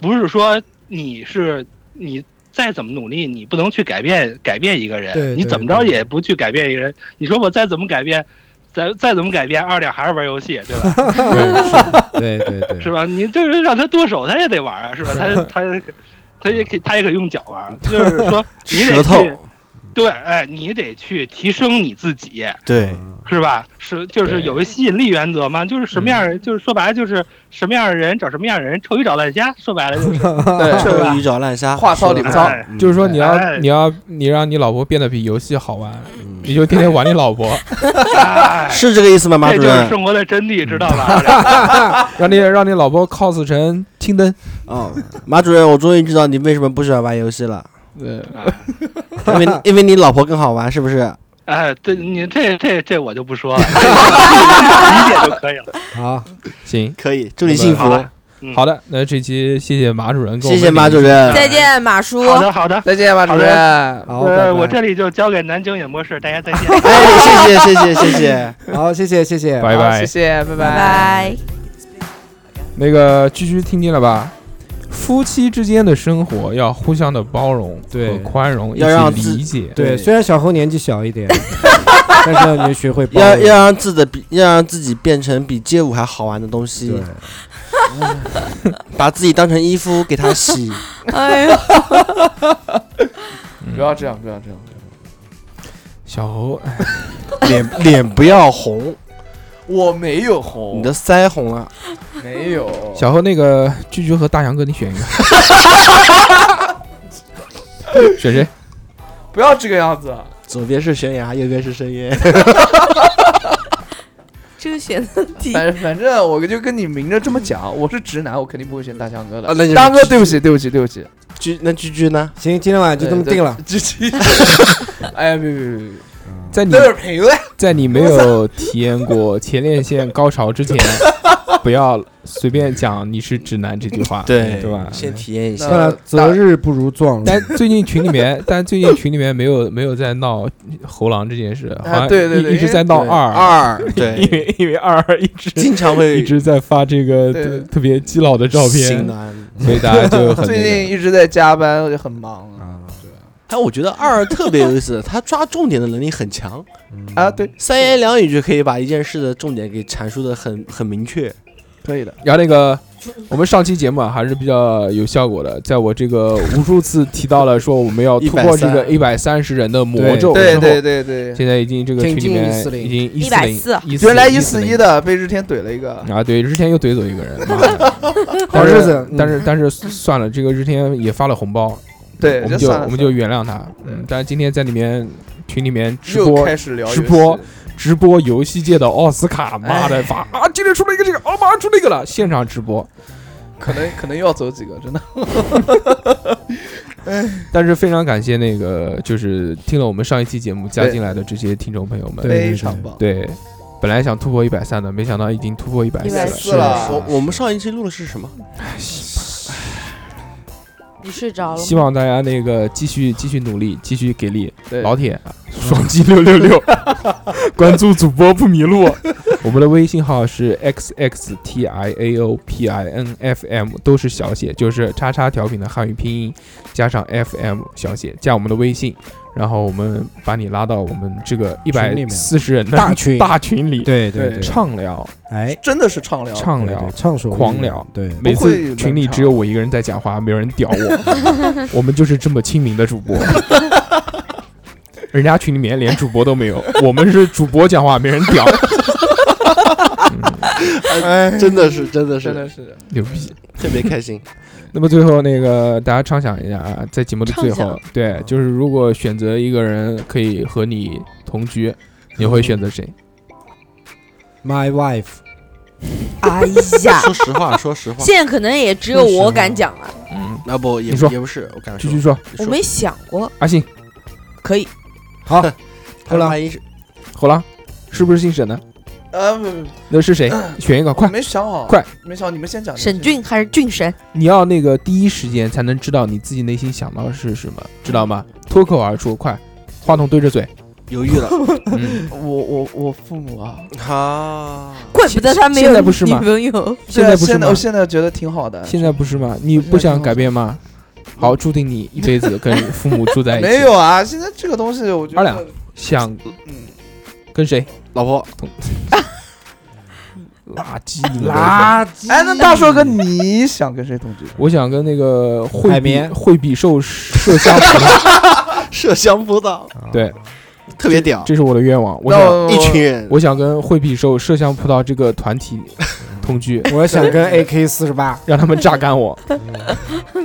不是说你是你再怎么努力，你不能去改变改变一个人，对你对怎么着对也不去改变一个人。你说我再怎么改变，再再怎么改变，二两还是玩游戏，对吧？对对对是吧？你就是让他剁手，他也得玩啊，是吧？ 他他他也可以，他也可以用脚玩儿，就是说你舌得头去，对，哎，你得去提升你自己，对，是吧？是就是有个吸引力原则嘛，就是什么样人，嗯就是说白了就是什么样的人找什么样的人，臭鱼找烂虾，说白了 就是 对，是吧臭鱼找烂虾，话糙理不糙哎嗯就是说你要哎你要你让你老婆变得比游戏好玩，嗯你就天天玩你老婆， 哎是这个意思吗，马这主就是任？生活的真谛，知道 吧？让你让你老婆 cos 成青灯，哦，马主任，我终于知道你为什么不喜欢玩游戏了，对，因为因为你老婆更好玩，是不是？哎，这你这这这我就不说了，理解就可以了。好，行，可以，祝你幸好福吧，嗯好的，那这期谢谢马主任跟我谢们，谢马主。任，再见，马叔。好的，好的。再见吧，主好的任。好，拜拜呃，我这里就交给南京演播室，大家再见。 哎，谢谢，谢谢，谢谢。好，谢谢谢谢，拜好拜谢。谢，拜拜拜。拜。那个居居听见了吧？夫妻之间的生活要互相的包容对和宽容，一要让起自理解。对，对虽然小猴年纪 小一点，但是你要学会包要容要让自己的比要让自己变成比街舞还好玩的东西对，，把自己当成衣服给它洗。哎呦，不要这样，不要这样。小猴，哎 脸脸不要红，我没有红，你的腮红啊了。没有。小猴那个居居和大杨哥，你 选一个，选谁？不要这个样子。啊左边是悬崖，右边是深渊。这个选择题反正反正我就跟你明着这么讲，我是直男，我肯定不会选大强哥啊那的。，就是大哥，对不起，对不起，对 不起， 居那居居呢？行，今天晚上就这么定了。对。对对哎呀，别别别 别在你别，都是评论。在你没有体验过前列腺高潮之前，不要随便讲你是直男这句话，对吧？先体验一下那。算呃了，择日不如撞日。但最近群里面， 但最近群里面没有没有在闹猴狼这件事，好像啊对对一对一直在闹对二，二， 因对，为因为二一直经常会一直在发这个对特特别基佬的照型片，男。所以大家就很最近那个。一直在加班，我就很忙啊，但哎我觉得二特别有意思，他抓重点的能力很强，嗯啊。对，三言两语就可以把一件事的重点给阐述的很很明确。可以的。然后那个我们上期节目啊还是比较有效果的，在我这个无数次提到了说我们要突破这个一百三十人的魔咒之对后，对对对，现在已经这个群里面挺进已经一140零，原来一一四一一的被日天怼了一个。啊，对，日天又怼走一个人，妈的好日子，但是但是算了，这个日天也发了红包，对，我们这就算了我们就原谅他。嗯，但是今天在里面群里面直又播开始聊直游戏播直播游戏界的奥斯卡，妈的发啊！今天出了一个这个，啊，马上出了一个了，现场直播。可能可能又要走几个，真的。但是非常感谢那个就是听了我们上一期节目加进来的这些听众朋友们，对对非常棒。对，本来想突破一百三的，没想到已经突破一百140了。是了我我们上一期录的是什么？你睡着了希吗？望大家那个继续继续努力，继续给力。对，老铁，双击六六 六，关注主播不迷路。我们的微信号是 x x t i a o p i n f m，都是小写，就是叉叉调频的汉语拼音加上 f m 小写，加我们的微信，然后我们把你拉到我们这个一百群里面四十人的大群大群里，对对对对，畅聊哎，真的是畅聊，畅对聊对。畅所欲狂言聊，对，每不会次冷群里场只有我一个人在讲话，没有人屌我， 我们就是这么亲民的主播。人家群里面连主播都没有，我们是主播讲话没人 屌， 真的是，真的真的是牛逼。特别开心。那么最后那个大家畅想一下啊，在节目的最畅后想，对，嗯就是如果选择一个人可以和你同居，你会选择谁？ My wife，哎呀，说实话，说实话，现在可能也只有我敢讲了，嗯，啊不也你说也不是，我敢继说续，说，我没想过，阿信、可以，好，后来一直猴狼，是不是姓沈的？啊，不不那是 谁？选一个，不，快！没想好，快，没想好，你们先讲。沈俊还是俊神？你要那个第一时间才 能知道你自己内心想到的是什么，知道吗？脱口而出，快！话筒对着嘴，犹 豫了。嗯我我我父母啊，好，怪不得他没有现在不是女吗朋友。现在不是现吗在我？现在觉得挺好的，现在不是吗？你不想改变吗？好，注定你一辈子跟父母住在一起。没有啊，现在这个东西我觉二两得，想嗯，跟谁？老婆，垃圾！垃圾哎，那大硕哥你想跟谁同居？我想跟那个海惠比绵惠比寿麝香葡 萄， 麝香葡萄对，特别屌，这是我的愿望。我那想我一群人我想跟惠比寿麝香葡萄这个团体同居， 我想跟 AK 四十八，让他们榨干 我。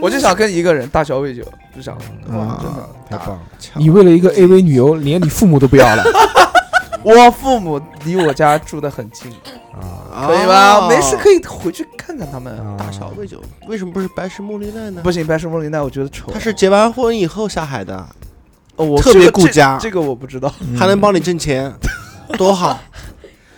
我就想跟一个人大小伟就就想，哇，真的，太棒了！你为了一个 AV 女优，连你父母都不 要了。我父母离我家住的很近，啊可以吧？没事可以。以回去看看他们。大小为酒为什么不是白石茉莉奈呢？不行，白石梦林奈我觉得丑，啊他是结完婚以后下海的，哦我特别这个顾这家这个我不知道。嗯还能帮你挣钱，多好！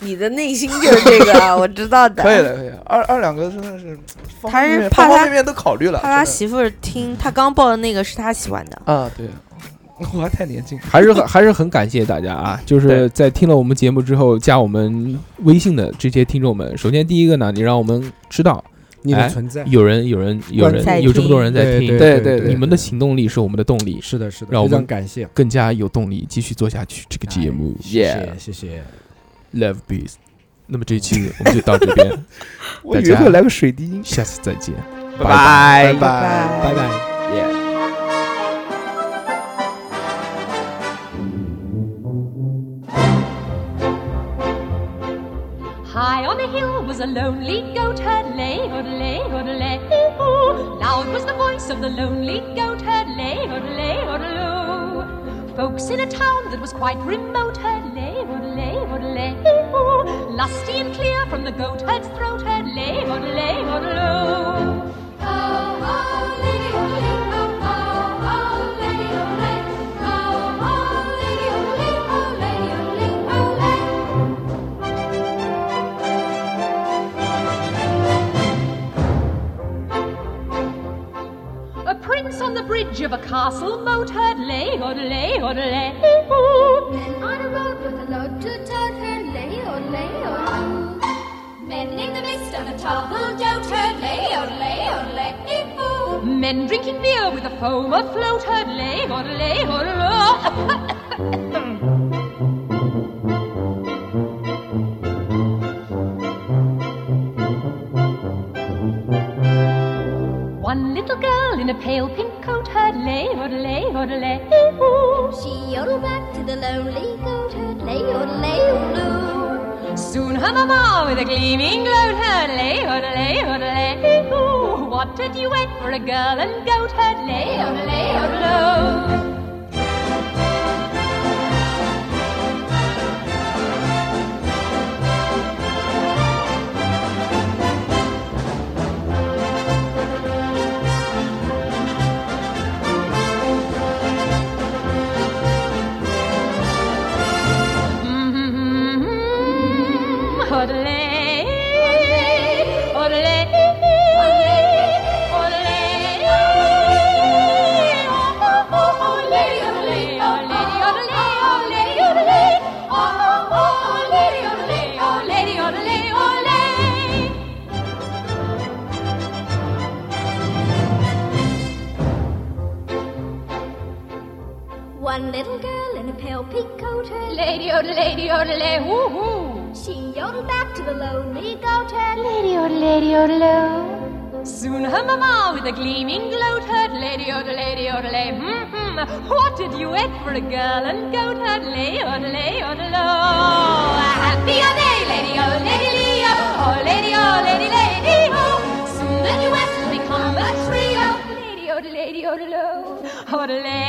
你的内心就是这个 啊，我知道的。可以了，可以了。二二两个真的是方方还是面面怕方他方面面都考虑了。怕他真媳妇儿听他刚报的那个是他喜欢的，的啊，对，我还太年轻。还是很 还是很感谢大家啊！就是在听了我们节目之后，加我们微信的这些听众们，首先第一个呢，你让我们知道你哎的存在，有人有人有在人有这么多人在听，对对你们的行动力是我们的动力，是的，是的，让我非们常感谢，更加有动力继续做下去这个节目。谢 Yeah 谢谢谢。 Love Beats。那么这一期我们就到这边， 我大以为家会来个水滴音。下次再见，拜拜拜拜拜拜。 High on a hill was a lonely goat herd, lay, lay, lay, ooh. Loud was the voice of the lonely goat herd, lay, lay, loo. Folks in a town that was quite remote heard, lay, lay, lay, ooh. Lusty and clear from the goat herd's throat, heard, lay, lay, loo. Oh, oh, lady, oh, lady, oh, oh, oh, lady, oh, lady. Oh, oh, lady, oh, lady, oh, lady, oh, lady, oh, lady. A prince on the bridge of a castle moat heard lay, lay, lay, ooh. Men on a road with a load to tote heard lay, lay, ooh. Men in the midst of a toppled dote heard lay, lay, lay, ooh. Men drinking beer with a foam afloat heard lay, lay, lay, ooh. One little girl in a pale pink coat heard lay, lay, lay, ooh. She yodeled back to the lonely goat herd, lay, lay, loo. Soon her mamma with a gleaming gloat heard lay, lay, lay, ooh. What a duet for a girl and goat herd, lay, lay, loo. Odelay, odelay, odelay. One little girl in a pale pink coat herd. Lady odor, lady odor, lay, woo hoo. She yodeled back to the lonely goat herd. Lady odor, lady oh, odor, low. Soon her mamma with a gleaming gloat herd. Lady odor, lady odor, lay, hmm hmm. What did you wait for a girl and goat herd? Lay odor, lay odor, low. A happier day, lady oh, lady leo. Oh, lady oh, lady lady oh. Soon the duet will become a trio. Lady odor, lady odor, low. Odor, lady.